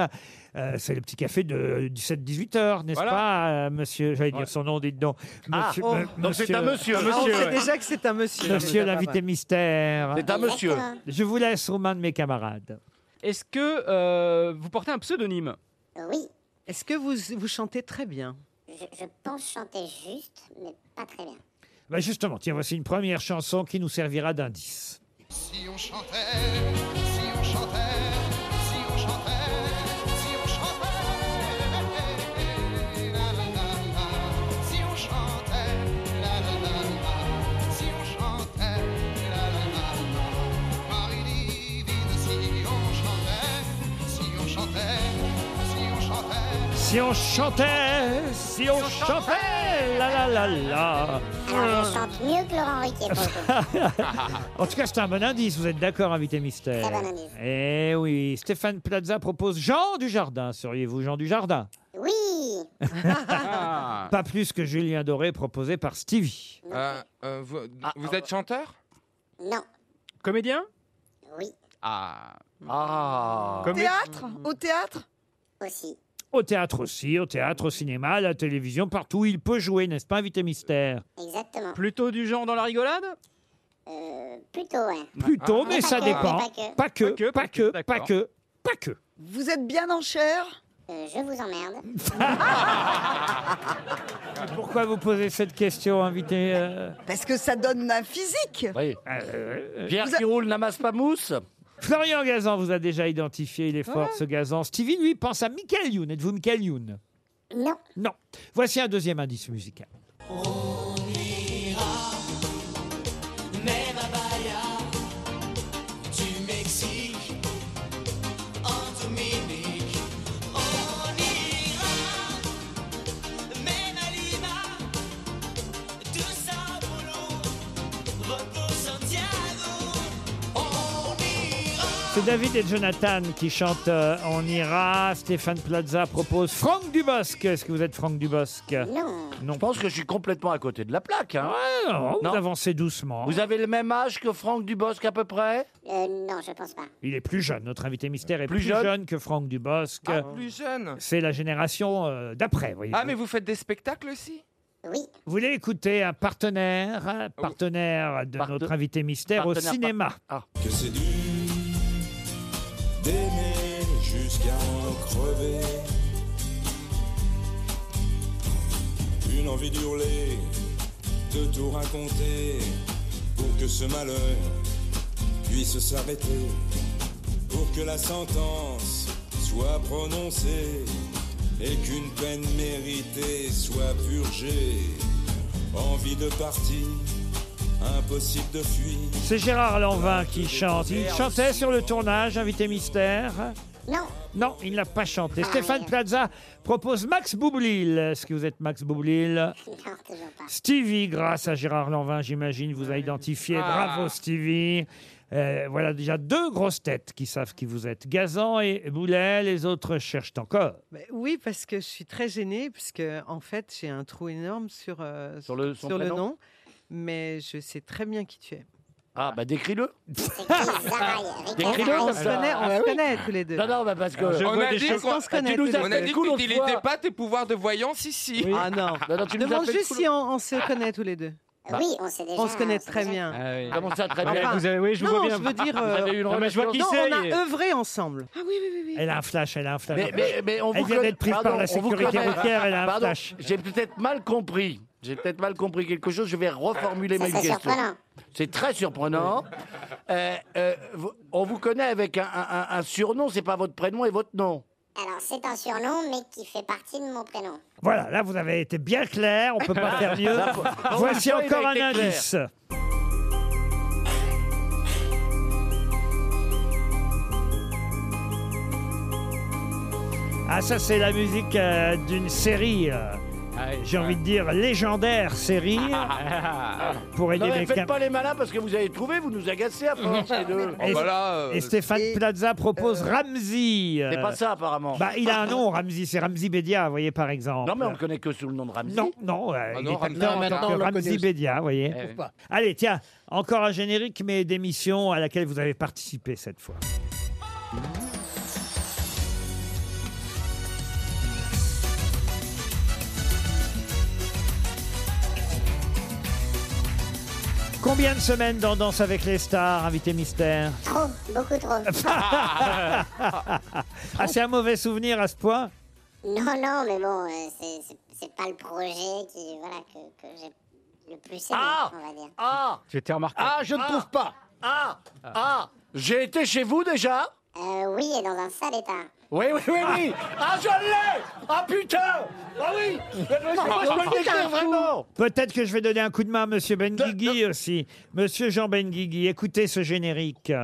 Euh, c'est le petit café de 17-18 heures, n'est-ce Voilà. pas, euh, monsieur J'allais dire son nom, dites donc. Ah, Monsieur, oh, euh, donc c'est un monsieur, Ah, on monsieur, sait ouais. déjà que c'est un monsieur. Monsieur l'invité mystère. C'est un monsieur. Je vous laisse aux mains de mes camarades. Est-ce que euh, vous portez un pseudonyme Euh, Oui, Est-ce que vous, vous chantez très bien je, je pense chanter juste, mais pas très bien. Bah justement, tiens, voici une première chanson qui nous servira d'indice. Si on chantait, si on chantait, si on chantait, si on chantait, la la la la, si on chantait, la la la la, si on chantait, la la la la. Marie divine, si on chantait, si on chantait, si on chantait. Si on chantait, si on chantait, la la la la. Alors, je chante mieux que Laurent Riquet, pour le coup. en tout cas, c'est un bon indice, vous êtes d'accord, invité mystère Très bon indice. Eh oui, Stéphane Plaza propose Jean Dujardin. Seriez-vous Jean Dujardin Oui Pas plus que Julien Doré proposé par Stevie. Euh, euh, vous Ah, vous êtes chanteur Non. Comédien Oui. Ah. Ah. Théâtre Au théâtre Aussi. Au théâtre aussi, au théâtre, au cinéma, à la télévision, partout où il peut jouer, n'est-ce pas, invité mystère Exactement. Plutôt du genre dans la rigolade Ah. Euh, plutôt, ouais. Plutôt, mais ça que, dépend. mais pas Pas que, pas que, pas d'accord. que, pas que. Vous êtes bien en chair Euh, je vous emmerde. Pourquoi vous posez cette question, invité euh, Parce que ça donne un physique Oui. euh, Pierre vous a- qui roule n'amasse pas mousse. Florian Gazan vous a déjà identifié, il est fort ce Gazan. Stevie, lui, pense à Michael Youn. Êtes-vous Michael Youn Non. Non. Voici un deuxième indice musical. Même à Bahia, du Mexique, en Dominique, on ira. Même à Lima, de Sao Paulo, repose Santiago, on ira. C'est David et Jonathan qui chantent euh, On ira. Stéphane Plaza propose Franck Dubosc. Est-ce que vous êtes Franck Dubosc Non. Non. Je pense que je suis complètement à côté de la plaque. hein. Ouais, non, Non. Vous avancez doucement. Vous avez le même âge que Franck Dubosc à peu près Euh, non, je pense pas. Il est plus jeune. Notre invité mystère est plus, Plus jeune. jeune Ah, que Franck Dubosc. Ah. Plus jeune. C'est la génération euh, d'après, voyez. Ah, mais vous faites des spectacles aussi Oui. Vous voulez écouter un partenaire, Ah hein, partenaire de notre invité mystère au Partenaire, cinéma. Ah. Que c'est dur d'aimer jusqu'à en crever. Une envie d'hurler, de tout raconter, pour que ce malheur puisse s'arrêter, pour que la sentence soit prononcée et qu'une peine méritée soit purgée. Envie de partir, impossible de fuir. C'est Gérard Lanvin qui chante. Il chantait sur le tournage, invité mystère. Non. Ah, Non, il n'a pas chanté. Stéphane Plaza propose Max Boublil. Est-ce que vous êtes Max Boublil Non, toujours pas. Stevie, grâce à Gérard Lanvin, j'imagine, vous a identifié. Ah. Bravo Stevie. Euh, voilà déjà deux grosses têtes qui savent qui vous êtes. Gazan et Boulet, les autres cherchent encore. Bah oui, parce que je suis très gênée, puisque en fait, j'ai un trou énorme sur, euh, Sur le- son sur le prénom nom, mais je sais très bien qui tu es. Ah, bah décris-le. Décris-le Décris-le comme comme ça. ça. On se connaît, on se connaît tous les deux. Non, non, bah parce que. Je On vois a des dit choses qu'on- Ah, qu'on se connaît tu nous tous les on deux. a dit Cool, on que se tu voit. n'utilisais pas tes pouvoirs de voyance ici. Oui. Ah non. Non, non, tu nous Demande appelles juste cool. si on, on se connaît tous les deux. Bah, oui, on sait déjà, On se connaît on sait très déjà. bien. Ah oui. Comment ça, très Enfin, bien Vous avez- oui, je vous non, vois bien. je veux dire. euh, Vous avez eu une non, mais je vois qui relation. c'est. Non, On a œuvré ensemble. Ah oui, oui, oui. Elle a un flash, elle a un flash. Mais, mais- mais on elle vous vient conna- d'être prise Pardon, par la on vous sécurité connaît. routière, elle a un Pardon, flash. J'ai peut-être mal compris. J'ai peut-être mal compris quelque chose. Je vais reformuler Ça, ma c'est question. surprenant. C'est très surprenant. Euh, euh, vous- on vous connaît avec un, un- un- un surnom. C'est pas votre prénom et votre nom. Alors, c'est un surnom, mais qui fait partie de mon prénom. Voilà, là vous avez été bien clair, on peut pas faire mieux. Là, pour- pour Voici une fois, il a encore un été clair. indice. Ah ça c'est la musique euh, d'une série, euh, Ah j'ai envie de dire légendaire série. Pour aider non, mais les faites cam- pas les malins parce que vous avez trouvé, vous nous agacez à force. les deux. Et, et Stéphane Plaza propose Ramsey. euh, C'est pas ça, apparemment. Bah, il a un nom, Ramsey. C'est Ramsey Bedia, vous voyez, par exemple. Non, mais on le connaît que sous le nom de Ramsey. Non, non, euh, il non, est Ramsey. acteur Non, en maintenant, tant on que le connaît Ramsey aussi. Bedia, vous voyez. Eh oui. Allez, tiens, encore un générique, mais d'émission à laquelle vous avez participé cette fois. Combien de semaines dans Danse avec les stars, invité mystère Trop, beaucoup trop. Ah, c'est un mauvais souvenir à ce point non, non, mais bon, euh, c'est- c'est- c'est pas le projet qui, voilà, que, que j'ai le plus aimé, Ah on va dire. Ah J'ai été remarqué. Ah, je ne trouve pas. Ah Ah J'ai été chez vous déjà Euh, oui, et dans un sale état. Oui, oui, oui, oui Ah, je l'ai Ah, putain Ah oui Mais Moi, je peux le décrire vraiment Peut-être que je vais donner un coup de main à Monsieur Benguigui aussi. Monsieur Jean Benguigui, écoutez ce générique.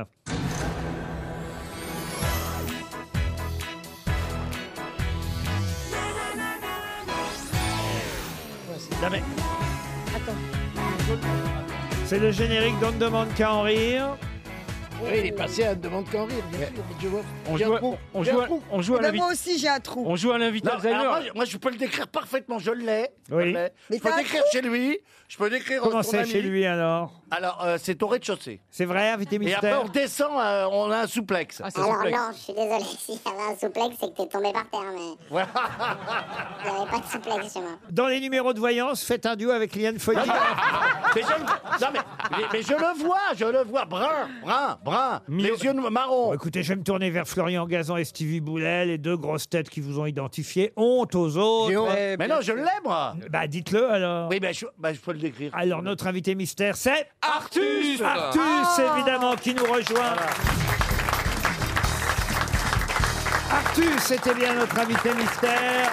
Attends. C'est le générique d'On ne demande qu'à en rire. Oui, il est passé à demande qu'en rire, bien sûr. Je vois. On J'ai joue un à- trou. on J'ai joue un à- trou. on joue à Eh la ben, vie- moi Moi aussi, j'ai un trou. On joue à l'invité Non, Alzheimer. alors moi, je- moi, je peux le décrire parfaitement, je l'ai. je Oui. l'ai. Mais Je peux t'as un décrire trou chez lui, je peux décrire Comment son c'est ami. chez lui alors Alors, euh, c'est au rez-de-chaussée. C'est vrai, invité Et après, mystère on descend, euh, on a un souplex. Alors non, je suis désolé, s'il y avait un souplex, c'est que t'es tombé par terre, mais... Ouais. Il n'y avait pas de souplex chez moi. Dans les numéros de voyance, faites un duo avec Liane Folie. Mais je, non, mais, mais- mais je le vois, je le vois, brun, brun, brun, les yeux marrons. Écoutez, je vais me tourner vers Florian Gazan et Stevie Boulet, les deux grosses têtes qui vous ont identifié. Honte aux autres. Eh, Mais, non, je l'ai, moi. Bah, dites-le alors. Oui, ben je, ben, je peux le décrire. Alors, notre invité mystère, c'est Artus Artus, Ah. ah, évidemment, qui nous rejoint. Artus, c'était bien notre invité mystère.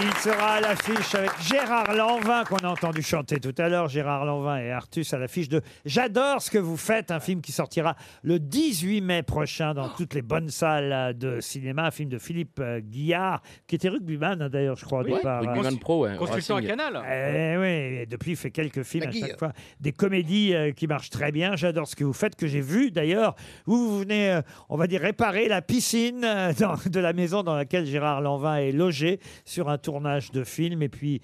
Il sera à l'affiche avec Gérard Lanvin, qu'on a entendu chanter tout à l'heure. Gérard Lanvin et Artus à l'affiche de J'adore ce que vous faites, un film qui sortira le 18 mai prochain Oh. dans toutes les bonnes salles de cinéma. Un film de Philippe euh, Guillard, qui était rugbyman hein, d'ailleurs, je crois, au Oui, départ. rugbyman hein. pro, ouais, au Construction Racing. à Canal. Eh oui, et depuis, il fait quelques films La à Guille. chaque fois. Des comédies euh, qui marchent très bien. J'adore ce que vous faites, que j'ai vu d'ailleurs. Vous, vous venez, euh, on va dire, réparer la piscine euh, dans- de la maison dans laquelle Gérard Lanvin est logé sur un tournage de film. Et puis.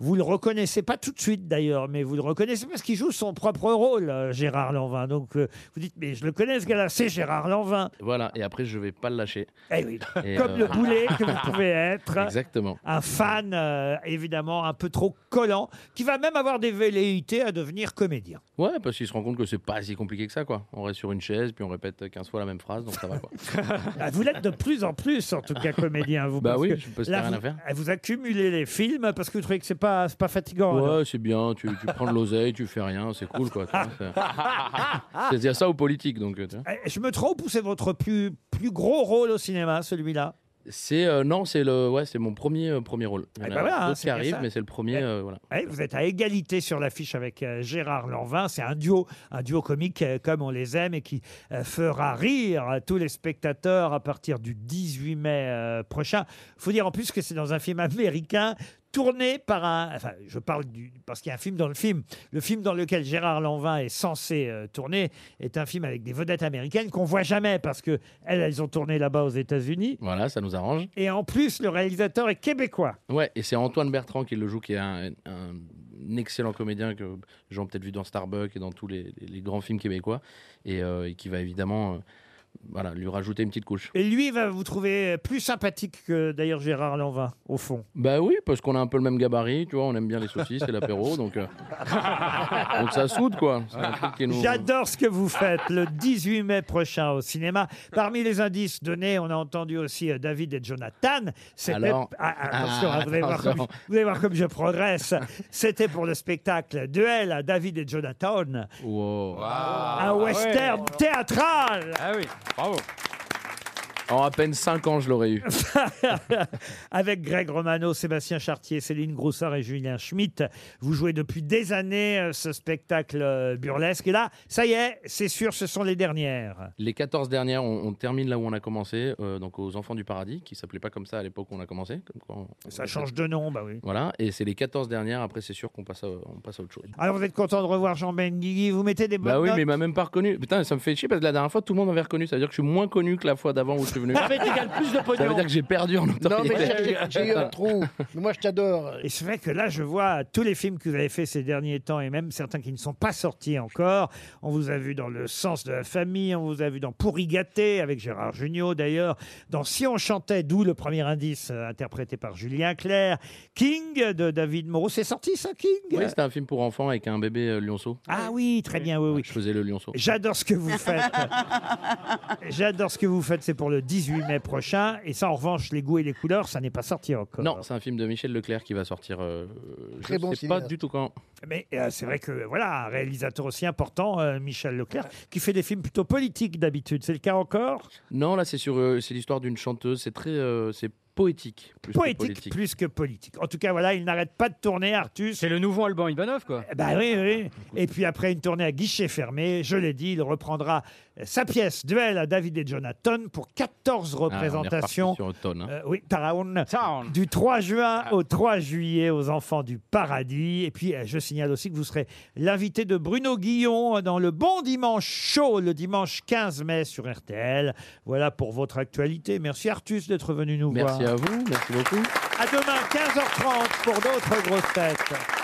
Vous le reconnaissez pas tout de suite d'ailleurs, mais vous le reconnaissez parce qu'il joue son propre rôle, euh, Gérard Lanvin. Donc euh, vous dites, mais je le connais ce gars-là, c'est Gérard Lanvin. Voilà, et après, je vais pas le lâcher. Eh oui, Et, comme euh, le boulet que vous pouvez être. Exactement. Un fan, euh, évidemment, un peu trop collant, qui va même avoir des velléités à devenir comédien. Ouais, parce qu'il se rend compte que c'est pas si compliqué que ça, quoi. On reste sur une chaise, puis on répète 15 fois la même phrase, donc ça va, quoi. Ah, Vous l'êtes de plus en plus, en tout cas, comédien. Vous, Bah parce oui, que je pense qu'il y a là, rien vous, à faire. Vous accumulez les films parce que vous trouvez que c'est pas, c'est pas fatigant. alors. Ouais, c'est bien, tu, tu prends de l'oseille, tu fais rien, c'est cool, quoi. tu vois, c'est- C'est-à-dire ça aux politiques, donc. tu vois. Eh, Je me trompe ou c'est votre plus, plus gros rôle au cinéma, celui-là C'est euh, non, c'est le ouais, c'est mon premier euh, premier rôle. Il y en Eh a ben voilà, hein, d'autres c'est qui bien arrivent, ça. mais c'est le premier, euh, voilà. Eh, vous êtes à égalité sur l'affiche avec euh, Gérard Lanvin. C'est un duo, un duo comique euh, comme on les aime et qui euh, fera rire euh, tous les spectateurs à partir du 18 mai euh, prochain. faut dire en plus que c'est dans un film américain tourné par un... Enfin, je parle du... Parce qu'il y a un film dans le film. Le film dans lequel Gérard Lanvin est censé euh, tourner est un film avec des vedettes américaines qu'on voit jamais parce que elles, elles ont tourné là-bas aux États-Unis. Voilà, ça nous arrange. Et en plus, le réalisateur est québécois. Ouais, et c'est Antoine Bertrand qui le joue, qui est un, un excellent comédien que les gens ont peut-être vu dans Starbucks et dans tous les, les- les grands films québécois, et, euh, et qui va évidemment, euh, voilà, lui rajouter une petite couche. Et lui va vous trouver euh, plus sympathique que d'ailleurs Gérard Lanvin, au fond. Bah oui, parce qu'on a un peu le même gabarit, tu vois, on aime bien les saucisses et l'apéro, donc, euh, donc ça soude quoi. C'est un truc qui nous- euh, J'adore ce que vous faites le 18 mai prochain au cinéma. Parmi les indices donnés, on a entendu aussi euh, David et Jonathan. C'était- Alors- Ah, ah, attention, Ah, hein, vous, allez voir comme attention. je- vous allez voir comme je progresse. C'était pour le spectacle Duel à David et Jonathan, Wow. un western théâtral. Ah oui, bravo. En à peine 5 ans, je l'aurais eu. Avec Greg Romano, Sébastien Chartier, Céline Groussard et Julien Schmitt. Vous jouez depuis des années euh, ce spectacle euh, burlesque. Et là, ça y est, c'est sûr, ce sont les dernières. Les 14 dernières, on, on termine là où on a commencé, euh, donc aux Enfants du Paradis, qui s'appelait pas comme ça à l'époque où on a commencé. Comme quoi on- Ça change de nom, bah oui. Voilà, et c'est les 14 dernières, après c'est sûr qu'on passe, à- on passe à autre chose. Alors, vous êtes content de revoir Jean Benguigui Vous mettez des bonnes Bah oui, notes mais il m'a même pas reconnu. Putain, ça me fait chier parce que la dernière fois, tout le monde m'avait reconnu. Ça veut dire que je suis moins connu que la fois d'avant où je suis venu. Ah, mais t'égales plus de pognon. Ça veut dire que j'ai perdu en Non, mais notoriété. j'ai- j'ai eu un trou. Mais moi, je t'adore. Et c'est vrai que là, je vois tous les films que vous avez fait ces derniers temps et même certains qui ne sont pas sortis encore. On vous a vu dans Le sens de la famille, on vous a vu dans Pourri gâté avec Gérard Jugnot d'ailleurs, dans Si on chantait, d'où le premier indice euh, interprété par Julien Clerc, King de David Moreau. C'est sorti ça, King Oui, euh, c'était un film pour enfants avec un bébé euh, lionceau. Ah oui, très bien, oui, oui. Je faisais le lionceau. J'adore ce que vous faites. J'adore ce que vous faites, c'est pour le 18 mai prochain. Et ça, en revanche, les goûts et les couleurs, ça n'est pas sorti encore. Non, c'est un film de Michel Leclerc qui va sortir. euh, euh, Très je bon sais pas cinéaste. du tout quand. Mais euh, c'est vrai que voilà, un réalisateur aussi important, euh, Michel Leclerc, qui fait des films plutôt politiques d'habitude. C'est le cas encore Non, là, c'est sur, euh, c'est l'histoire d'une chanteuse. C'est très, euh, c'est poétique. Plus que Poétique politique. plus que politique. En tout cas, voilà, il n'arrête pas de tourner, Artus. C'est le nouveau Alban Ivanov, quoi. Bah oui, oui. Et puis après une tournée à guichet fermé, je l'ai dit, il reprendra euh, sa pièce Duel à David et Jonathan pour 14 Ah, on est reparti représentations. sur automne. hein. Ah. Euh, oui, Town. Du 3 juin au 3 juillet aux Enfants du Paradis. Et puis, euh, je signale aussi que vous serez l'invité de Bruno Guillon euh, dans le Bon Dimanche Show, le dimanche 15 mai sur RTL. Voilà pour votre actualité. Merci Artus d'être venu nous Merci voir. à vous. Merci beaucoup. À demain, 15h30 pour d'autres grosses têtes.